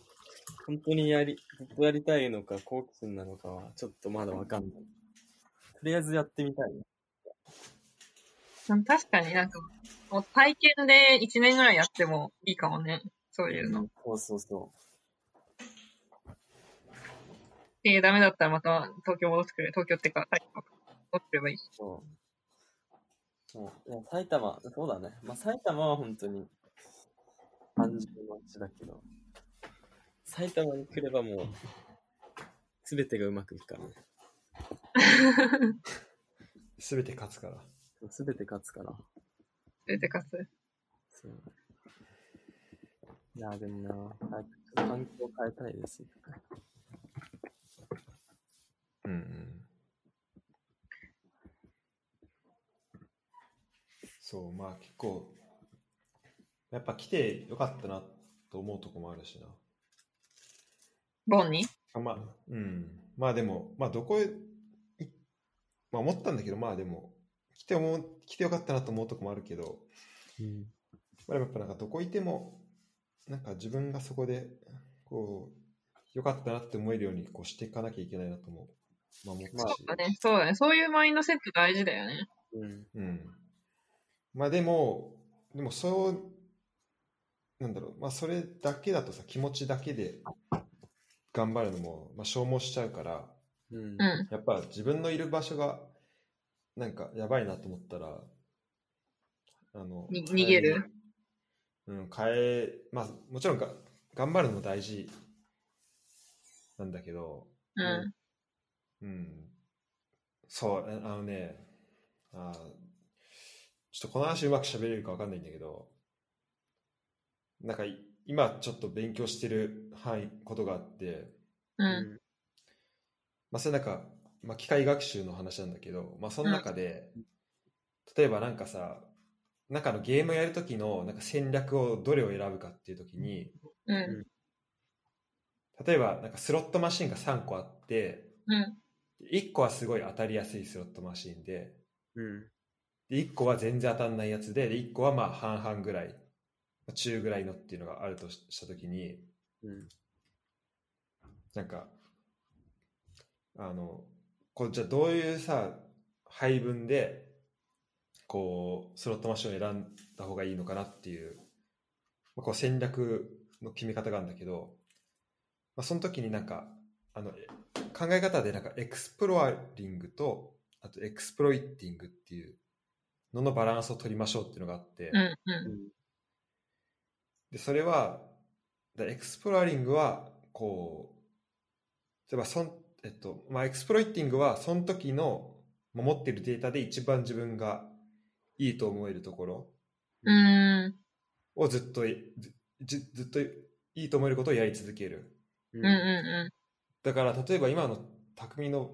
[SPEAKER 3] 本当にやり、ずっとやりたいのか、好奇心なのかは、ちょっとまだわかんない。とりあえずやってみたいね。
[SPEAKER 1] うん確かになんか、もう体験で1年ぐらいやってもいいかもね。そういうの。
[SPEAKER 3] そうそうそ
[SPEAKER 1] で、ダメだったらまた東京戻ってくれ。東京ってか、埼玉戻ってればいい。
[SPEAKER 3] そう。そういや埼玉、そうだね。まあ、埼玉は本当に感じの街だけど、埼玉に来ればもう、すべてがうまくいくからね。
[SPEAKER 2] すべて勝つから。
[SPEAKER 3] すべて勝つから。
[SPEAKER 1] 出てかつ。
[SPEAKER 3] そう。いや、でもな、早くちょっと環境を変えたいです。
[SPEAKER 2] うんうん。そう、まあ結構、やっぱ来てよかったなと思うとこもあるしな。
[SPEAKER 1] ボンに
[SPEAKER 2] あまあ、うん。まあでも、まあどこへ、いまあ思ったんだけど、まあでも、来て思う、来てよかったなと思うとこもあるけど、
[SPEAKER 3] うん。
[SPEAKER 2] まあ、でもやっぱなんかどこいても、なんか自分がそこで、こう、よかったなって思えるようにこうしていかなきゃいけないなとも、まあ思ったし。
[SPEAKER 1] そうだね。そうだね。そういうマインドセット大事だよね。
[SPEAKER 3] うん。
[SPEAKER 2] うん。まあでも、でもそう、なんだろう、まあそれだけだとさ、気持ちだけで頑張るのも、まあ、消耗しちゃうから、
[SPEAKER 3] うん
[SPEAKER 1] う。ん。
[SPEAKER 2] やっぱ自分のいる場所が、なんかやばいなと思ったら、あの、
[SPEAKER 1] に逃げる
[SPEAKER 2] 早めにうん、変え、まあもちろんが頑張るのも大事なんだけど、
[SPEAKER 1] うん。
[SPEAKER 2] うん。そう、ああのね、あーちょっとこの話うまく喋れるかわかんないんだけど、なんかい今ちょっと勉強してる範囲、ことがあって、
[SPEAKER 1] うん。
[SPEAKER 2] まあそれなんか、まあ機械学習の話なんだけど、まあその中で、例えばなんかさ、なんかあのゲームやるときのなんか戦略をどれを選ぶかっていうときに、
[SPEAKER 1] うん。
[SPEAKER 2] 例えばなんかスロットマシンが3個あって、
[SPEAKER 1] うん。
[SPEAKER 2] 1個はすごい当たりやすいスロットマシンで、
[SPEAKER 3] うん。
[SPEAKER 2] で1個は全然当たんないやつでで1個はまあ半々ぐらいまあ中ぐらいのっていうのがあるとしした時に
[SPEAKER 3] うん。
[SPEAKER 2] なんかあのこうじゃあどういうさ配分でこうスロットマシンを選んだ方がいいのかなっていう,、まあ、こう戦略の決め方があるんだけど、まあ、その時になんかあのえ考え方でなんかエクスプロアリングとあとエクスプロイティングっていうののバランスを取りましょうっていうのがあって、
[SPEAKER 1] うん。
[SPEAKER 2] でそれはだエクスプロアリングはこう例えばそん、えっとまあ、エクスプロイティングはその時のまあ持っているデータで一番自分がいいと思えるところ
[SPEAKER 1] うん。うん。
[SPEAKER 2] をずっといずずずっといいと思えることをやり続ける
[SPEAKER 3] う
[SPEAKER 1] うん。う
[SPEAKER 2] だから例えば今の匠の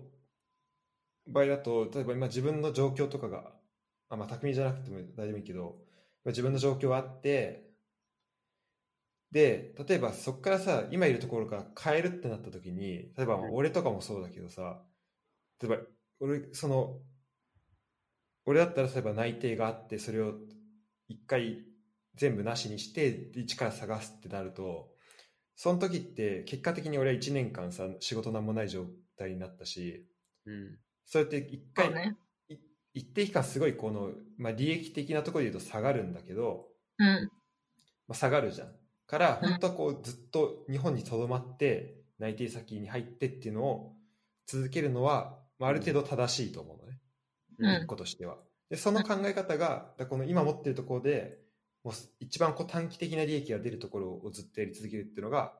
[SPEAKER 2] 場合だと例えば今自分の状況とかがあ、まあ、匠じゃなくても大丈夫いいけどまあ自分の状況があってで例えばそこからさ今いるところから変えるってなった時に例えば
[SPEAKER 3] うん
[SPEAKER 2] 俺とかもそうだけどさ例えば俺その俺だったら例えば内定があってそれを一回全部なしにして一から探すってなるとその時って結果的に俺は1年間さ仕事なんもない状態になったし
[SPEAKER 3] うん。
[SPEAKER 2] それって一
[SPEAKER 1] ん。そ
[SPEAKER 2] 回、
[SPEAKER 1] うね。
[SPEAKER 2] い一定期間すごいこの、まあ、利益的なところで言うと下がるんだけど、
[SPEAKER 1] うん。
[SPEAKER 2] まあ、下がるじゃんから本当はこうずっと日本にとどまって内定先に入ってっていうのを続けるのは、まあ、ある程度正しいと思うのね、
[SPEAKER 1] うん
[SPEAKER 2] 一個としてはでその考え方がだからこの今持ってるところでもう一番こう短期的な利益が出るところをずっとやり続けるっていうのが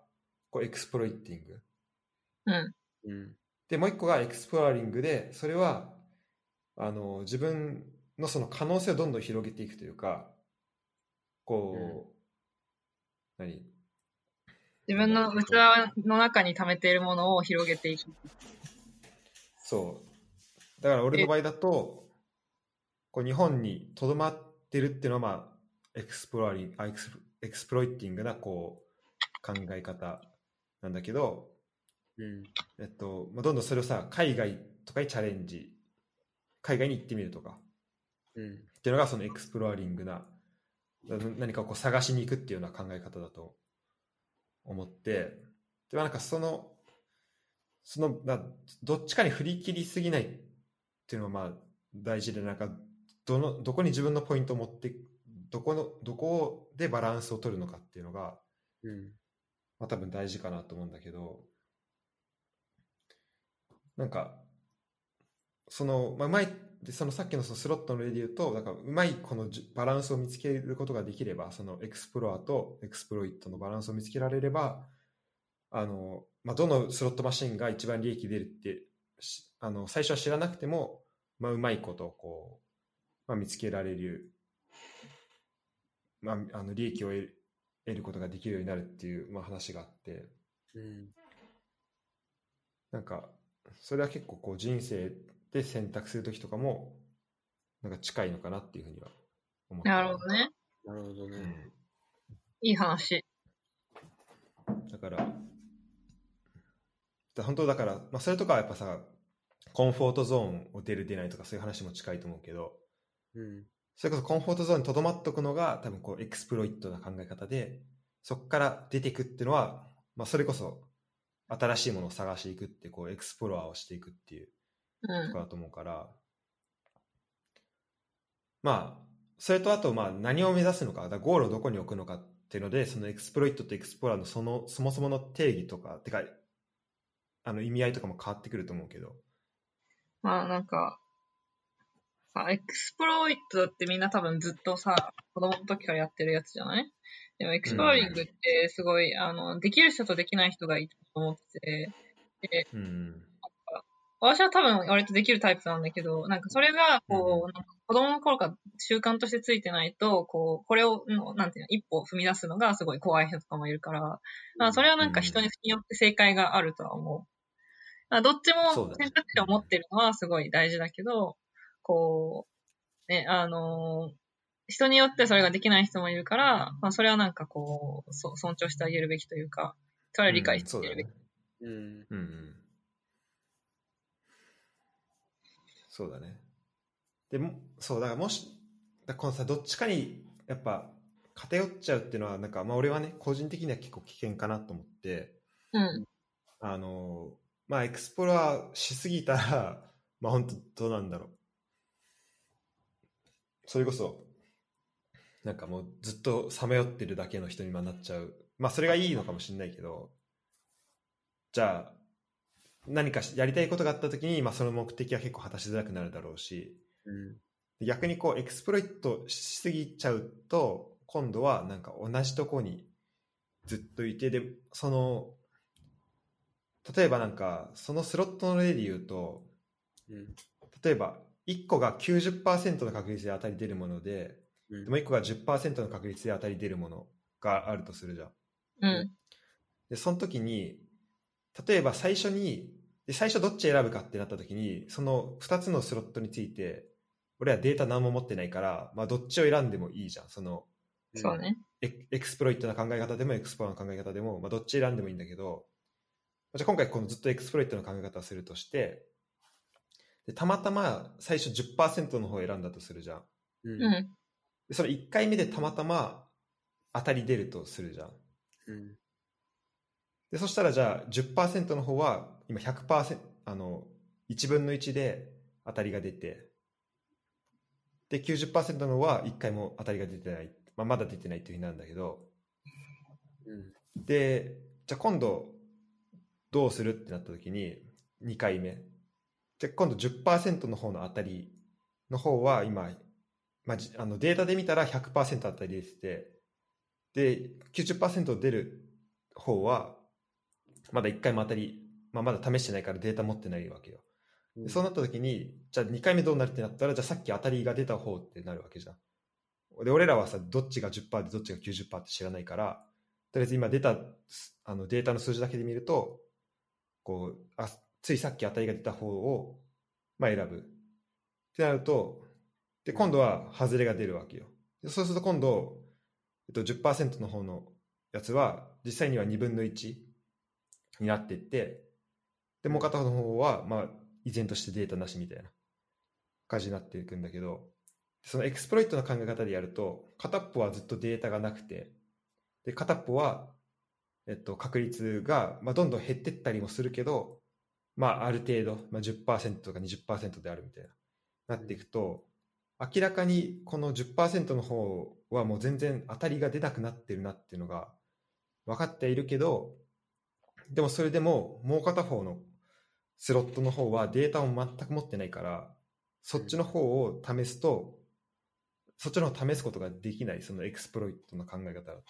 [SPEAKER 2] こうエクスプロイティング
[SPEAKER 1] うん。
[SPEAKER 3] うん。
[SPEAKER 2] でもう一個がエクスプローリングでそれはあの自分のその可能性をどんどん広げていくというかこう、何
[SPEAKER 1] 自分の器の中に溜めているものを広げていく。
[SPEAKER 2] そうだから俺の場合だとこう日本にとどまってるっていうのはまあエクスプローリンあエクスプエクスプロイティングなこう考え方なんだけど
[SPEAKER 3] うん。
[SPEAKER 2] えっと、まあ、どんどんそれをさ海外とかにチャレンジ海外に行ってみるとか
[SPEAKER 3] うん。
[SPEAKER 2] っていうのがそのエクスプローリングなな何かをこう探しに行くっていうような考え方だと思ってでまあなんかそのそのなどっちかに振り切りすぎないっていうのはまあ大事でなんかどのどこに自分のポイントを持ってどこのどこでバランスを取るのかっていうのが、
[SPEAKER 3] うん。
[SPEAKER 2] まあ、多分大事かなと思うんだけどなんか、その、まあ、うまい、でそのさっきのそのスロットの例で言うと、なんかうまいこのじバランスを見つけることができれば、そのエクスプロアとエクスプロイットのバランスを見つけられれば、あの、まあ、どのスロットマシンが一番利益出るって、しあの、最初は知らなくても、まあ、うまいことをこう、まあ、見つけられる、まあ、あの、利益を得る、得ることができるようになるっていう、まあ、話があって、
[SPEAKER 3] うん。
[SPEAKER 2] なんか、それは結構こう人生で選択するときとかも、なんか近いのかなっていうふうには思って
[SPEAKER 1] なるほどね。
[SPEAKER 3] なるほどね。
[SPEAKER 1] いい話。
[SPEAKER 2] うんだから、だ本当だから、まあ、それとかはやっぱさ、コンフォートゾーンを出る出ないとかそういう話も近いと思うけど、
[SPEAKER 3] うん。
[SPEAKER 2] それこそコンフォートゾーンにとどまっとくのが多分こうエクスプロイットな考え方で、そこから出てくっていうのは、まあ、それこそ新しいものを探していくって、こうエクスプロアをしていくっていう
[SPEAKER 1] うん
[SPEAKER 2] とか。だと思うから、まあ、それとあと、まあ、何を目指すのか、だからゴールをどこに置くのかっていうので、そのエクスプロイトとエクスプローラーのその、そもそもの定義とか、てか、あの、意味合いとかも変わってくると思うけど。
[SPEAKER 1] まあなんか、さ、エクスプロイトだってみんな多分ずっとさ、子供の時からやってるやつじゃないでもエクスプローリングってすごい、あの、できる人とできない人がいると思ってて、
[SPEAKER 2] うん。
[SPEAKER 1] 私は多分割とできるタイプなんだけど、なんかそれが、こう、なんか子供の頃から習慣としてついてないと、こう、これを、のなんていうの、一歩踏み出すのがすごい怖い人とかもいるから、まあそれはなんか人によって正解があるとは思う。まあ、どっち
[SPEAKER 2] そう
[SPEAKER 1] も
[SPEAKER 2] だね
[SPEAKER 1] 選択肢を持ってるのはすごい大事だけど、こう、ね、あのー人によってそれができない人もいるから、まあそれはなんかこう、そ尊重してあげるべきというか、それは理解してあげるべき。
[SPEAKER 3] うん。
[SPEAKER 2] うんうんそうだね。でも、そう、だからもし、だからこのさ、どっちかに、やっぱ、偏っちゃうっていうのは、なんか、まあ、俺はね、個人的には結構危険かなと思って、
[SPEAKER 1] うん。
[SPEAKER 2] あの、まあ、エクスプロアしすぎたら、 まあ、本当どうなんだろう。それこそ、なんかもうずっとさまよってるだけの人にまあなっちゃう。まあ、それがいいのかもしれないけど、じゃあ、何かしやりたいことがあった時に、まあ、その目的は結構果たしづらくなるだろうし、
[SPEAKER 3] うん。
[SPEAKER 2] 逆にこうエクスプロイトしすぎちゃうと今度はなんか同じとこにずっといてでその例えばなんかそのスロットの例で言うと
[SPEAKER 3] うん。
[SPEAKER 2] 例えば1個が90%の確率で当たり出るもので
[SPEAKER 3] うん
[SPEAKER 2] でも1個が10%の確率で当たり出るものがあるとするじゃん。
[SPEAKER 1] うん。
[SPEAKER 2] で、その時に、例えば最初に、で最初どっち選ぶかってなった時に、その2つのスロットについて、俺はデータ何も持ってないから、まあどっちを選んでもいいじゃん。その、
[SPEAKER 1] そうね。
[SPEAKER 2] エエクスプロイトな考え方でもエクスプロの考え方でも、まあどっち選んでもいいんだけど、じゃあ今回このずっとエクスプロイトの考え方をするとして、でたまたま最初10%の方を選んだとするじゃん。
[SPEAKER 3] うん。
[SPEAKER 1] う。
[SPEAKER 3] うん
[SPEAKER 2] でそれ1回目でたまたま当たり出るとするじゃん。
[SPEAKER 3] ん。
[SPEAKER 2] で、そしたらじゃあ10%の方は今100%、あの、1分の1で当たりが出て、で、90%の方は1回も当たりが出てない、まあ、まだ出てないっていうふうになるんだけど、
[SPEAKER 3] うん。
[SPEAKER 2] で、じゃあ今度どうするってなった時に2回目。じゃあ今度10%の方の当たりの方は今、まあ、じあのデータで見たら100%当たり出てて、で、90%出る方はまだ1回も当たり、まあ、まだ試してないからデータ持ってないわけよ。
[SPEAKER 3] う
[SPEAKER 2] で
[SPEAKER 3] ん。
[SPEAKER 2] そうなった時に、じゃあ2回目どうなるってなったら、じゃあさっき当たりが出た方ってなるわけじゃん。で、俺らはさ、どっちが10%でどっちが90%って知らないから、とりあえず今出たすあのデータの数字だけで見ると、こうあ、ついさっき当たりが出た方を、まあ、選ぶ。ってなると、で、今度は外れが出るわけよ。でそうすると今度、えっと、10%の方のやつは、実際には2分の1になってって、で、もう片方の方は、まあ、依然としてデータなしみたいな感じになっていくんだけど、そのエクスプロイトの考え方でやると、片っぽはずっとデータがなくて、で、片っぽは、えっと、確率が、まあ、どんどん減ってったりもするけど、まあ、ある程度、まあ、10%とか20%であるみたいな、なっていくと、明らかにこの10%の方はもう全然当たりが出なくなってるなっていうのが分かっているけど、でもそれでももう片方のスロットの方はデータを全く持ってないから、そっちの方を試すと、そっちの方を試すことができない、そのエクスプロイトの考え方だと。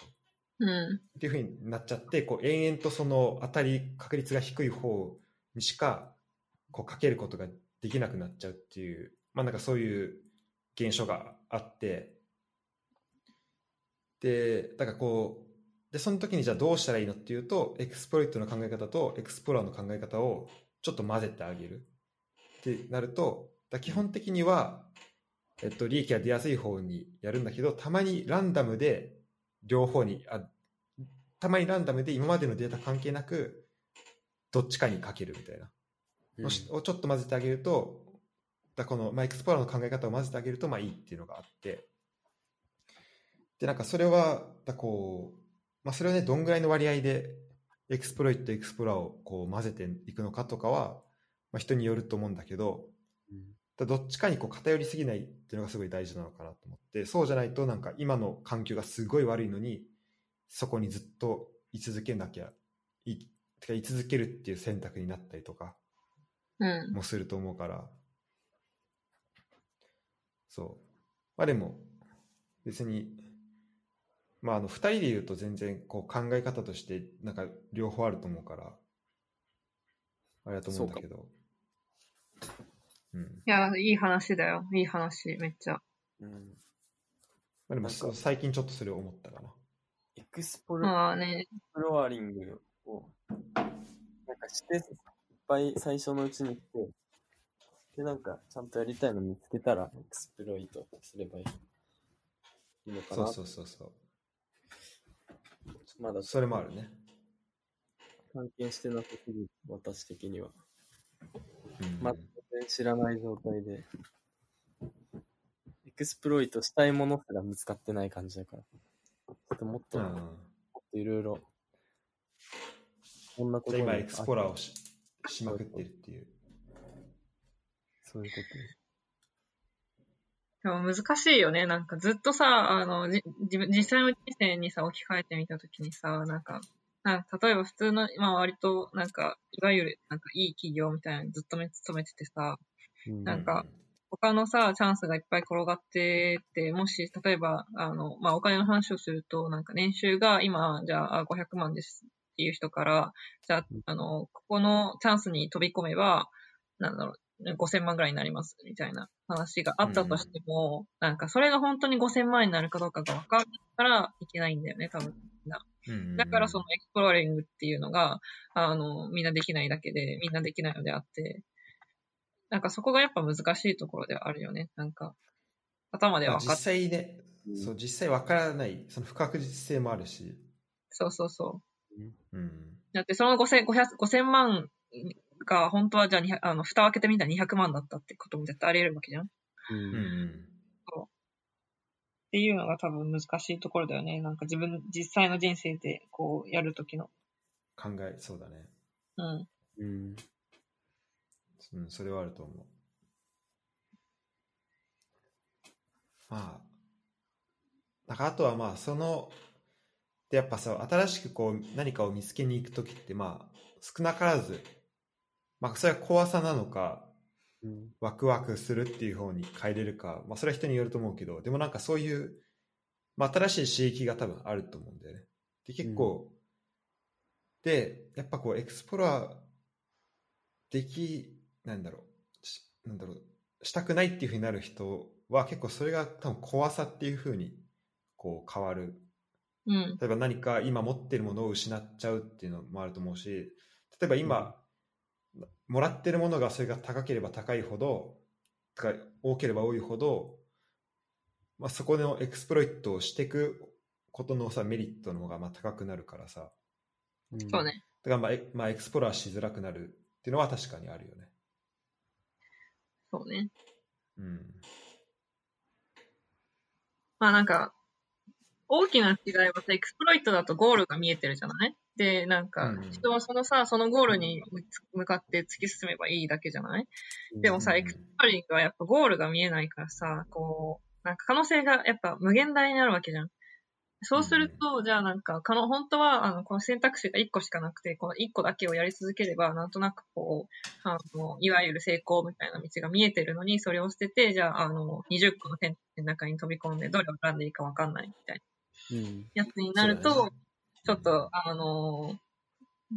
[SPEAKER 1] うん。
[SPEAKER 2] っていうふうになっちゃって、こう延々とその当たり確率が低い方にしかこうかけることができなくなっちゃうっていう、まあなんかそういう現象があって、で、だからこう、で、その時にじゃあどうしたらいいのっていうと、エクスプロイトの考え方とエクスプローの考え方をちょっと混ぜてあげるってなると、だから基本的には、えっと、利益が出やすい方にやるんだけど、たまにランダムで両方に、あたまにランダムで今までのデータ関係なく、どっちかにかけるみたいな、
[SPEAKER 3] うん
[SPEAKER 2] のしをちょっと混ぜてあげると、だこの、まあ、エクスプローラーの考え方を混ぜてあげると、まあいいっていうのがあって、で、なんかそれは、だこう、まあそれをね、どんぐらいの割合で、エクスプロイト、エクスプローラーをこう混ぜていくのかとかは、まあ人によると思うんだけど、
[SPEAKER 3] うん
[SPEAKER 2] だどっちかにこう偏りすぎないっていうのがすごい大事なのかなと思ってそうじゃないとなんか今の環境がすごい悪いのにそこにずっと居続けなきゃいてか居続けるっていう選択になったりとか
[SPEAKER 1] うん。
[SPEAKER 2] もすると思うからそうまあでも別にまああの2人で言うと全然こう考え方としてなんか両方あると思うからあれだと思うんだけどうん
[SPEAKER 1] いや、いい話だよ。いい話、めっちゃ。
[SPEAKER 3] うん。
[SPEAKER 2] まあ、でも
[SPEAKER 3] なんか
[SPEAKER 2] 最近ちょっとそれを思ったかな。
[SPEAKER 3] エクスポル
[SPEAKER 1] まあね、
[SPEAKER 3] フロアリングを、なんかして、いっぱい最初のうちに来て、で、なんか、ちゃんとやりたいの見つけたら、エクスプロイトすればいいのか
[SPEAKER 2] そ
[SPEAKER 3] な。
[SPEAKER 2] うそうそうそう。
[SPEAKER 3] まだ
[SPEAKER 2] それもあるね。
[SPEAKER 3] 関係してなさすぎる、私的には。
[SPEAKER 2] うん
[SPEAKER 3] まあ全然知らない状態で。エクスプロイトしたいものすら見つかってない感じだから。ちょっともっと、
[SPEAKER 2] う
[SPEAKER 3] もっ
[SPEAKER 2] ん、
[SPEAKER 3] といろいろ、こんなこ
[SPEAKER 2] じ
[SPEAKER 3] と
[SPEAKER 2] ゃあ
[SPEAKER 3] に
[SPEAKER 2] 今、エクスポラーをししまくってるっていう。
[SPEAKER 3] そういうことです。
[SPEAKER 1] でも難しいよね。なんかずっとさ、あの、じ自分、実際の人生にさ、置き換えてみたときにさ、なんか、なんか例えば普通の、まあ割と、なんか、いわゆる、なんかいい企業みたいなのにずっと勤めててさ、
[SPEAKER 3] うん
[SPEAKER 1] なんか他のさ、チャンスがいっぱい転がってって、もし、例えば、あの、まあ、お金の話をすると、なんか年収が今、じゃあ、500万ですっていう人から、じゃあ、あの、ここのチャンスに飛び込めば、なんだろう、5000万ぐらいになります、みたいな話があったとしても、なんか、それが本当に5000万になるかどうかが分からないからいけないんだよね、多分。
[SPEAKER 2] うん
[SPEAKER 1] だからそのエクスプローリングっていうのが、あの、みんなできないだけで、みんなできないのであって、なんかそこがやっぱ難しいところではあるよね。なんか、頭で
[SPEAKER 2] ま
[SPEAKER 1] は
[SPEAKER 2] あ
[SPEAKER 1] 分か
[SPEAKER 2] 実
[SPEAKER 1] っ
[SPEAKER 2] 際ね、
[SPEAKER 3] うん
[SPEAKER 2] そう、実際わからない、その不確実性もあるし。
[SPEAKER 1] そうそうそう。
[SPEAKER 2] うん。
[SPEAKER 1] だってその5000、500 5000万が本当はじゃあ200、あの、蓋を開けてみたら200万だったってことも絶対あり得るわけじゃんっ
[SPEAKER 3] う
[SPEAKER 2] うん
[SPEAKER 3] ん
[SPEAKER 2] うん。
[SPEAKER 1] ていうのが多分難しいところだよね。なんか自分、実際の人生でこうやるときの。
[SPEAKER 2] 考え、そうだね。
[SPEAKER 1] うん。
[SPEAKER 3] うん
[SPEAKER 2] うん、それはあると思う。まあ、なんかあとはまあ、その、でやっぱさ、新しくこう何かを見つけに行くときって、まあ、少なからず、まあ、それは怖さなのか、
[SPEAKER 3] うん
[SPEAKER 2] ワクワクするっていう方に変えれるか、まあ、それは人によると思うけど、でもなんかそういう、まあ、新しい刺激が多分あると思うんだよね。で、結構、で、やっぱこう、エクスプロアでき、なんだろう、しなんだろう、したくないっていうふうになる人は、結構それが多分怖さっていうふうに、こう、変わる
[SPEAKER 1] うん。
[SPEAKER 2] 例えば何か今持ってるものを失っちゃうっていうのもあると思うし例えば今、もらってるものがそれが高ければ高いほどとか多ければ多いほど、まあ、そこのエクスプロイトをしていくことのさメリットの方がまあ高くなるからさ
[SPEAKER 3] うん
[SPEAKER 1] そうね。
[SPEAKER 2] だからまあエ,、まあ、エクスプローしづらくなるっていうのは確かにあるよね
[SPEAKER 1] そうね。
[SPEAKER 2] うん
[SPEAKER 1] まあなんか、大きな違いはさ、エクスプロイトだとゴールが見えてるじゃないで、なんか
[SPEAKER 2] うん、
[SPEAKER 1] 人はそのさ、そのゴールに向かって突き進めばいいだけじゃないでもさ、
[SPEAKER 2] うん
[SPEAKER 1] エクスプロリングはやっぱゴールが見えないからさ、こう、なんか可能性がやっぱ無限大になるわけじゃん。そうすると、じゃあなんか、可能、本当は、あの、この選択肢が1個しかなくて、この1個だけをやり続ければ、なんとなくこう、あの、いわゆる成功みたいな道が見えてるのに、それを捨てて、じゃあ、あの、20個の選択肢の中に飛び込んで、どれを選んでいいかわかんないみたい
[SPEAKER 3] うん。
[SPEAKER 1] なやつになる
[SPEAKER 2] そうだ
[SPEAKER 1] と、ちょっと、あの、こ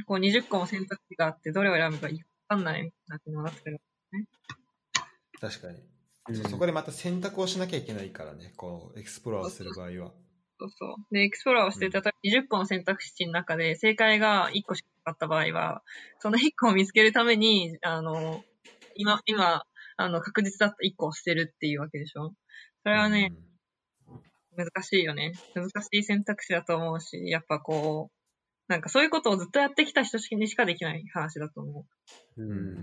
[SPEAKER 1] う20個も選択肢があって、どれを選ぶかいいかわかんないみたいなっていうのがあって
[SPEAKER 2] 確かに。そうそこでまた選択をしなきゃいけないからね、こう、エクスプローラーする場合は。
[SPEAKER 1] そうそう。で、エクスプローラーをして、
[SPEAKER 2] うん
[SPEAKER 1] 例えば20個の選択肢の中で正解が1個しかなかった場合は、その1個を見つけるために、あの、今、今、あの、確実だった1個を捨てるっていうわけでしょ。それはね、
[SPEAKER 2] うん
[SPEAKER 1] 難しいよね。難しい選択肢だと思うし、やっぱこう、なんかそういうことをずっとやってきた人にしかできない話だと思う。
[SPEAKER 3] う。
[SPEAKER 2] うんん。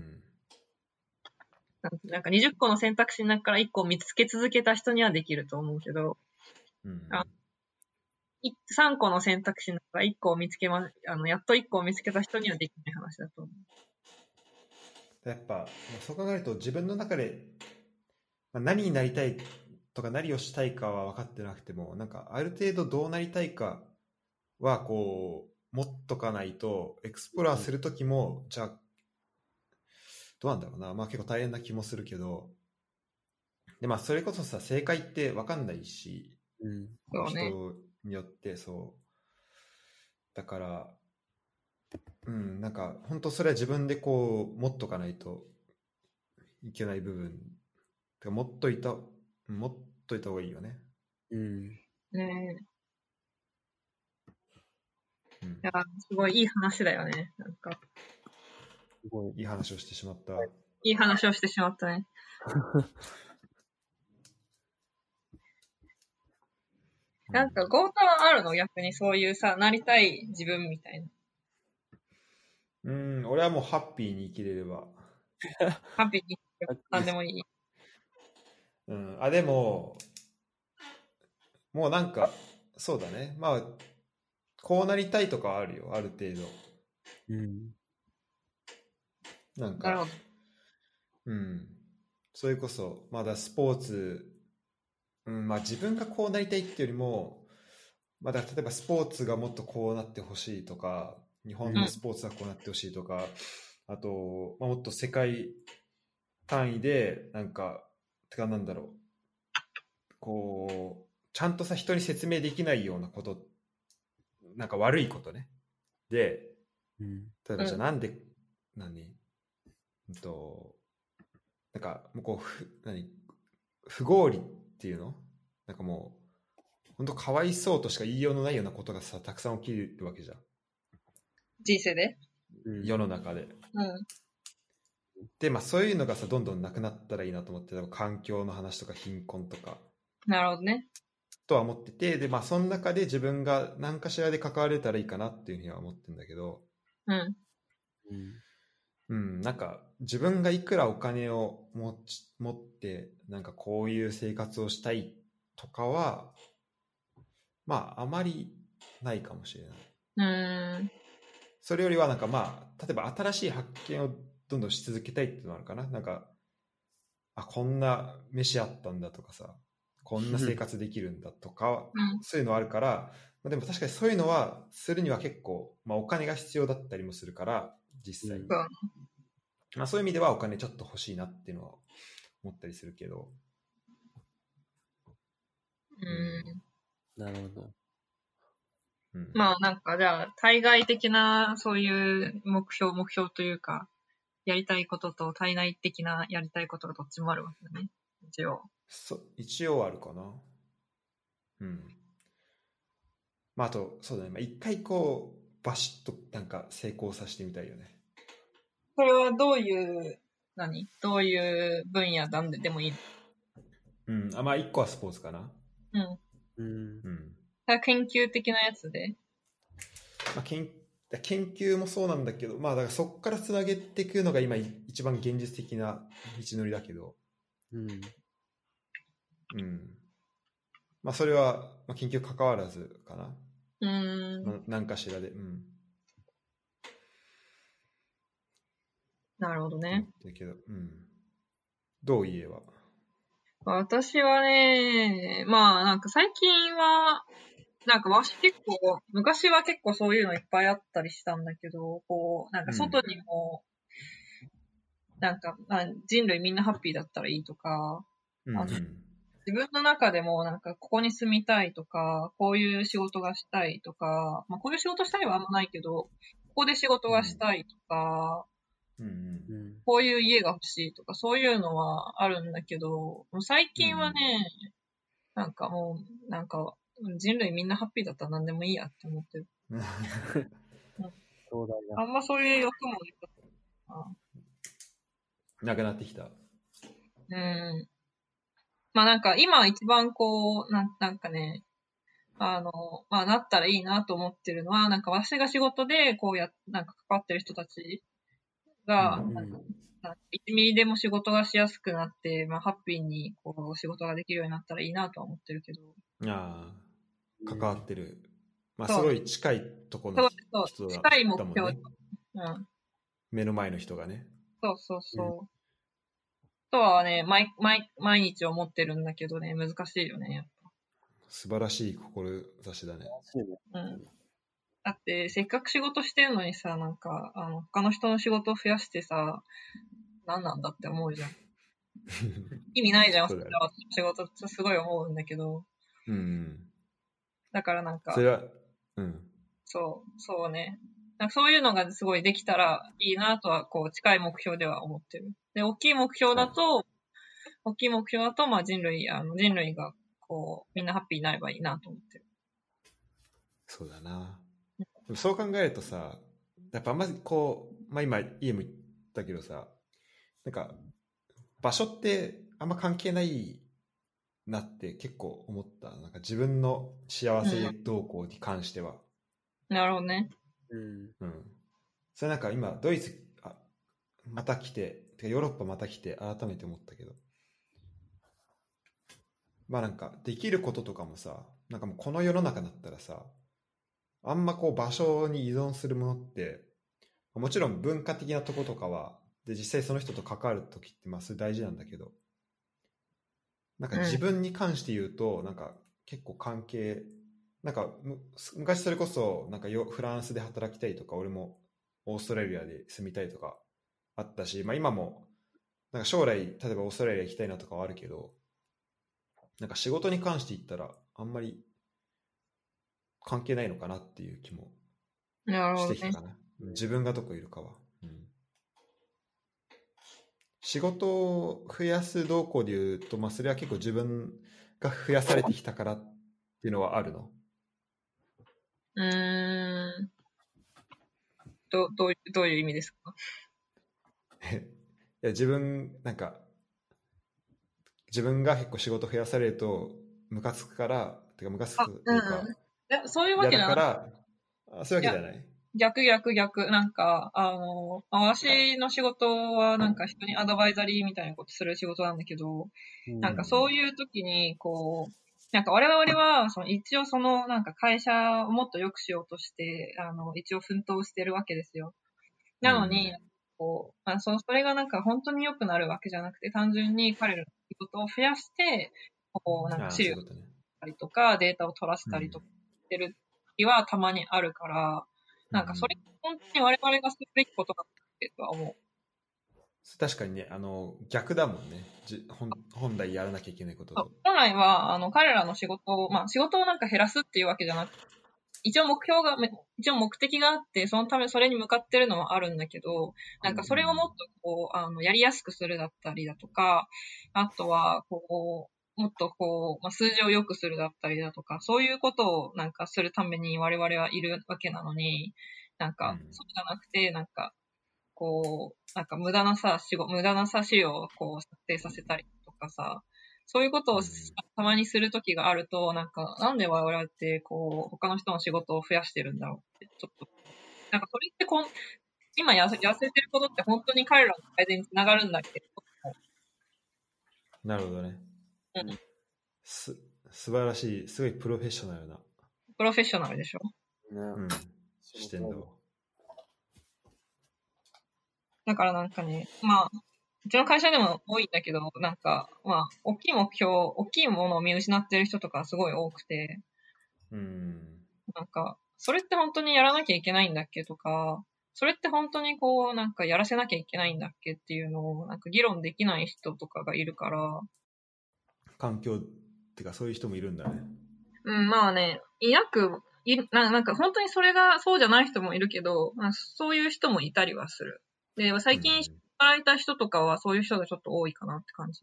[SPEAKER 1] なんなんか20個の選択肢の中から1個を見つけ続けた人にはできると思うけど、
[SPEAKER 2] うん
[SPEAKER 1] あい3個の選択肢の中から1個を見つけま、あの、やっと1個を見つけた人にはできない話だと思う。
[SPEAKER 2] やっぱ、そう考えると自分の中でまあ何になりたいとか何をしたいかは分かってなくても、なんかある程度どうなりたいかはこう、持っとかないと、エクスプローラーするときも、じゃあ、どうなんだろうな、まあ結構大変な気もするけど、で、まあそれこそさ、正解って分かんないし、
[SPEAKER 3] うん。
[SPEAKER 1] そうね。
[SPEAKER 2] 人によってそうだからうんなんか本当それは自分でこう持っとかないといけない部分てか持っといた持っといた方がいいよね、
[SPEAKER 3] うん。
[SPEAKER 1] ねえ
[SPEAKER 2] うん
[SPEAKER 1] い、や、すごいいい話だよね。なんか、
[SPEAKER 3] すごい。
[SPEAKER 2] いい話をしてしまった、
[SPEAKER 1] いい話をしてしまったね。なんか、ゴータはあるの逆にそういうさ、なりたい自分みたいな。
[SPEAKER 2] うん俺はもうハッピーに生きれれば
[SPEAKER 1] ハッピーに、なんでもいい。
[SPEAKER 2] うん、あでももうなんかそうだねまあこうなりたいとかはあるよある程度
[SPEAKER 3] うん。
[SPEAKER 2] なんか
[SPEAKER 1] なるほど。
[SPEAKER 2] うん、それこそまだスポーツ、うんまあ、自分がこうなりたいっていうよりも、まあ、だから例えばスポーツがもっとこうなってほしいとか日本のスポーツがこうなってほしいとか、あと、まあ、もっと世界単位でなんかてかなんだろうこうちゃんとさ人に説明できないようなことなんか悪いことねで
[SPEAKER 3] うん。
[SPEAKER 2] 例えばじゃあ
[SPEAKER 1] うん
[SPEAKER 2] なんで、何うんとなんかもうこうふ何不合理っていうのなんかもう本当かわいそうとしか言いようのないようなことがさたくさん起きるわけじゃん
[SPEAKER 1] 人生で
[SPEAKER 3] うん。
[SPEAKER 2] 世の中で
[SPEAKER 1] うん。
[SPEAKER 2] でまあそういうのがさどんどんなくなったらいいなと思って例えば環境の話とか貧困とか
[SPEAKER 1] なるほどね。
[SPEAKER 2] とは思っててでまあその中で自分が何かしらで関われたらいいかなっていうふうには思ってるんだけど
[SPEAKER 1] うん。
[SPEAKER 3] うん。
[SPEAKER 2] うん、なんか自分がいくらお金を持ち持ってなんかこういう生活をしたいとかはまああまりないかもしれないう
[SPEAKER 1] ーん。
[SPEAKER 2] それよりはなんかまあ例えば新しい発見をどんどんし続けたいっていうのがあるかななんかあこんな飯あったんだとかさこんな生活できるんだとか
[SPEAKER 1] うん。
[SPEAKER 2] そういうのあるから、まあ、でも確かにそういうのはするには結構、まあ、お金が必要だったりもするから実際、
[SPEAKER 3] うん
[SPEAKER 1] そう
[SPEAKER 2] まあ、そういう意味ではお金ちょっと欲しいなっていうのは思ったりするけど、
[SPEAKER 1] うん。
[SPEAKER 3] なるほど。
[SPEAKER 2] うん、
[SPEAKER 1] まあ、なんか、じゃあ、対外的な、そういう目標、目標というか、やりたいことと対内的なやりたいことがどっちもあるわけだね。一応。
[SPEAKER 2] そ一応あるかなうんまああとそうだねまあ、一回こうバシッとなんか成功させてみたいよね
[SPEAKER 1] それはどういう、何どういう分野なんででもいい
[SPEAKER 2] うんあまあ一個はスポーツかな
[SPEAKER 1] うん。
[SPEAKER 3] うん。
[SPEAKER 2] うん、
[SPEAKER 1] それは研究的なやつで。
[SPEAKER 2] まあ、研研究もそうなんだけどまあだからそこからつなげていくのが今い一番現実的な道のりだけど
[SPEAKER 3] うん。
[SPEAKER 2] うんまあそれは、まあ、研究関わらずかな
[SPEAKER 1] うーん。
[SPEAKER 2] な何かしらでうん
[SPEAKER 1] なるほど
[SPEAKER 2] 思っ
[SPEAKER 1] ね。
[SPEAKER 2] てるけど、うん。どう言えば。
[SPEAKER 1] 私はね、まあなんか最近は、なんかわし結構、昔は結構そういうのいっぱいあったりしたんだけど、こう、なんか外にも、なんか、まあ、人類みんなハッピーだったらいいとか、
[SPEAKER 2] うんうん
[SPEAKER 1] 自分の中でもなんかここに住みたいとか、こういう仕事がしたいとか、まあこういう仕事したいはあんまないけど、ここで仕事がしたいとか、
[SPEAKER 2] うんうん
[SPEAKER 3] うん。
[SPEAKER 1] こういう家が欲しいとか、そういうのはあるんだけど、もう最近はね、なんかもう、なんか人類みんなハッピーだったら何でもいいやって思ってる。
[SPEAKER 3] 壮大
[SPEAKER 1] あ
[SPEAKER 3] な。
[SPEAKER 1] んまそういう欲も
[SPEAKER 2] なくなってきた。
[SPEAKER 1] うん。まあなんか今一番こう、なんなんかね、あの、まあなったらいいなと思ってるのは、なんか私が仕事でこうや、なんか関わってる人たちが、
[SPEAKER 2] うん
[SPEAKER 1] なんか1ミリでも仕事がしやすくなって、まあハッピーにこう仕事ができるようになったらいいなとは思ってるけど、
[SPEAKER 2] ああ、関わってる。まあ、
[SPEAKER 1] そう
[SPEAKER 2] すごい近いところ
[SPEAKER 1] そ
[SPEAKER 2] の
[SPEAKER 1] うそう
[SPEAKER 2] 人だ
[SPEAKER 1] 近い目
[SPEAKER 2] だもん
[SPEAKER 1] 標
[SPEAKER 2] ね。
[SPEAKER 1] うん、
[SPEAKER 2] 目の前の人がね。
[SPEAKER 1] そうそうそう。とはね毎、毎、毎日思ってるんだけどね、難しいよね、やっぱ
[SPEAKER 2] 素晴らしい志だね。
[SPEAKER 3] 楽しいね。
[SPEAKER 1] うんだって、せっかく仕事してんのにさ、なんか、あの、他の人の仕事を増やしてさ、何なんだって思うじゃん。意味ないじゃん、
[SPEAKER 2] そ
[SPEAKER 1] そうれ
[SPEAKER 2] だね
[SPEAKER 1] は仕事ってすごい思うんだけど。
[SPEAKER 2] うんうん。
[SPEAKER 1] だからなんか
[SPEAKER 2] そ、れは、うん。
[SPEAKER 1] そう、そうね。なんかそういうのがすごいできたらいいなとは、こう、近い目標では思ってる。で、大きい目標だと、大きい目標だと、まあ人類、あの人類が、こう、みんなハッピーになればいいなと思ってる。
[SPEAKER 2] そうだな。でもそう考えるとさ、やっぱあんまりこう、まあ今家も言ったけどさ、なんか場所ってあんま関係ないなって結構思った。なんか自分の幸せ動向に関しては。
[SPEAKER 1] なるほどね。
[SPEAKER 3] うん。
[SPEAKER 2] うん。それなんか今ドイツ、あまた来て、てかヨーロッパまた来て改めて思ったけど。まあなんかできることとかもさ、なんかもうこの世の中だったらさ、あんまこう場所に依存するものって、もちろん文化的なとことかは、で実際その人と関わるときってまあそれ大事なんだけど、なんか
[SPEAKER 1] うん
[SPEAKER 2] 自分に関して言うと、なんか結構関係、なんかむ昔それこそなんかよフランスで働きたいとか、俺もオーストラリアで住みたいとかあったし、まあ今もなんか将来、例えばオーストラリア行きたいなとかはあるけど、なんか仕事に関して言ったら、あんまり関係ないのかなっていう気も
[SPEAKER 1] なる
[SPEAKER 2] し
[SPEAKER 1] ほど
[SPEAKER 2] てき
[SPEAKER 1] ね
[SPEAKER 2] た。かな。うん自分がどこいるかは。うん仕事を増やす動向で言うと、まあ、それは結構自分が増やされてきたからっていうのはあるの。
[SPEAKER 1] うーん。ど、どういう、どういう意味ですか
[SPEAKER 2] いや自分なんか自分が結構仕事増やされるとムカつくからてかムカつくっていう
[SPEAKER 1] あ
[SPEAKER 2] か
[SPEAKER 1] ういや、そういうわ
[SPEAKER 2] 嫌
[SPEAKER 1] けじ
[SPEAKER 2] だ
[SPEAKER 1] ゃ
[SPEAKER 2] か
[SPEAKER 1] ない。
[SPEAKER 2] らあそういうわけじゃない
[SPEAKER 1] 逆逆逆。なんか、あの、まあ私の仕事はなんか人にアドバイザリーみたいなことする仕事なんだけど、なんかそういう時に、こう、なんか我々は、その一応その、なんか会社をもっと良くしようとして、あの、一応奮闘してるわけですよ。なのに、
[SPEAKER 2] う
[SPEAKER 1] こう、まあ、そそれがなんか本当に良くなるわけじゃなくて、単純に彼らの仕事を増やして、こう、なん
[SPEAKER 2] あ
[SPEAKER 1] か
[SPEAKER 2] そ
[SPEAKER 1] 資
[SPEAKER 2] うい
[SPEAKER 1] 料
[SPEAKER 2] うことね
[SPEAKER 1] ったりとか、データを取らせたりとかしてる時はたまにあるから、なんかそれ
[SPEAKER 2] うん
[SPEAKER 1] 本当に我々がするべきことだってとは思
[SPEAKER 2] 確かにねあの逆だもんねじ本本来やらなきゃいけないこと
[SPEAKER 1] う。
[SPEAKER 2] と
[SPEAKER 1] 本来は、あの、彼らの仕事を、まあ仕事をなんか減らすっていうわけじゃなく一応目標が、め一応目的があって、そのためそれに向かってるのはあるんだけど、なんかそれをもっとこう、あの、やりやすくするだったりだとか、あとは、こう、もっとこう、まあ、数字を良くするだったりだとか、そういうことをなんかするために我々はいるわけなのに、なんか
[SPEAKER 2] う、ん
[SPEAKER 1] そうじゃなくて、なんか、こう、なんか無駄なさ、仕事、無駄なさ資料をこう、策定させたりとかさ、そういうことを
[SPEAKER 2] うん
[SPEAKER 1] たまにするときがあると、なんか、なんで我々って、こう、他の人の仕事を増やしてるんだろうって、ちょっと、なんかそれってこん、今やせ痩せてることって本当に彼らの改善につながるんだっけ
[SPEAKER 2] なるほどね、
[SPEAKER 1] うん
[SPEAKER 2] す素晴らしいすごいプロフェッショナルな、
[SPEAKER 1] ど、プロフェッショナルでしょ。
[SPEAKER 2] う
[SPEAKER 3] ね
[SPEAKER 2] ん、視点だわ
[SPEAKER 1] だからなんかね、まあ、うちの会社でも多いんだけど、なんか、まあ、大きい目標、大きいものを見失ってる人とかすごい多くて、
[SPEAKER 2] うん。
[SPEAKER 1] なんか、それって本当にやらなきゃいけないんだっけとか、それって本当にこう、なんかやらせなきゃいけないんだっけっていうのを、なんか議論できない人とかがいるから、
[SPEAKER 2] 環境ってか、そういう人もいるんだね。
[SPEAKER 1] うん、まあね、いなく、いななんか本当にそれがそうじゃない人もいるけど、まあ、そういう人もいたりはする。で、最近働いた人とかはそういう人がちょっと多いかなって感じ。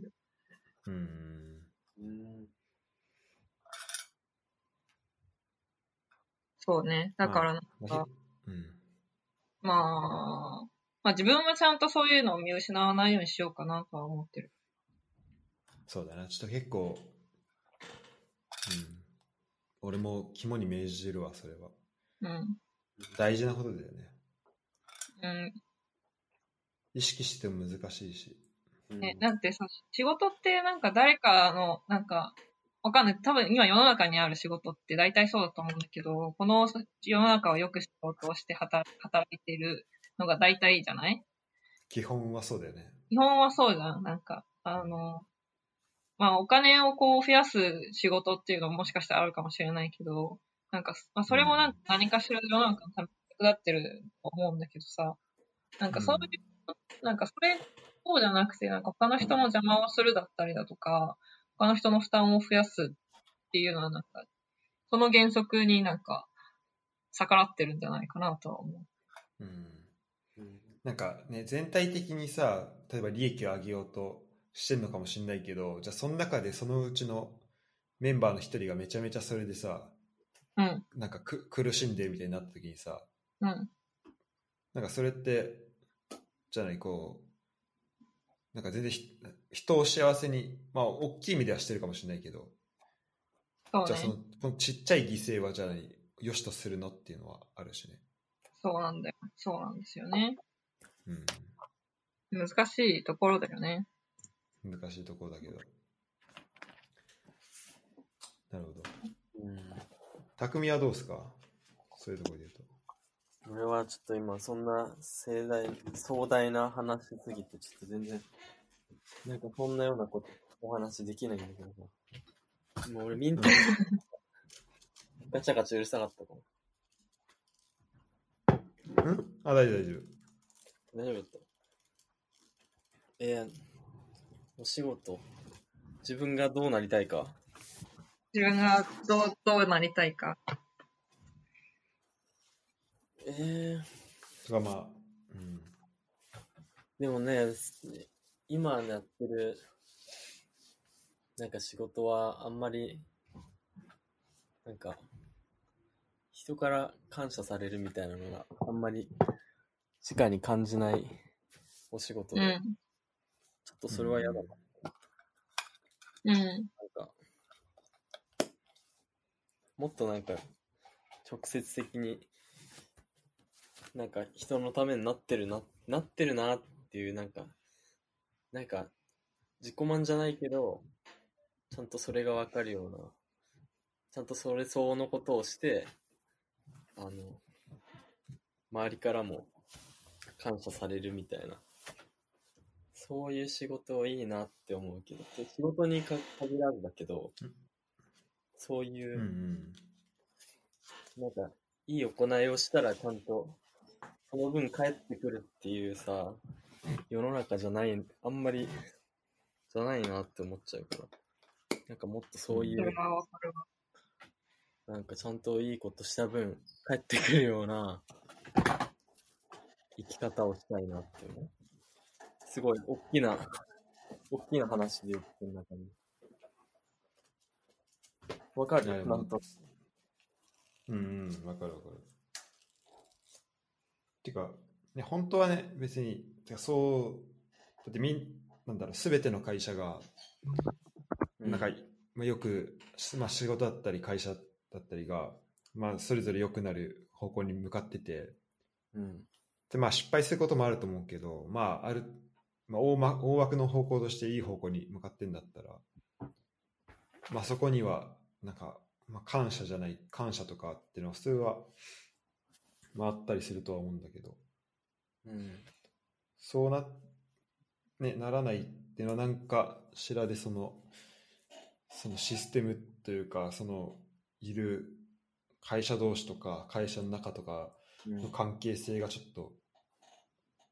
[SPEAKER 2] うん。うん。
[SPEAKER 3] うん。
[SPEAKER 1] そうね。だから、
[SPEAKER 2] まあひうん。
[SPEAKER 1] まあ、まあ自分はちゃんとそういうのを見失わないようにしようかなとは思ってる。
[SPEAKER 2] そうだな、ちょっと結構、うん。俺も肝に銘じるわ、それは。
[SPEAKER 1] うん。
[SPEAKER 2] 大事なことだよね。
[SPEAKER 1] うん。
[SPEAKER 2] 意識しても難しいし。
[SPEAKER 1] ね、だってさ、仕事ってなんか誰かの、なんか、わかんない。多分今世の中にある仕事って大体そうだと思うんだけど、この世の中を良くしようとして働働いてるのが大体じゃない
[SPEAKER 2] 基本はそうだよね。
[SPEAKER 1] 基本はそうじゃん。なんか、あの、まあお金をこう増やす仕事っていうのももしかしたらあるかもしれないけど、なんか、まあそれもなんか何かしら世の中のために役立ってると思うんだけどさ、なんかそういう、なんかそれ、そうじゃなくて、なんか他の人の邪魔をするだったりだとか、他の人の負担を増やすっていうのはなんか、その原則になんか逆らってるんじゃないかなとは思う。
[SPEAKER 2] うん。
[SPEAKER 3] うん。
[SPEAKER 2] なんかね、全体的にさ、例えば利益を上げようとしてるのかもしれないけど、じゃあその中でそのうちのメンバーの一人がめちゃめちゃそれでさ、
[SPEAKER 1] うん、
[SPEAKER 2] なんかく苦しんでるみたいになった時にさ、
[SPEAKER 1] うん、
[SPEAKER 2] なんかそれって、じゃない、こう、なんか全然ひ人を幸せに、まあ大きい意味ではしてるかもしれないけど、
[SPEAKER 1] そう
[SPEAKER 2] じゃあそ
[SPEAKER 1] ね
[SPEAKER 2] の。このちっちゃい犠牲はじゃない、良しとするのっていうのはあるしね。
[SPEAKER 1] そうなんだよ。そうなんですよね。
[SPEAKER 2] う
[SPEAKER 1] 難しいところだよね。
[SPEAKER 2] ん。難しいところだけど。なるほど。
[SPEAKER 3] うん
[SPEAKER 2] 匠はどうですかそういうところで言うと。
[SPEAKER 3] 俺はちょっと今そんな盛大、壮大な話しすぎて、ちょっと全然、なんかそんなようなこと、お話できないんだけどさ。もう俺みんな、ガチャガチャうるさかったかも。
[SPEAKER 2] んあ、大丈夫大丈
[SPEAKER 3] 大丈夫だったえー、お仕事。自分がどうなりたいか。
[SPEAKER 1] 自分がどう、どうなりたいか。
[SPEAKER 3] えー、
[SPEAKER 2] 夫。とかまあ、うん。
[SPEAKER 3] でもね、す今やってる、なんか仕事はあんまり、なんか、人から感謝されるみたいなのがあんまり、直に感じないお仕事
[SPEAKER 1] う
[SPEAKER 3] で、
[SPEAKER 1] ん。
[SPEAKER 3] ちょっとそれは嫌だな。
[SPEAKER 1] うん。
[SPEAKER 3] なんか、もっとなんか、直接的に、なんか人のためになってるな、なってるなっていう、なんか、なんか、自己満じゃないけど、ちゃんとそれがわかるような、ちゃんとそれ相応のことをして、あの、周りからも感謝されるみたいな。そういう仕事いいなって思うけど、で仕事にか限らずだけど
[SPEAKER 2] うん、
[SPEAKER 3] そうい
[SPEAKER 2] う
[SPEAKER 3] う、
[SPEAKER 2] んうん。
[SPEAKER 3] なんか、いい行いをしたらちゃんと、その分返ってくるっていうさ、世の中じゃない、あんまり、じゃないなって思っちゃうから。なんかもっとそうい
[SPEAKER 1] それ
[SPEAKER 3] う、
[SPEAKER 1] はわかるわ。
[SPEAKER 3] なんかちゃんといいことした分、返ってくるような、生き方をしたいなって思う。すごい、大きな、大きな話で言ってる中に。わか
[SPEAKER 2] なる
[SPEAKER 3] る
[SPEAKER 2] ほ
[SPEAKER 3] な
[SPEAKER 2] ど
[SPEAKER 3] んと。
[SPEAKER 2] うんうん、わかるわかる。てか、ね、本当はね、別に、てかそう、だってみん、なんだろう、すべての会社が、なんか、まあ、よく、しまあ、仕事だったり会社だったりが、まあ、それぞれ良くなる方向に向かってて、
[SPEAKER 3] うん。
[SPEAKER 2] で、まあ、失敗することもあると思うけど、まあ、ある、まあ大ま、大枠の方向としていい方向に向かってんだったら、まあ、そこには、なんか、まあ、感謝じゃない、感謝とかっていうのは、普通は、まあ、あったりするとは思うんだけど、
[SPEAKER 3] うん。
[SPEAKER 2] そうな、ね、ならないっていうのは、なんかしらで、その、そのシステムというか、その、いる会社同士とか会社の中とかの関係性がちょっと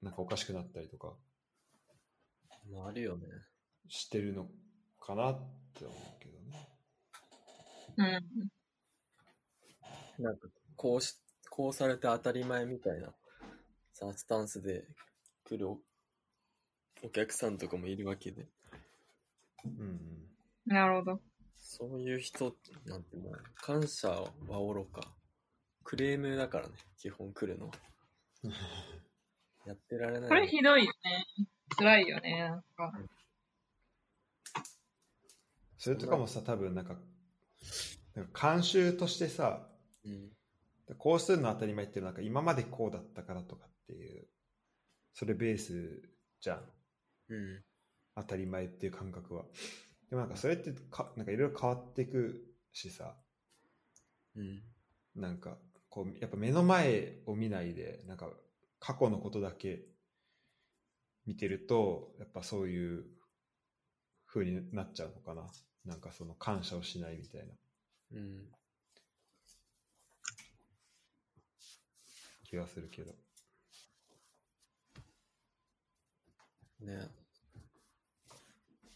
[SPEAKER 2] なんかおかしくなったりとか
[SPEAKER 3] まあ、あるよね。
[SPEAKER 2] してるのかなって思うけどね。
[SPEAKER 1] うん。
[SPEAKER 3] なんか、こうし、こうされて当たり前みたいな、さ、スタンスで来るおお客さんとかもいるわけで、
[SPEAKER 2] うんうん、
[SPEAKER 1] なるほど。
[SPEAKER 3] そういう人、なんてもう、感謝はおろか。クレームだからね、基本来るのは。やってられない。
[SPEAKER 1] これひどいよね。辛いよね。なんか。
[SPEAKER 2] それとかもさ、多分なんか、なんか慣習としてさ、
[SPEAKER 3] うん。
[SPEAKER 2] こうするの当たり前っていうのはなんか今までこうだったからとかっていう、それベースじゃん。
[SPEAKER 3] うん。
[SPEAKER 2] 当たり前っていう感覚は。でもなんかそれってか、なんかいろいろ変わっていくしさ、
[SPEAKER 3] うん。
[SPEAKER 2] なんかこう、やっぱ目の前を見ないで、なんか過去のことだけ見てると、やっぱそういう風になっちゃうのかな。なんかその感謝をしないみたいな
[SPEAKER 3] うん。
[SPEAKER 2] 気がするけど。
[SPEAKER 3] ね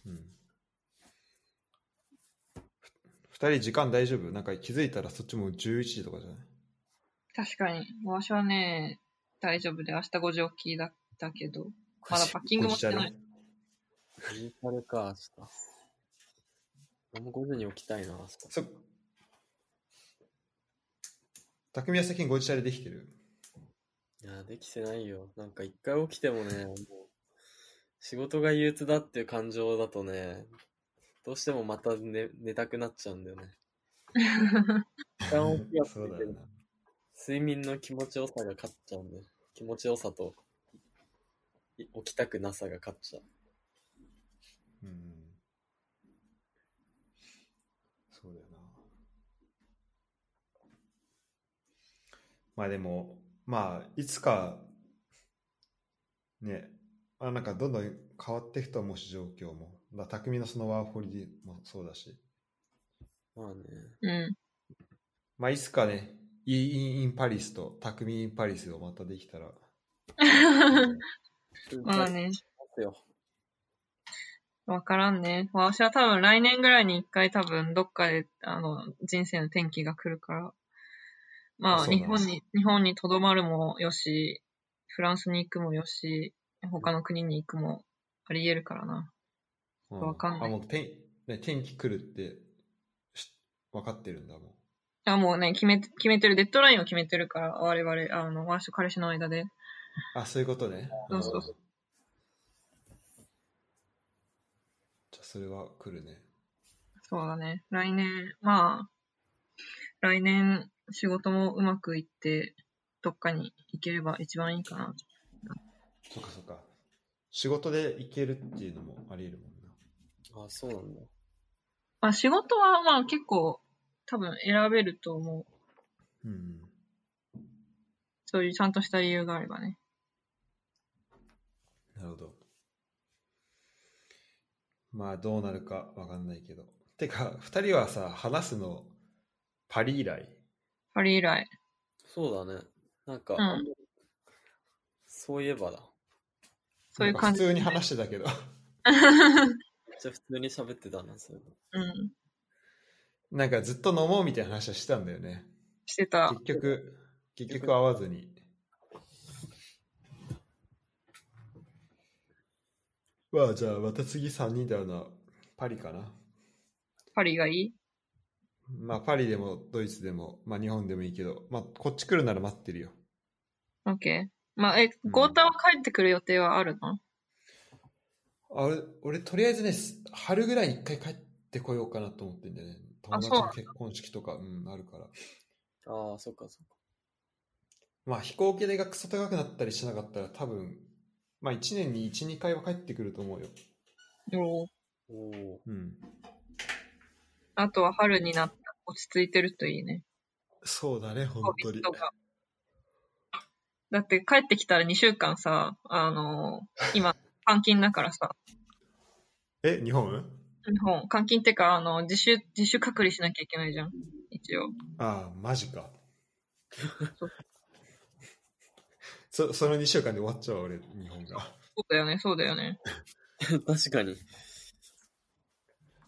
[SPEAKER 2] うん。ふ二人時間大丈夫なんか気づいたらそっちもう11時とかじゃない
[SPEAKER 1] 確かに。私はね、大丈夫で、明日5時起きだったけど、まだパッキング持ってない。
[SPEAKER 3] デジタルか、明日。俺も5時に起きたいな、明日。
[SPEAKER 2] そ匠は最近ご自社でできてる
[SPEAKER 3] いやー、できてないよ。なんか一回起きてもね、もう、仕事が憂鬱だっていう感情だとね、どうしてもまた寝寝たくなっちゃうんだよね。一旦起きはす
[SPEAKER 2] そう
[SPEAKER 3] る
[SPEAKER 2] だ
[SPEAKER 3] け
[SPEAKER 2] よ
[SPEAKER 3] ど、
[SPEAKER 2] な。
[SPEAKER 3] 睡眠の気持ちよさが勝っちゃうんだよ。気持ちよさと、い起きたくなさが勝っちゃう。
[SPEAKER 2] うん。そうだよな。まあでも、まあ、いつか、ね、あなんかどんどん変わっていくと思うし、状況も。だから匠のそのワーホリでもそうだし。
[SPEAKER 3] まあね、
[SPEAKER 1] うん。
[SPEAKER 2] まあ、いつかね、イーインインパリスと匠インパリスをまたできたら。
[SPEAKER 1] まあね、
[SPEAKER 3] ますよ。
[SPEAKER 1] わからんね。私は多分来年ぐらいに一回多分どっかで、あの、人生の転機が来るから。ま
[SPEAKER 2] あ
[SPEAKER 1] あ、
[SPEAKER 2] そう
[SPEAKER 1] 日
[SPEAKER 2] なんだ
[SPEAKER 1] 本に、日本に留まるもよし、フランスに行くもよし、他の国に行くもあり得るからな。
[SPEAKER 2] う
[SPEAKER 1] わかんない
[SPEAKER 2] あ、もう天、ね、天気来るってし、分かってるんだもん。
[SPEAKER 1] あ、もうね、決め、決めてる、デッドラインを決めてるから、我々、あの、私と彼氏の間で。
[SPEAKER 2] あ、そういうことね。
[SPEAKER 1] そうそう
[SPEAKER 2] うんじゃあ、それは来るね。
[SPEAKER 1] そうだね。来年、まあ、来年仕事もうまくいって、どっかに行ければ一番いいかな。
[SPEAKER 2] そっかそっか。仕事で行けるっていうのもあり得るもんな。
[SPEAKER 3] あ、そうなんだ。
[SPEAKER 1] まあ仕事はまあ結構多分選べると思う。
[SPEAKER 2] うん。
[SPEAKER 1] そういうちゃんとした理由があればね。
[SPEAKER 2] なるほど。まあ、どうなるか分かんないけど。てか、二人はさ、話すの、パリ以来。
[SPEAKER 1] パリ以来。
[SPEAKER 3] そうだね。なんか、
[SPEAKER 1] うん
[SPEAKER 3] あんまりそういえばだ。
[SPEAKER 1] そういう
[SPEAKER 2] なんか
[SPEAKER 1] 感
[SPEAKER 2] 普
[SPEAKER 1] じ。
[SPEAKER 2] 通に話してたけど。
[SPEAKER 3] めっちゃ普通に喋ってたな、そういえば。
[SPEAKER 1] うん。
[SPEAKER 2] なんかずっと飲もうみたいな話はしてたんだよね。
[SPEAKER 1] してた。
[SPEAKER 2] 結局、結局会わずに。まあじゃあまた次3人で会うのはパリかな。
[SPEAKER 1] パリがいい
[SPEAKER 2] まあパリでもドイツでも、まあ日本でもいいけど、まあこっち来るなら待ってるよ。
[SPEAKER 1] オッケー。まあ、え、
[SPEAKER 2] うん
[SPEAKER 1] ゴータは帰ってくる予定はあるの、
[SPEAKER 2] あれ、俺とりあえずね、す春ぐらいに一回帰ってこようかなと思ってんだよね。友
[SPEAKER 1] あ
[SPEAKER 2] 達の結婚式とか、うん、あるから。
[SPEAKER 3] ああ、そっかそっか。
[SPEAKER 2] まあ飛行機代がクソ高くなったりしなかったら多分、まあ1年に1、2回は帰ってくると思うよ。
[SPEAKER 1] おー
[SPEAKER 3] おお。
[SPEAKER 2] うん。
[SPEAKER 1] あとは春になったら落ち着いてるといいね。
[SPEAKER 2] そうだね、本当に。
[SPEAKER 1] とか。だって帰ってきたら2週間さ、あのー 今、監禁だからさ、
[SPEAKER 2] え、日本
[SPEAKER 1] 日本、監禁ってか、あの、自主、自主隔離しなきゃいけないじゃん。一応。
[SPEAKER 2] ああ、マジ か。そその2週間で終わっちゃうわ俺、日本が。
[SPEAKER 1] そうだよね、そうだよね。
[SPEAKER 3] 確かに。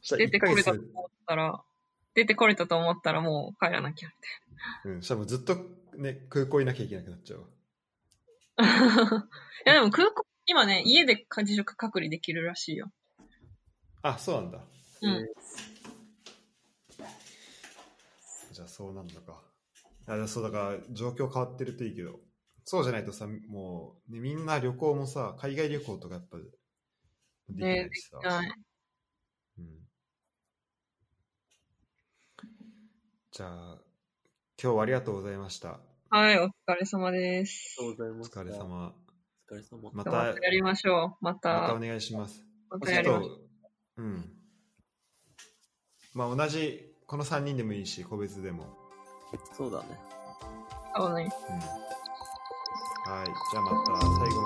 [SPEAKER 2] したら
[SPEAKER 1] 出て
[SPEAKER 2] 1
[SPEAKER 1] こ
[SPEAKER 2] ヶ
[SPEAKER 1] れ
[SPEAKER 2] 月
[SPEAKER 1] たと思ったら、出てこれたと思ったらもう帰らな きゃみ
[SPEAKER 2] うん、したらもうずっと、ね、空港いなきゃいけなくなっちゃうわ。
[SPEAKER 1] たいな。いやでも空港、今ね、家で自主隔離できるらしいよ。
[SPEAKER 2] あ、そうなんだ。
[SPEAKER 1] うん
[SPEAKER 3] え
[SPEAKER 2] じゃあそうなんだか。あそうだから状況変わってるといいけど、そうじゃないとさ、もう、ね、みんな旅行もさ、海外旅行とかやっぱできないしさ。
[SPEAKER 1] はい。
[SPEAKER 2] うん、じゃあ、今日はありがとうございました。
[SPEAKER 1] はい、お疲れ様です。
[SPEAKER 3] ーありがとう
[SPEAKER 2] お
[SPEAKER 3] ござ
[SPEAKER 2] 疲
[SPEAKER 3] いま
[SPEAKER 2] れ
[SPEAKER 3] す。
[SPEAKER 2] 様。
[SPEAKER 3] お疲れ様。
[SPEAKER 2] ま
[SPEAKER 1] また
[SPEAKER 2] た、
[SPEAKER 1] やりましょう。ま
[SPEAKER 2] またお
[SPEAKER 1] た、
[SPEAKER 2] 願いします。
[SPEAKER 1] また
[SPEAKER 2] ちょ
[SPEAKER 1] や
[SPEAKER 2] っ
[SPEAKER 1] りましょう。
[SPEAKER 2] と、うん。まあ同じ、この3人でもいいし、個別でも。
[SPEAKER 3] そうだね。
[SPEAKER 1] そうね
[SPEAKER 2] うんはい、じゃあまた最後まで。